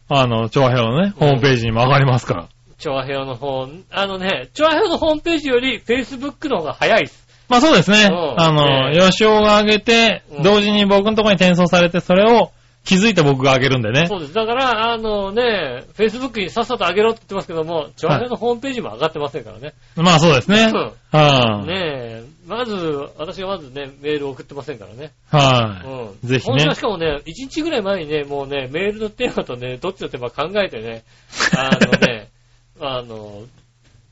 Speaker 3: あの、調和平のね、ホームページにも上がりますから。
Speaker 2: 調和平和の方、あのね、調和平和のホームページより Facebook の方が早いです。
Speaker 3: まあそうですね。
Speaker 2: うん
Speaker 3: あの、
Speaker 2: ね
Speaker 3: 吉尾が上げて
Speaker 2: う、ん
Speaker 3: 同時に僕のところに転送されて、それを気づいた僕が上げるんでね。
Speaker 2: そうです。だから、あのね、Facebook にさっさと上げろって言ってますけども、調和平和のホームページも上がってませんからね。
Speaker 3: まあそうですね。
Speaker 2: うん
Speaker 3: はい。
Speaker 2: ねえ、まず、私がまずね、メールを送ってませんからね。
Speaker 3: はい。
Speaker 2: うん。
Speaker 3: ぜひね
Speaker 2: ほんとはしかもね、1日ぐらい前にね、もうね、メールのテーマとね、どっちのテーマ考えてね、あのね、 あの、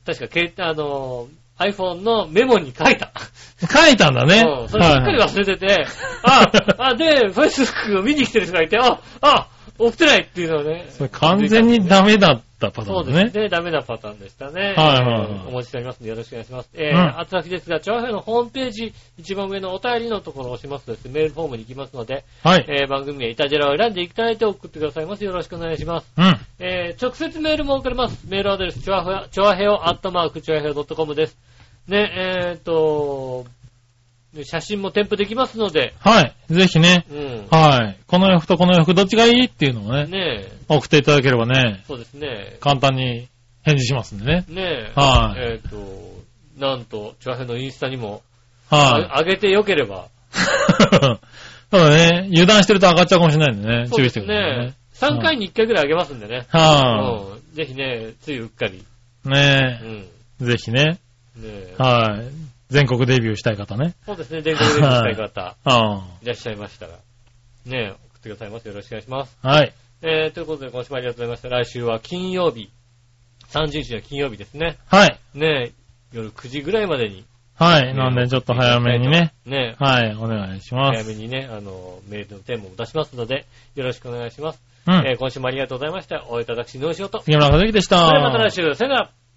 Speaker 2: 確か、携帯あの、iPhone のメモに書いた。
Speaker 3: 書いたんだね。
Speaker 2: うんそれすっかり忘れてて、あ、あ、で、Facebook を見に来てる人がいて、あ、あ、送ってないっていうのをね。
Speaker 3: それ完全にダメだったパター
Speaker 2: そう
Speaker 3: ンだ
Speaker 2: で
Speaker 3: ね
Speaker 2: す。ね。ダメなパターンでしたね。
Speaker 3: はいはいはい
Speaker 2: えーお持ちしておりますのでよろしくお願いします。え
Speaker 3: う
Speaker 2: ー、
Speaker 3: ん
Speaker 2: あつらきですが、調和表のホームページ、一番上のお便りのところを押しますとですね、メールフォームに行きますので、
Speaker 3: はい。
Speaker 2: えー、番組名、イタジェラを選んでいただいて送ってくださいます。よろしくお願いします。
Speaker 3: うん。
Speaker 2: えー、直接メールも送れます。メールアドレス、ちょわへよ、ちょわへよ、アットマーク、ちょわへよ .com です。ね、えーっと、写真も添付できますので、
Speaker 3: はい。ぜひね。
Speaker 2: うん。
Speaker 3: はい。この洋服とこの洋服どっちがいいっていうのをね、
Speaker 2: ねえ、
Speaker 3: 送っていただければね、
Speaker 2: そうですね。
Speaker 3: 簡単に返事しますんでね。
Speaker 2: ねえ、
Speaker 3: はい
Speaker 2: えーっと、なんと、ちょわへのインスタにも、
Speaker 3: はい。
Speaker 2: あ上げてよければ、
Speaker 3: そうだね。油断してると上がっちゃうかもしれないんでね。
Speaker 2: そう
Speaker 3: 注
Speaker 2: で
Speaker 3: 意して
Speaker 2: す
Speaker 3: くださいね
Speaker 2: ね。。3回に1回ぐらい上げますんでね。
Speaker 3: は
Speaker 2: うんぜひね、ついうっかり。
Speaker 3: い。
Speaker 2: う
Speaker 3: ね
Speaker 2: ん。ね
Speaker 3: え。ぜひね。
Speaker 2: え
Speaker 3: はい。全国デビューしたい方ね。
Speaker 2: そうですね、全国で見たい方。
Speaker 3: あ
Speaker 2: いらっしゃいましたら、ねえ、送ってくださいませ。よろしくお願いします。
Speaker 3: あ。はい。
Speaker 2: えー、ということで、今週もありがとうございました。来週は金曜日、30日の金曜日ですね。
Speaker 3: はい。
Speaker 2: ねえ、夜9時ぐらいまでに、
Speaker 3: はい。なんでちょっと早めにね。
Speaker 2: ねえ、
Speaker 3: はい。お願いしま
Speaker 2: 早
Speaker 3: す。
Speaker 2: めにね、あの、メールのテーマを出しますので、よろしくお願いします。
Speaker 3: う
Speaker 2: え
Speaker 3: ん。
Speaker 2: ー今週もありがとうございました。お会いいただくし、のうしようと。そ
Speaker 3: 杉村和之でした。
Speaker 2: れではまた来週、さよなら。